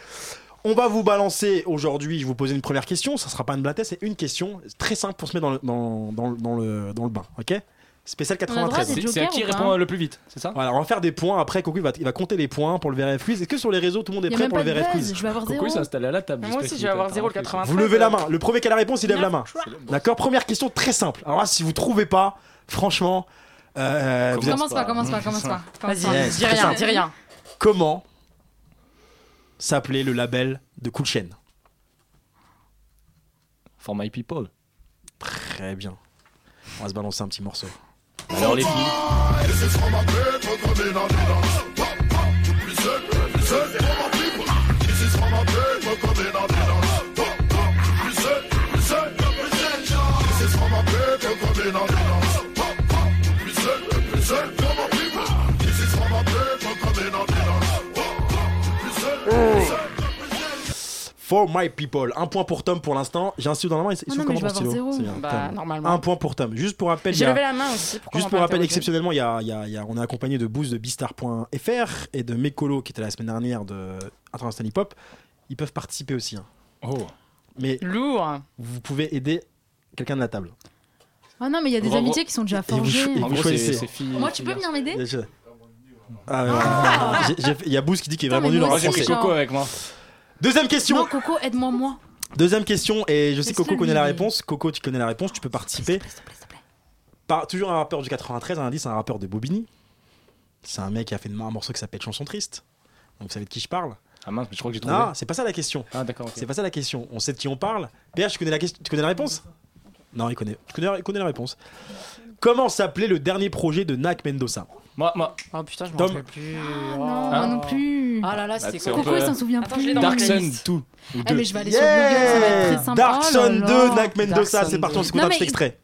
Speaker 3: On va vous balancer aujourd'hui, je vais vous poser une première question, ça sera pas une blague, c'est une question très simple pour se mettre dans le, dans, dans, le- dans le, dans le bain, ok Spécial
Speaker 5: droit à
Speaker 3: 93.
Speaker 5: des-
Speaker 6: C'est c'est à
Speaker 5: Joker
Speaker 6: qui
Speaker 5: ou pas
Speaker 6: répond euh, le plus vite, c'est ça
Speaker 3: Voilà, on va faire des points, après Cocu il va, il va compter les points pour le VRF Quiz. Est-ce que sur les réseaux, tout le monde est
Speaker 5: Il y a
Speaker 3: prêt
Speaker 5: même
Speaker 3: pour
Speaker 5: pas
Speaker 3: le
Speaker 5: de
Speaker 3: VRF
Speaker 5: buzz.
Speaker 3: Quiz
Speaker 5: Je vais avoir
Speaker 6: Coco,
Speaker 5: zéro.
Speaker 6: il s'est installé à la table.
Speaker 4: Moi aussi
Speaker 6: j'espère
Speaker 4: je
Speaker 6: qu'il
Speaker 4: vais avoir
Speaker 6: t'a
Speaker 4: 0 le
Speaker 6: rappelé.
Speaker 4: 93.
Speaker 3: Vous levez la main, le premier qui a la réponse, il lève la main.
Speaker 6: C'est le-
Speaker 3: D'accord, première question très simple. Alors là, si vous trouvez pas, franchement, euh, vous êtes-
Speaker 5: Commence pas, commence pas, commence pas. commence
Speaker 4: Vas-y,
Speaker 5: pas.
Speaker 3: Yes,
Speaker 4: dis
Speaker 3: très
Speaker 4: rien,
Speaker 3: simple.
Speaker 4: dis rien.
Speaker 3: comment s'appelait le label de Cool Chain
Speaker 6: For my people.
Speaker 3: Très bien. On va se balancer un petit morceau.
Speaker 6: Alors les filles.
Speaker 3: For my people. Un point pour Tom pour l'instant. J'ai un stylo dans la main. Il
Speaker 5: Non,
Speaker 3: se
Speaker 5: Ah non,
Speaker 3: comment
Speaker 5: mais je
Speaker 3: ton
Speaker 5: vais
Speaker 3: stylo
Speaker 5: avoir zéro.
Speaker 3: C'est bien,
Speaker 4: Bah,
Speaker 3: Tom.
Speaker 4: normalement.
Speaker 3: Un point pour Tom. Juste pour rappel, il y
Speaker 4: J'ai
Speaker 3: a-
Speaker 4: levé la main aussi. pourquoi
Speaker 3: Juste
Speaker 4: on
Speaker 3: pour
Speaker 4: m'a
Speaker 3: rappel,
Speaker 4: interrompu
Speaker 3: exceptionnellement, il y a, il y a- il y a- on est accompagné de Boost de Bistar.fr et de Mekolo qui était la semaine dernière de International Hip Hop. Ils peuvent participer aussi. hein.
Speaker 6: Oh.
Speaker 3: Mais
Speaker 4: Lourd.
Speaker 3: vous pouvez aider quelqu'un de la table.
Speaker 5: Ah non, mais il y a des
Speaker 6: Re-
Speaker 5: amitiés qui sont déjà
Speaker 3: Et vous
Speaker 5: forgées.
Speaker 3: chou-
Speaker 6: En
Speaker 3: vous
Speaker 6: gros, c'est
Speaker 3: choisissez.
Speaker 6: c'est filles.
Speaker 5: Moi, tu peux venir m'aider
Speaker 3: Il y a- je- Ah, ouais, ouais, ouais, ouais. J'ai- j'ai- Il y a Boost qui dit qu'il est
Speaker 5: Putain,
Speaker 3: vraiment
Speaker 5: mais
Speaker 3: nul en
Speaker 5: moi
Speaker 6: Moi
Speaker 5: aussi,
Speaker 6: j'ai
Speaker 3: français.
Speaker 6: pris
Speaker 5: genre.
Speaker 6: Coco avec moi.
Speaker 3: Deuxième question.
Speaker 5: Non, Coco, aide-moi, moi.
Speaker 3: Deuxième question, et je sais que Coco
Speaker 5: Laisse-le
Speaker 3: connaît la
Speaker 5: lui.
Speaker 3: réponse. Coco, tu connais la réponse, tu peux participer. Par, toujours un rappeur du 93, un indice, un rappeur de Bobigny. C'est un mec qui a fait une- un morceau qui s'appelle Chanson Triste. Donc vous savez de qui je parle
Speaker 6: Ah mince, mais je crois que j'ai trouvé.
Speaker 3: Non, c'est pas ça la question.
Speaker 6: Ah d'accord. ok.
Speaker 3: C'est pas ça la question. On sait de qui on parle. PH, tu connais la, question, tu connais la réponse Non, il connaît. Tu connais, il connaît la réponse. Comment s'appelait le dernier projet de Nak Mendoza
Speaker 6: Moi, moi.
Speaker 4: Oh putain, je m'en
Speaker 3: Tom.
Speaker 4: rappelle plus.
Speaker 5: Ah
Speaker 4: Oh.
Speaker 5: non, moi non plus.
Speaker 4: Ah là là,
Speaker 3: Bah,
Speaker 4: c'était
Speaker 6: c'est un
Speaker 4: quoi
Speaker 5: Coco,
Speaker 6: peu-
Speaker 5: il s'en souvient
Speaker 4: Attends,
Speaker 5: plus.
Speaker 4: je l'ai dans
Speaker 6: Dark
Speaker 4: mon
Speaker 6: Sun
Speaker 4: playlist.
Speaker 6: 2. Ou
Speaker 5: Eh,
Speaker 6: deux.
Speaker 5: mais je vais aller sur Google, ça va être très sympa.
Speaker 3: Dark Sun
Speaker 5: Oh là
Speaker 3: 2,
Speaker 5: là.
Speaker 3: Nak Mendoza,
Speaker 4: Dark
Speaker 3: c'est
Speaker 4: Sun
Speaker 3: parti, on
Speaker 4: 2.
Speaker 3: s'écoute
Speaker 5: Non,
Speaker 3: un petit
Speaker 5: mais-
Speaker 3: extrait.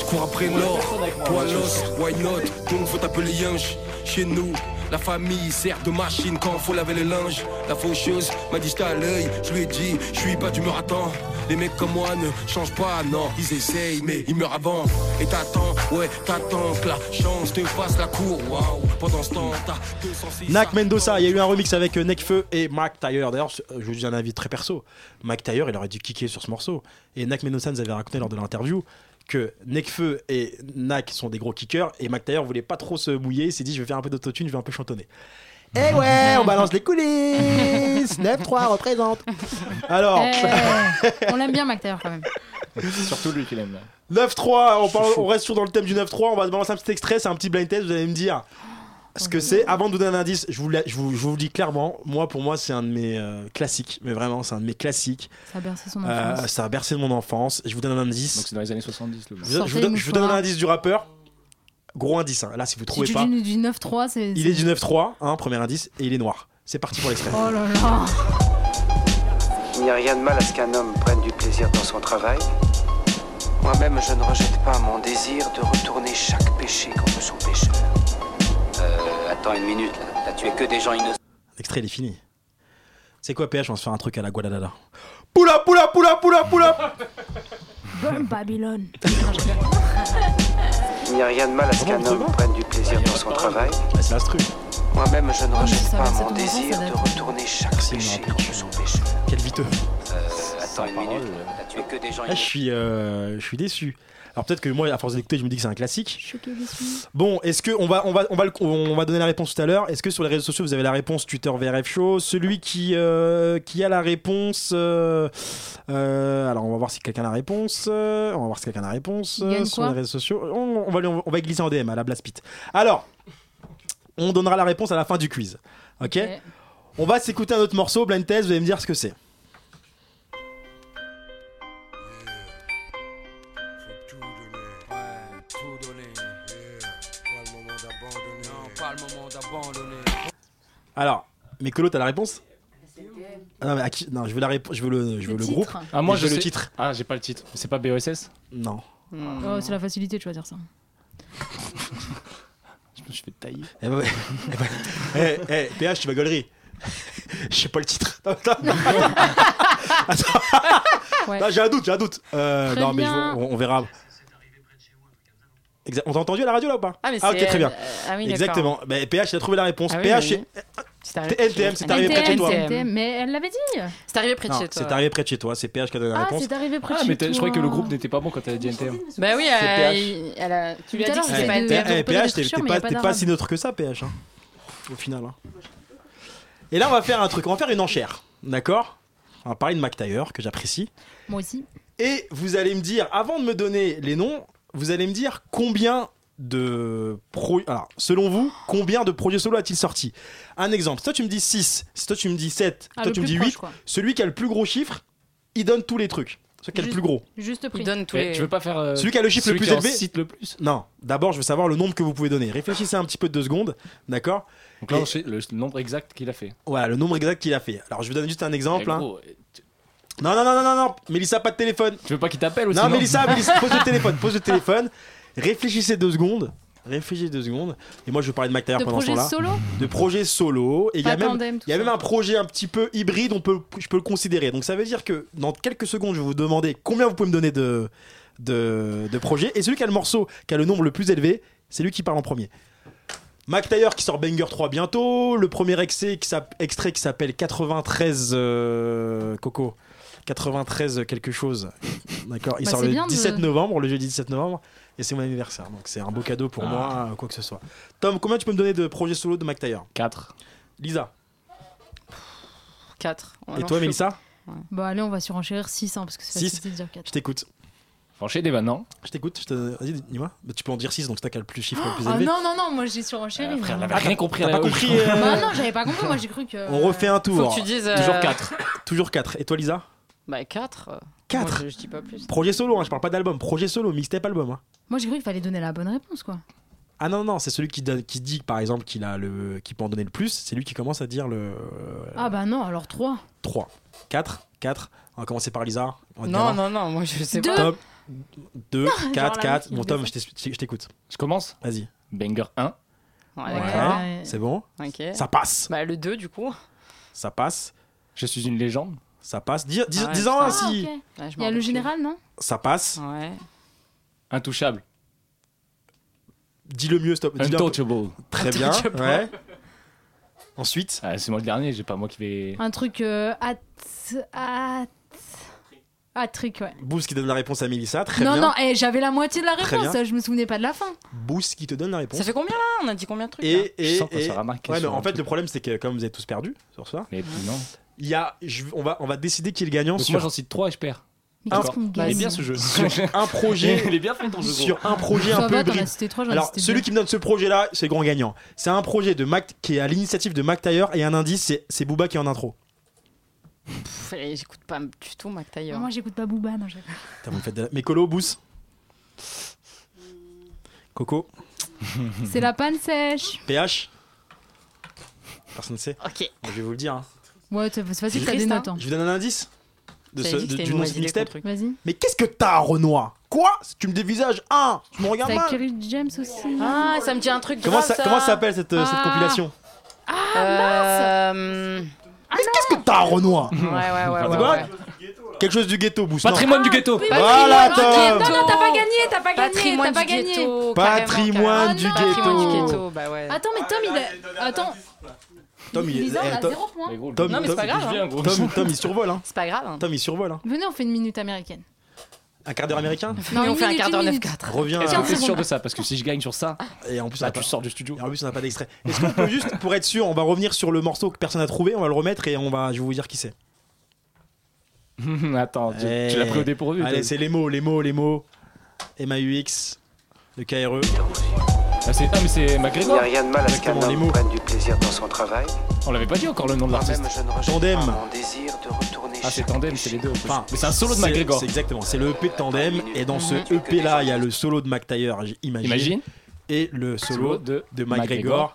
Speaker 11: Je cours après l'or, point l'os, why not Tout le monde faut taper les yinches. Chez nous, la famille sert de machine quand faut laver le linge. La faucheuse m'a dit j'étais à l'œil, je lui ai dit, je suis pas, tu me rattends.
Speaker 13: Les mecs comme moi ne changent pas, non, ils essayent, mais ils meurent avant. Et t'attends, ouais, t'attends que la chance te fasse la cour. Waouh, pendant ce temps, t'as 206.
Speaker 3: Nak Mendoza, il y a eu un remix avec euh, Nekfeu et Mac Tyre. D'ailleurs, ce- euh, je vous dis un avis très perso. Mac Tyre, il aurait dû kicker sur ce morceau. Et Nak Mendoza nous avait raconté lors de l'interview que Nekfeu et Nak sont des gros kickers et Mac Tyre voulait pas trop se mouiller. Il s'est dit, je vais faire un peu d'autotune, je vais un peu chantonner. Eh ouais, on balance les coulisses 9-3 représente Alors,
Speaker 5: Eh, on l'aime bien, Mac, d'ailleurs, quand même.
Speaker 6: Surtout lui qui l'aime.
Speaker 3: 9-3, on, parle- on reste toujours dans le thème du 9-3, on va se balancer un petit extrait, c'est un petit blind test, vous allez me dire ce que c'est. Avant de vous donner un indice, je vous, la- je vous, je vous le dis clairement, moi pour moi c'est un de mes euh, classiques, mais vraiment c'est un de mes classiques.
Speaker 5: Ça a bercé son
Speaker 3: Euh,
Speaker 5: enfance.
Speaker 3: ça a bercé mon enfance, je vous donne un indice.
Speaker 6: Donc c'est dans les années 70 le
Speaker 3: Je, vous- je vous, donne- je vous donne un indice du rappeur, gros indice, hein. là si vous trouvez
Speaker 5: du,
Speaker 3: pas.
Speaker 5: du, du 9-3, c'est.
Speaker 3: Il est du 9-3, hein, premier indice, et il est noir. C'est parti pour l'extrait.
Speaker 5: Oh là là.
Speaker 14: Il n'y a rien de mal à ce qu'un homme prenne du plaisir dans son travail. Moi-même, je ne rejette pas mon désir de retourner chaque péché contre son pécheur. Euh, attends une minute, là. Là, tu es que des gens innocents.
Speaker 3: L'extrait il est fini. C'est quoi PH On va se faire un truc à la Guadalada. Poula, poula, poula, poula, poula
Speaker 5: Burn Babylone.
Speaker 14: Il n'y a rien de mal à ce qu'un homme prenne du plaisir dans son travail.
Speaker 3: C'est l'instru.
Speaker 14: Moi-même, je ne rejette
Speaker 3: ça
Speaker 14: pas
Speaker 3: va, c'est
Speaker 14: mon
Speaker 3: ton enfant,
Speaker 14: désir
Speaker 3: ça
Speaker 14: de
Speaker 3: date.
Speaker 14: retourner chaque péché contre son pécheur.
Speaker 3: Quel viteux.
Speaker 14: Euh, attends une minute, là. Là, tu es que des gens
Speaker 3: Ah, je
Speaker 14: innocents.
Speaker 3: suis, euh, je suis déçu. Alors peut-être que moi, à force d'écouter, je me dis que c'est un classique. Bon, est-ce que on va, on va, on va, le- on va donner la réponse tout à l'heure. Est-ce que sur les réseaux sociaux, vous avez la réponse Twitter VRF Show Celui qui, euh, qui a la réponse. euh, euh, alors on va voir si quelqu'un a la réponse. euh, on va voir si quelqu'un a la réponse
Speaker 5: Il gagne
Speaker 3: euh, sur
Speaker 5: quoi
Speaker 3: les réseaux sociaux. On, on va, lui- on va y glisser en DM à la Blaspit. Alors, on donnera la réponse à la fin du quiz. Ok. On va s'écouter un autre morceau, blind test. Vous allez me dire ce que c'est.
Speaker 15: Tout donner. Pas le moment d'abandonner. Non, pas le moment d'abandonner.
Speaker 3: Alors, mais Colo, t'as la réponse Ah non, mais à qui- non, je veux, la répo- je veux le, je veux
Speaker 5: Le
Speaker 3: le
Speaker 5: titre.
Speaker 3: groupe.
Speaker 6: Ah, moi,
Speaker 3: et
Speaker 6: je
Speaker 3: veux le
Speaker 6: sais.
Speaker 3: titre.
Speaker 6: Ah, j'ai pas le titre. C'est pas BOSS
Speaker 3: Non.
Speaker 5: Oh, c'est la facilité de choisir ça.
Speaker 6: Je vais te tailler.
Speaker 3: Eh ben, ouais. Eh ben, eh, eh, PH, tu vas gaulerie. Je sais pas le titre. Attends, attends. Attends.
Speaker 5: Ouais.
Speaker 3: Non, j'ai un doute, j'ai un doute. Euh,
Speaker 5: Très
Speaker 3: non, mais je-
Speaker 5: bien.
Speaker 3: on, on verra. Exact. On t'a entendu à la radio là ou pas
Speaker 4: Ah, mais
Speaker 3: ok,
Speaker 4: c'est-
Speaker 3: très bien.
Speaker 4: euh, ah oui, d'accord.
Speaker 3: Exactement. Ben, PH, il a trouvé la réponse.
Speaker 4: Ah oui,
Speaker 3: PH,
Speaker 4: oui.
Speaker 3: c'est-
Speaker 4: C'est
Speaker 3: t'es NTM, c'est arrivé près de chez toi.
Speaker 5: NTM, Mais elle l'avait dit.
Speaker 4: C'est arrivé près de
Speaker 3: Non,
Speaker 4: chez toi.
Speaker 3: C'est arrivé près de chez toi, c'est PH qui a donné la
Speaker 5: Ah,
Speaker 3: réponse.
Speaker 5: c'est arrivé près de
Speaker 6: Ah,
Speaker 5: chez
Speaker 6: mais t'as- je croyais que le
Speaker 5: toi.
Speaker 6: groupe n'était pas bon quand t'as dit NTM.
Speaker 4: Bah oui,
Speaker 3: C'est
Speaker 4: euh,
Speaker 3: PH.
Speaker 4: il- elle a- tu
Speaker 5: Tout
Speaker 4: lui as dit
Speaker 5: à
Speaker 4: que
Speaker 5: l'heure,
Speaker 4: c'était pas
Speaker 5: il
Speaker 4: NTM.
Speaker 5: était-
Speaker 3: Eh, PH,
Speaker 5: donc, peut-être
Speaker 3: t'es
Speaker 5: sûr,
Speaker 3: t'es
Speaker 5: mais y
Speaker 3: pas,
Speaker 5: a pas
Speaker 3: t'es pas
Speaker 5: d'arabe.
Speaker 3: si neutre que ça, PH. hein, au final. hein. Et là, on va faire un truc, on va faire une enchère. D'accord On va parler de Mac Taylor, que j'apprécie.
Speaker 5: Moi aussi.
Speaker 3: Et vous allez me dire, avant de me donner les noms, vous allez me dire combien de pro... Alors, selon vous, combien de projets solo a-t-il sorti Un exemple, si toi tu me dis 6, si toi tu me dis 7,
Speaker 5: Ah,
Speaker 3: toi
Speaker 5: le
Speaker 3: tu me
Speaker 5: plus
Speaker 3: dis
Speaker 5: proche,
Speaker 3: 8,
Speaker 5: quoi.
Speaker 3: celui qui a le plus gros chiffre, il donne tous les trucs. Celui qui a le
Speaker 5: Juste-
Speaker 3: plus gros.
Speaker 5: Juste prix.
Speaker 4: donne tous
Speaker 6: Mais les- tu veux pas faire, euh,
Speaker 3: Celui qui a le chiffre
Speaker 6: celui
Speaker 3: le plus
Speaker 6: qui en
Speaker 3: élevé.
Speaker 6: cite le plus
Speaker 3: Non. D'abord, je veux savoir le nombre que vous pouvez donner. Réfléchissez un petit peu deux secondes, d'accord
Speaker 6: Donc là,
Speaker 3: Et-
Speaker 6: on sait le nombre exact qu'il a fait.
Speaker 3: Voilà, le nombre exact qu'il a fait. Alors, je vous donne juste un exemple.
Speaker 6: Eh,
Speaker 3: hein.
Speaker 6: gros,
Speaker 3: Non, non, non, non, non, non. Mélissa, pas de téléphone.
Speaker 6: Tu veux pas qu'il t'appelle aussi
Speaker 3: Non, Mélissa, Mélissa, pose le téléphone, pose le téléphone. Réfléchissez deux secondes. Réfléchissez deux secondes. Et moi, je vais parler de Mac Taylor
Speaker 5: De
Speaker 3: pendant ce
Speaker 5: projet
Speaker 3: temps-là.
Speaker 5: solo
Speaker 3: De projet solo. Et il y a
Speaker 5: Pas tandem,
Speaker 3: même,
Speaker 5: tout
Speaker 3: il y a
Speaker 5: ça.
Speaker 3: même un projet un petit peu hybride, on peut, je peux le considérer. Donc, ça veut dire que dans quelques secondes, je vais vous demander combien vous pouvez me donner de, de, de projets. Et celui qui a le morceau, qui a le nombre le plus élevé, c'est lui qui parle en premier. Mac Taylor qui sort Banger 3 bientôt, le premier excès qui s'app- extrait qui s'appelle 93 euh, Coco 93 quelque chose. D'accord, il
Speaker 5: Bah,
Speaker 3: sort
Speaker 5: c'est
Speaker 3: le
Speaker 5: bien de-
Speaker 3: 17 novembre, le jeudi 17 novembre et c'est mon anniversaire. Donc c'est un beau cadeau pour
Speaker 6: Ah.
Speaker 3: moi euh, quoi que ce soit. Tom, combien tu peux me donner de projets solo de Mac Taylor
Speaker 6: 4.
Speaker 3: Lisa.
Speaker 4: 4.
Speaker 3: et toi Mélissa
Speaker 5: Bah, allez, on va surenchérir 6 hein, parce que c'est
Speaker 3: Six.
Speaker 5: facile de dire 4.
Speaker 3: Je t'écoute.
Speaker 6: Enchaînez maintenant.
Speaker 3: Je t'écoute, je te- vas-y dis-moi. Bah, tu peux en dire 6 donc c'est toi qui as le plus chiffre le plus
Speaker 5: Ah
Speaker 3: élevé. Euh,
Speaker 5: non, non, non, moi j'ai surenchéri.
Speaker 6: Frère,
Speaker 5: moi.
Speaker 6: elle avait rien compris.
Speaker 3: T'as
Speaker 6: elle
Speaker 3: pas
Speaker 6: avait-
Speaker 3: compris euh,
Speaker 5: Bah, non, j'avais pas compris. Moi j'ai cru que.
Speaker 3: On refait un tour.
Speaker 4: Faut que tu dises, euh,
Speaker 3: Toujours 4. Toujours 4. Et toi Lisa
Speaker 4: Bah 4.
Speaker 3: Quatre.
Speaker 4: je, je dis pas plus.
Speaker 3: Projet solo, hein, je parle pas d'album, projet solo, mixtape album. hein.
Speaker 5: Moi j'ai cru qu'il fallait donner la bonne réponse quoi.
Speaker 3: Ah non, non, c'est celui qui, donne, qui dit par exemple qu'il a le, qui peut en donner le plus, c'est lui qui commence à dire le
Speaker 5: Ah bah non, alors 3.
Speaker 3: 3, 4, 4. On va commencer par Lisa. On va te
Speaker 4: Non,
Speaker 3: dire
Speaker 4: non, non, moi je sais
Speaker 5: Deux.
Speaker 4: pas.
Speaker 3: Tom, 2,
Speaker 5: genre
Speaker 3: 4,
Speaker 5: la
Speaker 3: 4.
Speaker 5: meuf,
Speaker 3: Bon,
Speaker 5: il
Speaker 3: Tom, je
Speaker 5: descend.
Speaker 3: t'es- je t'écoute.
Speaker 6: Je commence.
Speaker 3: Vas-y.
Speaker 6: Banger 1.
Speaker 4: Ouais,
Speaker 3: Voilà,
Speaker 5: ouais.
Speaker 3: c'est bon.
Speaker 4: Ok.
Speaker 3: Ça passe.
Speaker 4: Bah le 2 du coup.
Speaker 3: Ça passe.
Speaker 6: Je suis une légende.
Speaker 3: Ça passe. Dis-
Speaker 4: Ah
Speaker 3: dis- Disons
Speaker 5: Ah,
Speaker 3: ainsi.
Speaker 5: Il y a le général, non
Speaker 3: Ça passe.
Speaker 6: Intouchable.
Speaker 3: Dis le mieux, stop. Dis-le un peu.
Speaker 6: Untouchable.
Speaker 3: Très bien.
Speaker 6: Untouchable.
Speaker 3: ouais. Ensuite
Speaker 6: Ah, C'est moi le dernier, j'ai pas moi qui vais.
Speaker 5: Un truc euh, at at atrique, ouais.
Speaker 3: Boost qui donne la réponse à Mélissa. Très
Speaker 5: non,
Speaker 3: bien.
Speaker 5: non, eh, j'avais la moitié de la
Speaker 3: Très
Speaker 5: réponse,
Speaker 3: bien.
Speaker 5: je me souvenais pas de la fin.
Speaker 3: Boost qui te donne la réponse.
Speaker 4: Ça fait combien là On a dit combien de trucs là
Speaker 3: et, et,
Speaker 6: Je sens qu'on
Speaker 3: et-
Speaker 6: sera marqué
Speaker 3: ouais, mais
Speaker 6: sur un
Speaker 3: en fait,
Speaker 6: truc.
Speaker 3: le problème, c'est que comme vous avez tous perdu sur ça,
Speaker 6: Mais non.
Speaker 3: Il y a, je- on, va, on va décider qui est le gagnant
Speaker 6: Donc
Speaker 3: sur.
Speaker 6: moi j'en cite 3 et je perds.
Speaker 3: Mais qu'est-ce qu'on gagne
Speaker 6: Il est bien ce jeu.
Speaker 3: Sur un projet.
Speaker 6: Il est bien fait ton jeu. gros.
Speaker 3: Sur un projet un peu hybride. Alors, celui qui me donne ce projet-là, c'est le grand gagnant. C'est un projet de Mac, qui est à l'initiative de Mac Taylor et un indice, c'est- c'est Booba qui est en intro.
Speaker 4: Pff, et J'écoute pas du tout Mac Taylor.
Speaker 5: Moi, j'écoute pas Booba, non, j'ai-
Speaker 3: Putain, vous me faites de la- Mais Colo, Bous Coco
Speaker 5: C'est la panne sèche.
Speaker 3: PH Personne ne sait.
Speaker 4: Ok.
Speaker 3: Je vais vous le dire. hein.
Speaker 5: Ouais, c'est c'est facile,
Speaker 3: C'est
Speaker 5: t'as des
Speaker 3: triste,
Speaker 5: notes.
Speaker 3: hein. Je vous donne un indice de
Speaker 5: T'avais
Speaker 3: ce-
Speaker 5: dit que
Speaker 3: de-
Speaker 5: c'était
Speaker 3: du nom
Speaker 5: une
Speaker 3: de
Speaker 5: mauvaise
Speaker 3: ce
Speaker 5: idée,
Speaker 3: mixtape.
Speaker 5: ton truc. Vas-y.
Speaker 3: Mais qu'est-ce que t'as, Renoir Quoi Tu me dévisages Un Tu me regardes
Speaker 5: C'est avec
Speaker 3: mal
Speaker 5: Kerry James aussi.
Speaker 4: Ah, ça me dit un truc
Speaker 3: Comment
Speaker 4: grave,
Speaker 3: ça, comment ça s'appelle cette, euh, cette
Speaker 4: Ah.
Speaker 3: compilation
Speaker 4: Euh,
Speaker 3: Mais qu'est-ce que t'as, Renoir
Speaker 4: Ouais, ouais, ouais,
Speaker 3: C'est
Speaker 4: ouais,
Speaker 3: quoi
Speaker 4: ouais.
Speaker 3: Quelque chose du ghetto, Boost.
Speaker 6: Patrimoine du ghetto.
Speaker 3: Voilà,
Speaker 5: Patrimoine
Speaker 3: Tom.
Speaker 5: du ghetto. Non, non, t'as pas gagné, t'as pas gagné,
Speaker 4: Patrimoine
Speaker 5: t'as pas
Speaker 4: du
Speaker 5: gagné.
Speaker 4: ghetto,
Speaker 3: Patrimoine du
Speaker 4: Patrimoine du
Speaker 3: ghetto.
Speaker 4: ghetto, bah ouais.
Speaker 5: Attends, mais Tom, il a. Attends.
Speaker 3: Tom, il
Speaker 5: Lisa, on a
Speaker 3: eh, Tom-
Speaker 5: zéro point.
Speaker 3: Tom-
Speaker 4: Non, mais c'est
Speaker 3: Tom-
Speaker 4: pas grave, hein.
Speaker 3: Tom, Tom, il survole. Hein.
Speaker 4: C'est pas grave. hein.
Speaker 3: Tom, il survole. Hein.
Speaker 5: Venez, on fait une minute américaine.
Speaker 3: Un quart d'heure américain
Speaker 5: Non,
Speaker 4: Mais on
Speaker 5: une
Speaker 4: fait un
Speaker 5: minute,
Speaker 4: quart d'heure
Speaker 5: une
Speaker 4: 9-4.
Speaker 3: Reviens.
Speaker 6: Est-ce
Speaker 3: à-
Speaker 6: que t'es sûr de ça Parce que si je gagne sur ça,
Speaker 3: Et en plus, on
Speaker 6: bah,
Speaker 3: a pas-
Speaker 6: tu sors du studio.
Speaker 3: et en plus, on n'a pas d'extrait. Est-ce qu'on peut juste, pour être sûr, on va revenir sur le morceau que personne n'a trouvé, on va le remettre et on va, je vais vous dire qui c'est.
Speaker 6: Attends, tu,
Speaker 3: Eh.
Speaker 6: tu l'as pris au dépourvu.
Speaker 3: Allez,
Speaker 6: toi.
Speaker 3: c'est les mots, les mots, les mots. MAUX, le E. KRE.
Speaker 6: Ah, c'est- ah, mais c'est
Speaker 14: Il n'y
Speaker 6: McGregor.
Speaker 14: a rien de mal à ce qu'un
Speaker 3: Exactement, les mots.
Speaker 14: homme prenne du plaisir dans son travail.
Speaker 6: On l'avait pas dit encore le nom de l'artiste.
Speaker 14: Moi-même, je ne rejette
Speaker 3: Tandem.
Speaker 14: pas mon désir de retourner
Speaker 6: Ah, c'est Tandem, c'est les deux. en plus.
Speaker 3: Enfin,
Speaker 6: mais c'est un solo de
Speaker 3: c'est-
Speaker 6: McGregor.
Speaker 3: C'est exactement, c'est le EP de tandem. Et dans ce EP là, il y a le solo de Mac Taylor, j- imagine,
Speaker 6: Imagine
Speaker 3: et le solo
Speaker 6: Solo de
Speaker 3: de McGregor,
Speaker 6: McGregor.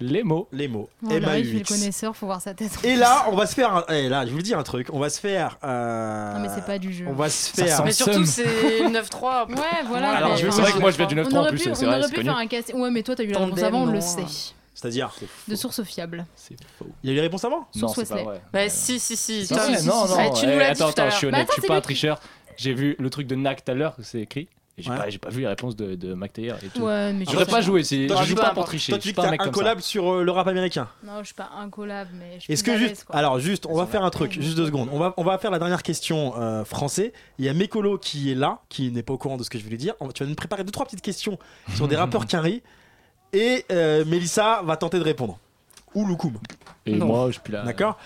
Speaker 6: les mots.
Speaker 3: les mots.
Speaker 5: Oh là, il fait le
Speaker 3: MAUX.
Speaker 5: connaisseur, faut voir sa tête.
Speaker 3: Et là, on va se faire. Un... eh, là, je vous le dis un truc. On va se faire. euh,
Speaker 5: Non, mais c'est pas du jeu.
Speaker 3: On va se
Speaker 6: Ça
Speaker 3: faire.
Speaker 6: sent-
Speaker 4: Mais surtout,
Speaker 6: Somme.
Speaker 4: c'est 9-3.
Speaker 5: Ouais, voilà.
Speaker 3: Alors,
Speaker 5: mais-
Speaker 3: je vais-
Speaker 5: enfin,
Speaker 6: C'est vrai que moi je viens du
Speaker 5: on
Speaker 6: 9-3 en
Speaker 5: aurait
Speaker 6: plus,
Speaker 5: pu,
Speaker 6: c'est
Speaker 5: on
Speaker 6: vrai,
Speaker 5: aurait
Speaker 6: c'est
Speaker 5: pu
Speaker 6: connu.
Speaker 5: faire un casting. Ouais, mais toi, t'as eu la
Speaker 4: Tandem,
Speaker 5: réponse avant, on le
Speaker 4: non.
Speaker 5: sait.
Speaker 3: C'est-à-dire,
Speaker 5: De sources fiables.
Speaker 6: C'est faux.
Speaker 3: il y a eu les réponses avant
Speaker 5: Sur
Speaker 6: Non, c'est pas
Speaker 5: Wesley.
Speaker 6: vrai.
Speaker 4: Bah si, si, si.
Speaker 6: Non,
Speaker 4: Tom,
Speaker 6: non,
Speaker 4: si,
Speaker 6: Ah non,
Speaker 4: si, si. Eh, Tu nous
Speaker 6: eh,
Speaker 4: l'as dit
Speaker 6: attends,
Speaker 4: tout à
Speaker 6: attends, je suis
Speaker 4: l'heure.
Speaker 5: Bah
Speaker 6: honnête,
Speaker 5: attends,
Speaker 6: je suis
Speaker 5: c'est
Speaker 6: pas
Speaker 5: lui
Speaker 6: un tricheur. J'ai vu le truc de Nac tout à l'heure, c'est écrit. Et j'ai
Speaker 3: Ouais.
Speaker 6: pas, j'ai pas vu la réponse de, de McTayer et tout.
Speaker 5: Ouais, mais je
Speaker 6: J'aurais
Speaker 5: sais
Speaker 6: pas joué, c'est-
Speaker 3: Toi,
Speaker 6: je
Speaker 3: tu
Speaker 6: joue
Speaker 3: dis
Speaker 6: pas
Speaker 3: pas-
Speaker 6: pour tricher.
Speaker 3: Toi,
Speaker 6: Je
Speaker 3: tu dis
Speaker 6: suis
Speaker 3: que
Speaker 6: pas un
Speaker 3: t'as
Speaker 6: mec
Speaker 3: un
Speaker 6: comme ça.
Speaker 3: collab sur euh, le rap américain.
Speaker 5: Non, je suis pas un collab, mais je suis
Speaker 3: Est-ce que
Speaker 5: plus à
Speaker 3: juste.
Speaker 5: l'aise, quoi.
Speaker 3: Alors, juste, on va faire un truc,
Speaker 5: balèze.
Speaker 3: juste deux secondes. On va, on va faire la dernière question euh, français. Il y a Mécolo qui est là, qui n'est pas au courant de ce que je vais lui dire. On- Tu vas nous préparer deux, trois petites questions sur des rappeurs carrés. Et euh, Mélissa va tenter de répondre. Ou Loukoum,
Speaker 6: Et
Speaker 4: Non.
Speaker 6: moi, je suis là.
Speaker 3: d'accord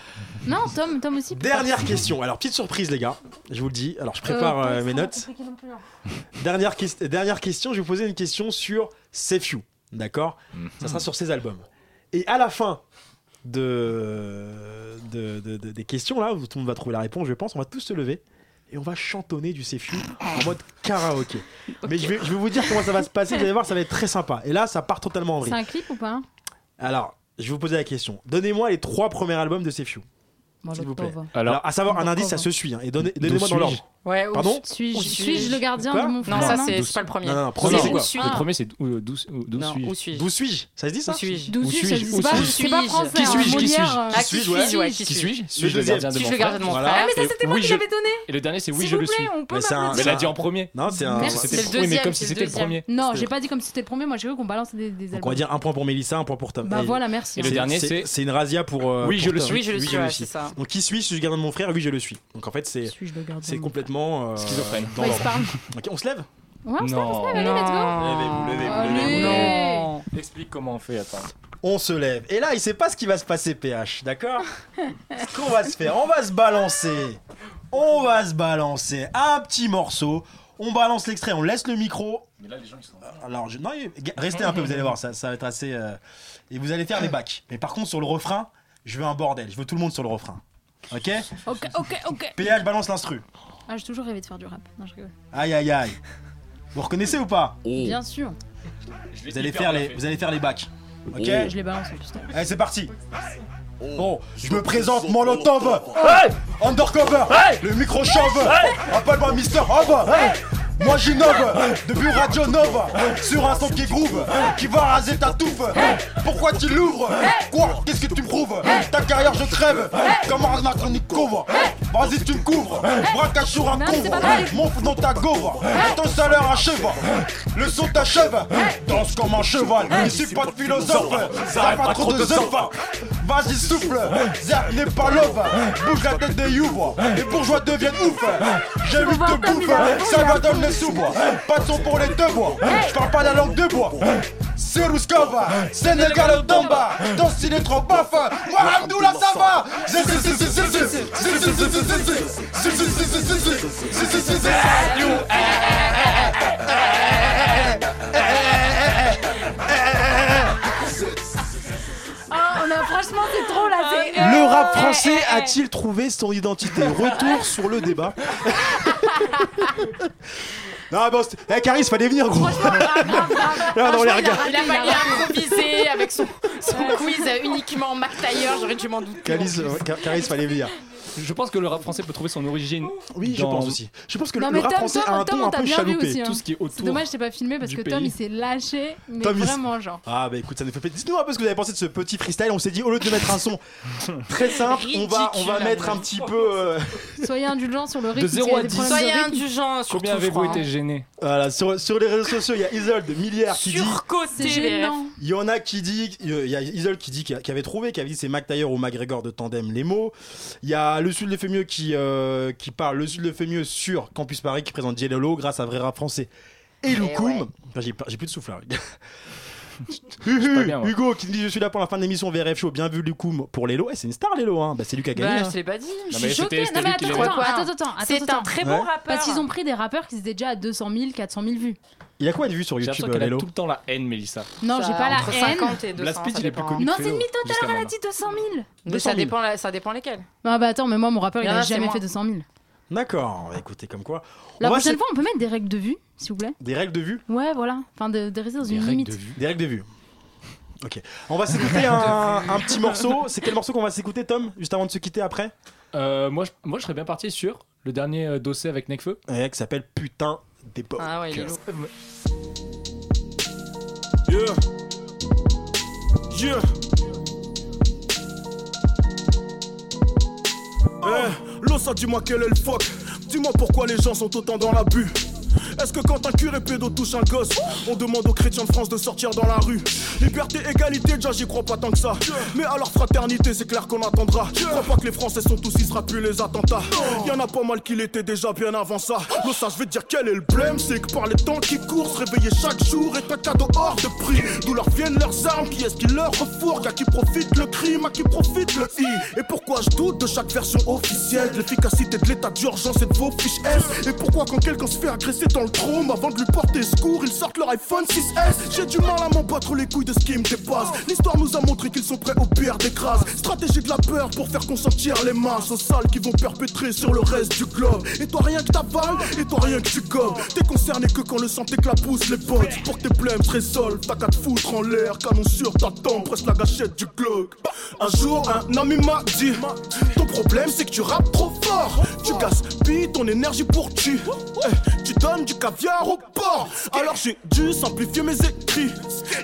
Speaker 5: Non, Tom, Tom aussi. peut-être.
Speaker 3: Dernière question. Alors, petite surprise, les gars. Je vous le dis. Alors, je prépare
Speaker 5: Euh,
Speaker 3: euh,
Speaker 5: pas
Speaker 3: mes
Speaker 5: extrêmement
Speaker 3: notes.
Speaker 5: compliqué non plus, hein.
Speaker 3: Dernière, ques- dernière question, je vais vous poser une question sur Safe You, d'accord Ça sera sur ses albums. Et à la fin de, de- de- de- des questions, là, où tout le monde va trouver la réponse, je pense, on va tous se lever et on va chantonner du Safe You en mode karaoké. Mais je vais, je vais vous dire comment ça va se passer, vous allez voir, ça va être très sympa. Et là, ça part totalement en
Speaker 5: C'est
Speaker 3: vrille.
Speaker 5: un clip ou pas
Speaker 3: Alors, je vais vous poser la question. Donnez-moi les trois premiers albums de Safe You.
Speaker 5: Bon,
Speaker 3: S'il
Speaker 5: le
Speaker 3: vous plaît.
Speaker 5: pauvre.
Speaker 3: Alors,
Speaker 6: Alors,
Speaker 3: à savoir, un
Speaker 5: Encore.
Speaker 3: indice, ça se suit. hein, et donnez- donnez-moi
Speaker 6: D'où
Speaker 3: dans
Speaker 6: suis-je
Speaker 3: l'ordre.
Speaker 4: Ouais, ou-
Speaker 3: Pardon
Speaker 5: Suis-je
Speaker 4: Où
Speaker 5: suis-je le gardien
Speaker 3: Quoi
Speaker 5: de mon frère
Speaker 4: Non, ça,
Speaker 6: Non,
Speaker 4: c'est
Speaker 6: douze.
Speaker 4: c'est pas le premier.
Speaker 3: Non, non, non,
Speaker 4: C'est
Speaker 3: premier, c'est
Speaker 4: où
Speaker 3: quoi
Speaker 4: suis-je
Speaker 6: le premier, c'est d'où d'où- d'où
Speaker 4: Non, Où
Speaker 6: suis-je
Speaker 4: suis-je
Speaker 3: D'où suis-je Ça se dit ça
Speaker 4: Où suis-je
Speaker 5: D'où
Speaker 6: Où
Speaker 5: suis-je
Speaker 6: suis-je
Speaker 5: C'est pas-
Speaker 6: Où
Speaker 5: C'est pas
Speaker 4: suis-je
Speaker 5: français.
Speaker 6: Qui
Speaker 5: hein,
Speaker 6: suis-je Qui
Speaker 5: Molière,
Speaker 6: suis-je
Speaker 5: euh,
Speaker 4: Ah,
Speaker 3: suis-je,
Speaker 4: ouais,
Speaker 6: Qui suis-je Suis-je le
Speaker 3: deuxième.
Speaker 6: gardien de
Speaker 4: Suis-je
Speaker 6: mon
Speaker 4: le gardien de
Speaker 6: frère
Speaker 4: mon
Speaker 3: Voilà.
Speaker 5: Ah,
Speaker 4: frère
Speaker 5: mais ça, c'était
Speaker 6: Et
Speaker 5: moi
Speaker 6: oui,
Speaker 5: qui
Speaker 6: je-
Speaker 5: l'avais donné.
Speaker 6: Et le dernier, c'est Oui,
Speaker 5: S'il
Speaker 6: je
Speaker 5: vous
Speaker 6: le
Speaker 5: plaît,
Speaker 6: suis.
Speaker 5: on peut
Speaker 3: Mais c'est un-
Speaker 6: Mais
Speaker 5: m'applaudir.
Speaker 6: elle l'a dit en premier.
Speaker 3: Non, c'est un.
Speaker 5: Merci.
Speaker 4: C'est
Speaker 6: C'était le
Speaker 4: le
Speaker 6: premier, mais
Speaker 4: deuxième,
Speaker 6: comme si
Speaker 4: c'est le
Speaker 6: c'était le
Speaker 4: deuxième.
Speaker 6: premier.
Speaker 5: Non, j'ai pas dit comme si c'était le premier. Moi, j'ai cru qu'on balançait des, des
Speaker 3: Donc on va
Speaker 5: albums.
Speaker 3: dire un point pour Mélissa, un point pour Tom.
Speaker 5: Bah
Speaker 3: Et-
Speaker 5: voilà, merci.
Speaker 6: Et le
Speaker 3: C'est-
Speaker 6: dernier,
Speaker 3: c'est
Speaker 6: c'est-
Speaker 3: c'est une razzia pour. euh,
Speaker 6: Oui, je
Speaker 3: pour
Speaker 6: le
Speaker 3: Tom.
Speaker 6: suis.
Speaker 4: Oui, je le suis, ouais, c'est ça.
Speaker 3: Donc qui suis-je Je suis le gardien de mon frère. Oui, je le suis. Donc en fait, c'est
Speaker 5: Suis-je le gardien
Speaker 3: c'est
Speaker 5: de mon-
Speaker 3: complètement euh,
Speaker 6: Schizophrène.
Speaker 3: dans
Speaker 5: Ouais, ils
Speaker 3: l'ordre.
Speaker 5: se parlent.
Speaker 3: Ok, on se lève.
Speaker 5: Ouais, on se lève, on se lève, allez, let's go.
Speaker 4: Non.
Speaker 3: Levez-vous, levez-vous,
Speaker 5: Allez.
Speaker 3: levez-vous, levez-vous.
Speaker 4: Non.
Speaker 6: Explique comment on fait, attends.
Speaker 3: On se lève. Et là, il sait pas ce qui va se passer, PH. D'accord Ce qu'on va se faire, on va se balancer. On va se balancer un petit morceau. On balance l'extrait. On laisse le micro.
Speaker 6: Mais là, les gens, ils sont.
Speaker 3: Alors, je- non, il- restez un peu, vous allez voir, ça, ça va être assez. euh, Et vous allez faire des bacs. Mais par contre, sur le refrain, je veux un bordel. Je veux tout le monde sur le refrain. Ok
Speaker 5: Ok, ok, ok.
Speaker 3: PH balance l'instru.
Speaker 5: Ah, j'ai toujours rêvé de faire du rap. Non, je rigole.
Speaker 6: Oh.
Speaker 3: Aïe aïe aïe. Vous reconnaissez ou pas
Speaker 5: Bien sûr.
Speaker 3: Vous allez faire les, vous allez faire les bacs.
Speaker 6: Oh.
Speaker 3: Ok.
Speaker 5: Je les balance en plus. tard.
Speaker 3: Allez, c'est parti. Bon, je me présente Molotov. Hey Undercover. Le micro chauve. Appelle-moi Mister Hob. Moi j'innove depuis Radio Nova sur un son qui groove qui va raser ta touffe. Pourquoi tu l'ouvres Quoi Qu'est-ce que tu me prouves Ta carrière je crève comme un macronique couvre. Vas-y tu me couvres, braquage sur un couvre. Mon dans ta gauvre, ton salaire à cheval. Le son t'achève, danse comme un cheval. Ici pas de philosophe, ça pas trop de zopha. Vas-y souffle, Zerk n'est pas love. Bouge la tête des youvres, les bourgeois deviennent ouf. J'ai vu te bouffe, ça va dans les sous-bois. Pas de son pour les deux bois, je parle pas la langue de bois. C'est Rouskova, Sénégal au Tamba, dans il est trop baf, Mohamdoula ça va. C'est- c'est- c'est- c'est- c'est- c'est- c'est- c'est- c'est- c'est- c'est- c'est- c'est- c'est- c'est- c'est- c'est- c'est- c'est- c'est- c'est-
Speaker 5: Ah, on a franchement, c'est trop là.
Speaker 6: Ah,
Speaker 5: c'est-
Speaker 3: Le rap français a-t-il trouvé son identité Retour sur le débat. non, bon, c'était- eh, Caris, fallait venir, gros. Non, non, les regards.
Speaker 4: Il a, il a- il a improvisé avec son, son quiz uniquement Mac Taylor, j'aurais dû m'en douter.
Speaker 3: Caris, euh, Car- Caris, fallait venir.
Speaker 6: Je pense que le rap français peut trouver son origine.
Speaker 3: Oui, je pense aussi. Je pense que
Speaker 5: Non,
Speaker 6: le
Speaker 5: mais
Speaker 6: rap
Speaker 5: Tom,
Speaker 6: français
Speaker 5: Tom,
Speaker 6: a un
Speaker 5: Tom,
Speaker 6: ton
Speaker 5: on
Speaker 6: un
Speaker 5: t'a
Speaker 6: peu
Speaker 5: bien vu
Speaker 6: chaloupé.
Speaker 5: aussi, hein.
Speaker 6: Tout ce qui est
Speaker 5: C'est
Speaker 6: autour.
Speaker 5: dommage, t'ai pas filmé parce
Speaker 6: du
Speaker 5: que Tom,
Speaker 6: pays.
Speaker 5: il s'est lâché, mais
Speaker 3: Tom, il s-
Speaker 5: vraiment, genre.
Speaker 3: Ah bah écoute ça nous fait plaisir. Dites-nous un peu ce que vous avez pensé de ce petit freestyle. On s'est dit au lieu de mettre un son très simple, on va on va
Speaker 5: Ridicule.
Speaker 3: mettre un petit peu euh,
Speaker 5: Soyez indulgents sur le rythme.
Speaker 6: De 0 à 10.
Speaker 4: Soyez indulgents, surtout,
Speaker 6: Combien avez-vous
Speaker 4: hein.
Speaker 6: été gêné
Speaker 3: voilà, sur, sur les réseaux sociaux, il y a Isolde Milliard qui dit
Speaker 4: Surcoté, gênant.
Speaker 3: Il y en a qui dit il y a Isolde qui dit qu'il qu'il avait trouvé qui avait dit c'est McTayer ou McGregor de tandem les mots. Il y a le Sud le fait mieux qui euh, qui parle le Sud le fait mieux sur Campus Paris qui présente Jelolo grâce à vrai rap français. Et
Speaker 15: Eh
Speaker 3: Loukoum, Enfin, j'ai j'ai plus de souffle là. les gars.
Speaker 6: pas bien, moi.
Speaker 3: Hugo qui dit je suis là pour la fin de l'émission VRF Show, bien vu Loukoum pour Lélo. Eh, c'est une star Lélo hein. Bah, c'est lui qui a gagné.
Speaker 4: Bah,
Speaker 3: hein.
Speaker 4: je l'ai pas dit.
Speaker 3: mais
Speaker 4: Je suis
Speaker 3: c'était-
Speaker 4: choquée.
Speaker 3: c'était
Speaker 4: Non, mais
Speaker 3: lui qui
Speaker 4: attends,
Speaker 3: l'a dit.
Speaker 4: attends, attends, attends.
Speaker 5: C'est
Speaker 4: un très
Speaker 3: bon Ouais. rappeur.
Speaker 5: Parce qu'ils ont pris des rappeurs qui étaient déjà à 200 000, 400 000 vues.
Speaker 3: Il a combien de vues sur
Speaker 6: J'ai
Speaker 3: YouTube
Speaker 6: l'impression qu'elle
Speaker 3: Lélo
Speaker 6: a tout le temps la haine, Mélissa.
Speaker 5: Non,
Speaker 4: Ça,
Speaker 5: j'ai pas la
Speaker 4: entre
Speaker 5: haine.
Speaker 4: 50 et 200,
Speaker 6: Blast Beat,
Speaker 4: ça
Speaker 6: il est
Speaker 4: dépend. hein.
Speaker 6: plus connu
Speaker 5: Non,
Speaker 6: que
Speaker 5: c'est
Speaker 6: Lélo,
Speaker 5: une mytho, tout
Speaker 6: jusqu'à
Speaker 5: à l'heure, elle a
Speaker 6: maintenant.
Speaker 5: dit 200 000.
Speaker 4: Mais ça dépend, la- ça dépend lesquels.
Speaker 5: Ah bah attends, mais moi, mon rappeur, il
Speaker 4: Il y en
Speaker 5: a
Speaker 4: a, c'est
Speaker 5: jamais
Speaker 4: moi.
Speaker 5: fait 200 000.
Speaker 3: D'accord, bah, écoutez comme quoi.
Speaker 5: La
Speaker 3: On va
Speaker 5: prochaine
Speaker 3: se-
Speaker 5: fois, on peut mettre des règles de vue, s'il vous plaît.
Speaker 3: Des règles de vue
Speaker 5: Ouais, voilà. Enfin, de, de rester dans une limite.
Speaker 3: Des règles de vue. Ok. On va s'écouter un, un petit morceau. C'est quel morceau qu'on va s'écouter, Tom Juste avant de se quitter après
Speaker 6: Euh, moi, je, moi, je serais bien parti sur le dernier euh, dossier avec Necfeu.
Speaker 3: Ouais, qui s'appelle Putain d'époque.
Speaker 6: Ah ouais,
Speaker 3: il est
Speaker 15: Yeah. Yeah. Eh, Losa, dis-moi quel est le fuck Dis-moi pourquoi les gens sont autant dans l'abus est-ce que quand un curé pédo touche un gosse, on demande aux chrétiens de France de sortir dans la rue Liberté, égalité, déjà j'y crois pas tant que ça. Mais alors fraternité, c'est clair qu'on attendra. Je crois pas que les Français sont tous, ils sera plus les attentats. Y'en a pas mal qui l'étaient déjà bien avant ça. Losa, je vais te dire quel est le problème, c'est que par les temps qui courent, se réveiller chaque jour est un cadeau hors de prix. D'où leur viennent leurs armes, qui est-ce qui leur refourgue, à qui profite le crime, à qui profite le i. Et pourquoi je doute de chaque version officielle, de l'efficacité de l'état d'urgence et de vos fiches S. Et pourquoi quand quelqu'un se fait agresser dans le trôme, avant de lui porter secours, ils sortent leur iPhone 6S. J'ai du mal à m'en battre les couilles de ce qui me dépasse. L'histoire nous a montré qu'ils sont prêts au pire des crases. Stratégie de la peur pour faire consentir les masses aux sales qui vont perpétrer sur le reste du globe. Et toi rien que t'avales, et toi rien que tu gobes. T'es concerné que quand le sang t'éclabousse les potes. Pour que tes blèmes se résolvent, t'as qu'à te foutre en l'air. Canon sur ta tempe, presse la gâchette du Glock. Un jour, un ami m'a dit Ton problème, c'est que tu rappes trop fort. Tu gaspilles ton énergie pour tu. Eh, tu donnes du caviar au porc. Alors j'ai dû simplifier mes écrits.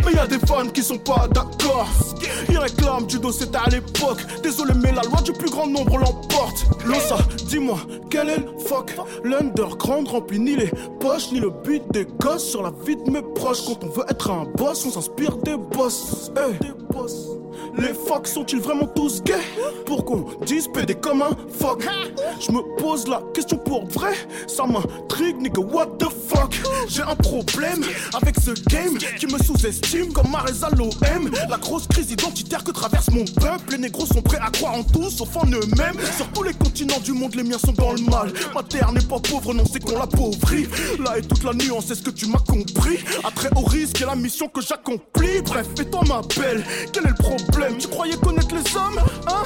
Speaker 15: Mais y a des fans qui sont pas d'accord. Ils réclament du dos, c'était à l'époque. Désolé, mais la loi du plus grand nombre l'emporte. Losa, dis-moi, quel est le fuck L'underground remplit ni les poches, ni le but des gosses sur la vie de mes proches. Quand on veut être un boss, on s'inspire des boss. Eh. Les fucks sont-ils vraiment tous gays Pour qu'on dise PD comme un fuck Je me pose la question pour vrai Ça m'intrigue nigga what the fuck J'ai un problème avec ce game Qui me sous-estime comme Maresa l'OM La grosse crise identitaire que traverse mon peuple Les négros sont prêts à croire en tout sauf en eux-mêmes Sur tous les continents du monde les miens sont dans le mal Ma terre n'est pas pauvre non c'est qu'on l'appauvrit Là est toute la nuance est-ce que tu m'as compris Attrait au risque et la mission que j'accomplis Bref et toi ma belle quel est le problème Tu croyais connaître les hommes Hein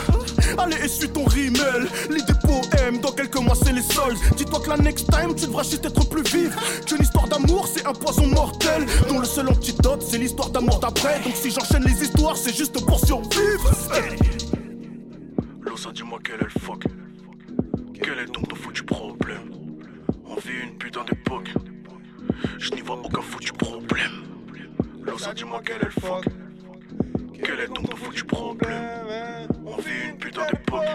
Speaker 15: Allez essuie ton rimel L'idée poème dans quelques mois c'est les soldes Dis-toi que la next time tu devras juste être plus vive Qu'une histoire d'amour c'est un poison mortel Dont le seul antidote c'est l'histoire d'amour d'après Donc si j'enchaîne les histoires c'est juste pour survivre
Speaker 11: Losa, dis-moi quel est le fuck Quel est donc ton foutu problème On vit une putain d'époque Je n'y vois aucun foutu problème. Losa, dis-moi quel est le fuck. Quel est ton foutu problème? On vit une putain d'époque.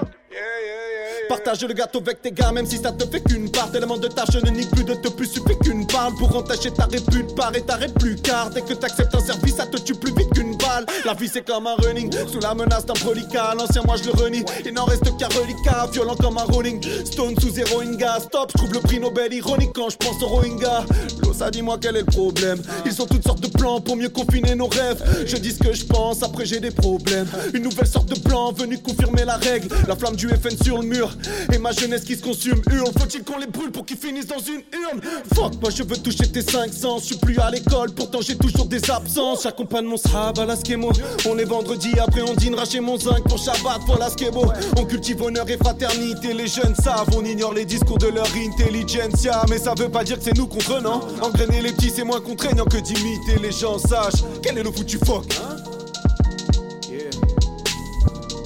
Speaker 16: Partage le gâteau avec tes gars, même si ça te fait qu'une part. Tellement de tâches, je ne nie plus de te plus, suffit qu'une parle pour entacher ta répute. Par et t'arrêtes plus car dès que t'acceptes un service, ça te tue plus vite qu'une balle. La vie c'est comme un running, sous la menace d'un prolica. L'ancien, moi je le renie, il n'en reste qu'un reliquat. Violent comme un rolling, stone sous Rohinga. Stop, je trouve le prix Nobel ironique quand je pense au Rohinga. Losa, dis-moi quel est le problème. Ils ont toutes sortes de plans pour mieux confiner nos rêves. Je dis ce que je pense, après j'ai des problèmes. Une nouvelle sorte de plan venu confirmer la règle. La flamme du FN sur le mur Et ma jeunesse qui se consume hurle Faut-il qu'on les brûle pour qu'ils finissent dans une urne Fuck, moi je veux toucher tes 500 Je suis plus à l'école, pourtant j'ai toujours des absences J'accompagne mon sahab à la skemo On est vendredi, après on dînera chez mon zinc Pour Shabbat, pour la skemo On cultive honneur et fraternité Les jeunes savent, on ignore les discours de leur intelligentsia Mais ça veut pas dire que c'est nous qu'on renant Engrainer les petits c'est moins contraignant que d'imiter les gens sages Quel est le foutu fuck hein?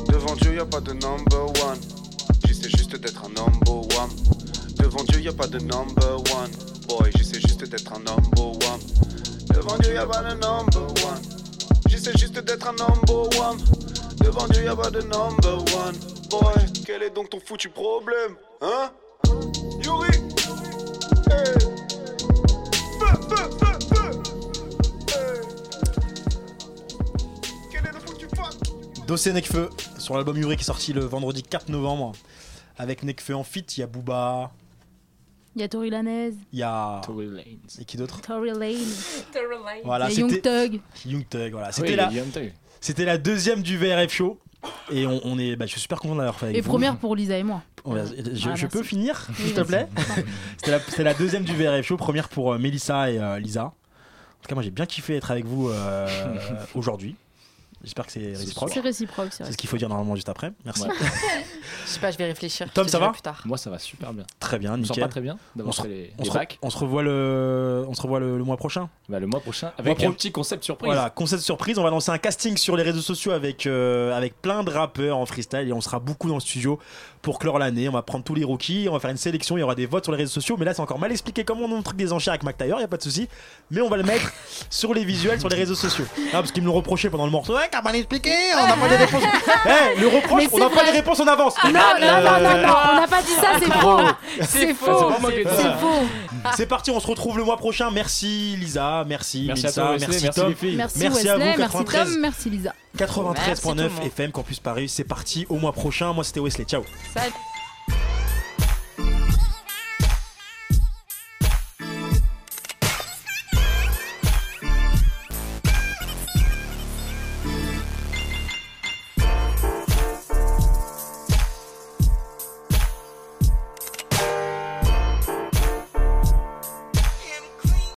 Speaker 11: Devant Dieu, y a pas de number one. J'essaie juste d'être un number one. Devant Dieu, y a pas de number one. Boy, j'essaie juste d'être un number one. Devant Dieu, y a pas de number one. J'essaie juste d'être un number one. Devant Dieu, y a pas de number one. Boy, quel est donc ton foutu problème, hein? Yuri, hey. Feu, feu, feu, feu.
Speaker 3: Dossier Necfeu sur l'album Yuri qui est sorti le vendredi 4 novembre. Avec Necfeu en fit, il y a Booba,
Speaker 5: Il y a Tori Lanez,
Speaker 3: il y a. Et qui d'autre
Speaker 5: Tory Lane,
Speaker 3: Voilà,
Speaker 5: il y a Young
Speaker 3: c'était-
Speaker 5: Thug.
Speaker 3: Young Thug, voilà.
Speaker 6: Ah Oui,
Speaker 3: C'était
Speaker 6: il y a
Speaker 3: la...
Speaker 6: Young Thug.
Speaker 3: C'était la deuxième du VRF Show. Et on, on est. bah, je suis super content d'avoir fait avec
Speaker 5: Et
Speaker 3: vous.
Speaker 5: première pour Lisa et moi.
Speaker 3: On va- Oh, Je, je
Speaker 5: Ah,
Speaker 3: peux
Speaker 5: merci.
Speaker 3: finir,
Speaker 5: Oui,
Speaker 3: s'il te
Speaker 5: vas-y.
Speaker 3: plaît C'était la, c'était la deuxième du VRF Show, première pour euh, Mélissa et euh, Lisa. En tout cas, moi j'ai bien kiffé être avec vous euh, aujourd'hui. J'espère que c'est réciproque.
Speaker 5: C'est réciproque, c'est
Speaker 3: C'est ce qu'il faut dire normalement juste après. Merci.
Speaker 6: Ouais.
Speaker 4: Je sais pas, je vais réfléchir.
Speaker 3: Tom,
Speaker 4: je te
Speaker 3: ça
Speaker 4: dirai
Speaker 3: va
Speaker 4: plus tard.
Speaker 6: Moi, ça va super bien.
Speaker 3: Très bien,
Speaker 6: Je me sens
Speaker 3: nickel.
Speaker 6: pas très bien d'avoir
Speaker 3: on se,
Speaker 6: fait les-
Speaker 3: on
Speaker 6: les
Speaker 3: se-
Speaker 6: bacs.
Speaker 3: on se revoit le, on se revoit le, le mois prochain.
Speaker 6: Bah, le mois prochain,
Speaker 3: Mois
Speaker 6: avec
Speaker 3: pro-
Speaker 6: un petit concept surprise.
Speaker 3: Voilà, concept surprise. On va lancer un casting sur les réseaux sociaux avec, euh, avec plein de rappeurs en freestyle et on sera beaucoup dans le studio pour clore l'année. On va prendre tous les rookies, on va faire une sélection, il y aura des votes sur les réseaux sociaux. Mais là, c'est encore mal expliqué comment on a le truc des enchères avec McTayer, il n'y a pas de souci. Mais on va le mettre sur les visuels, sur les réseaux sociaux. Ah, parce qu'ils me l'ont reproché pendant le morceau. Ouais, t'as mal expliqué, on n'a pas les réponses. Eh, le reproche,
Speaker 5: Mais
Speaker 3: on n'a
Speaker 5: c'est
Speaker 3: pas
Speaker 5: vrai.
Speaker 3: les réponses en avance. Ah,
Speaker 5: Non, non, non, non, non, on n'a pas dit ça, c'est faux. C'est faux, c'est faux.
Speaker 3: C'est parti, on se retrouve le mois prochain. Merci Lisa, merci
Speaker 6: Merci à
Speaker 3: Melissa,
Speaker 6: toi, Wesley,
Speaker 3: merci,
Speaker 6: merci
Speaker 3: Tom.
Speaker 6: les filles.
Speaker 5: Merci,
Speaker 3: à vous,
Speaker 5: Wesley, merci
Speaker 3: 93.
Speaker 5: Tom, merci Lisa.
Speaker 3: 93.9
Speaker 5: Merci tout le monde.
Speaker 3: FM Campus Paris, c'est parti au mois prochain. Moi c'était Wesley, ciao.
Speaker 4: Salut.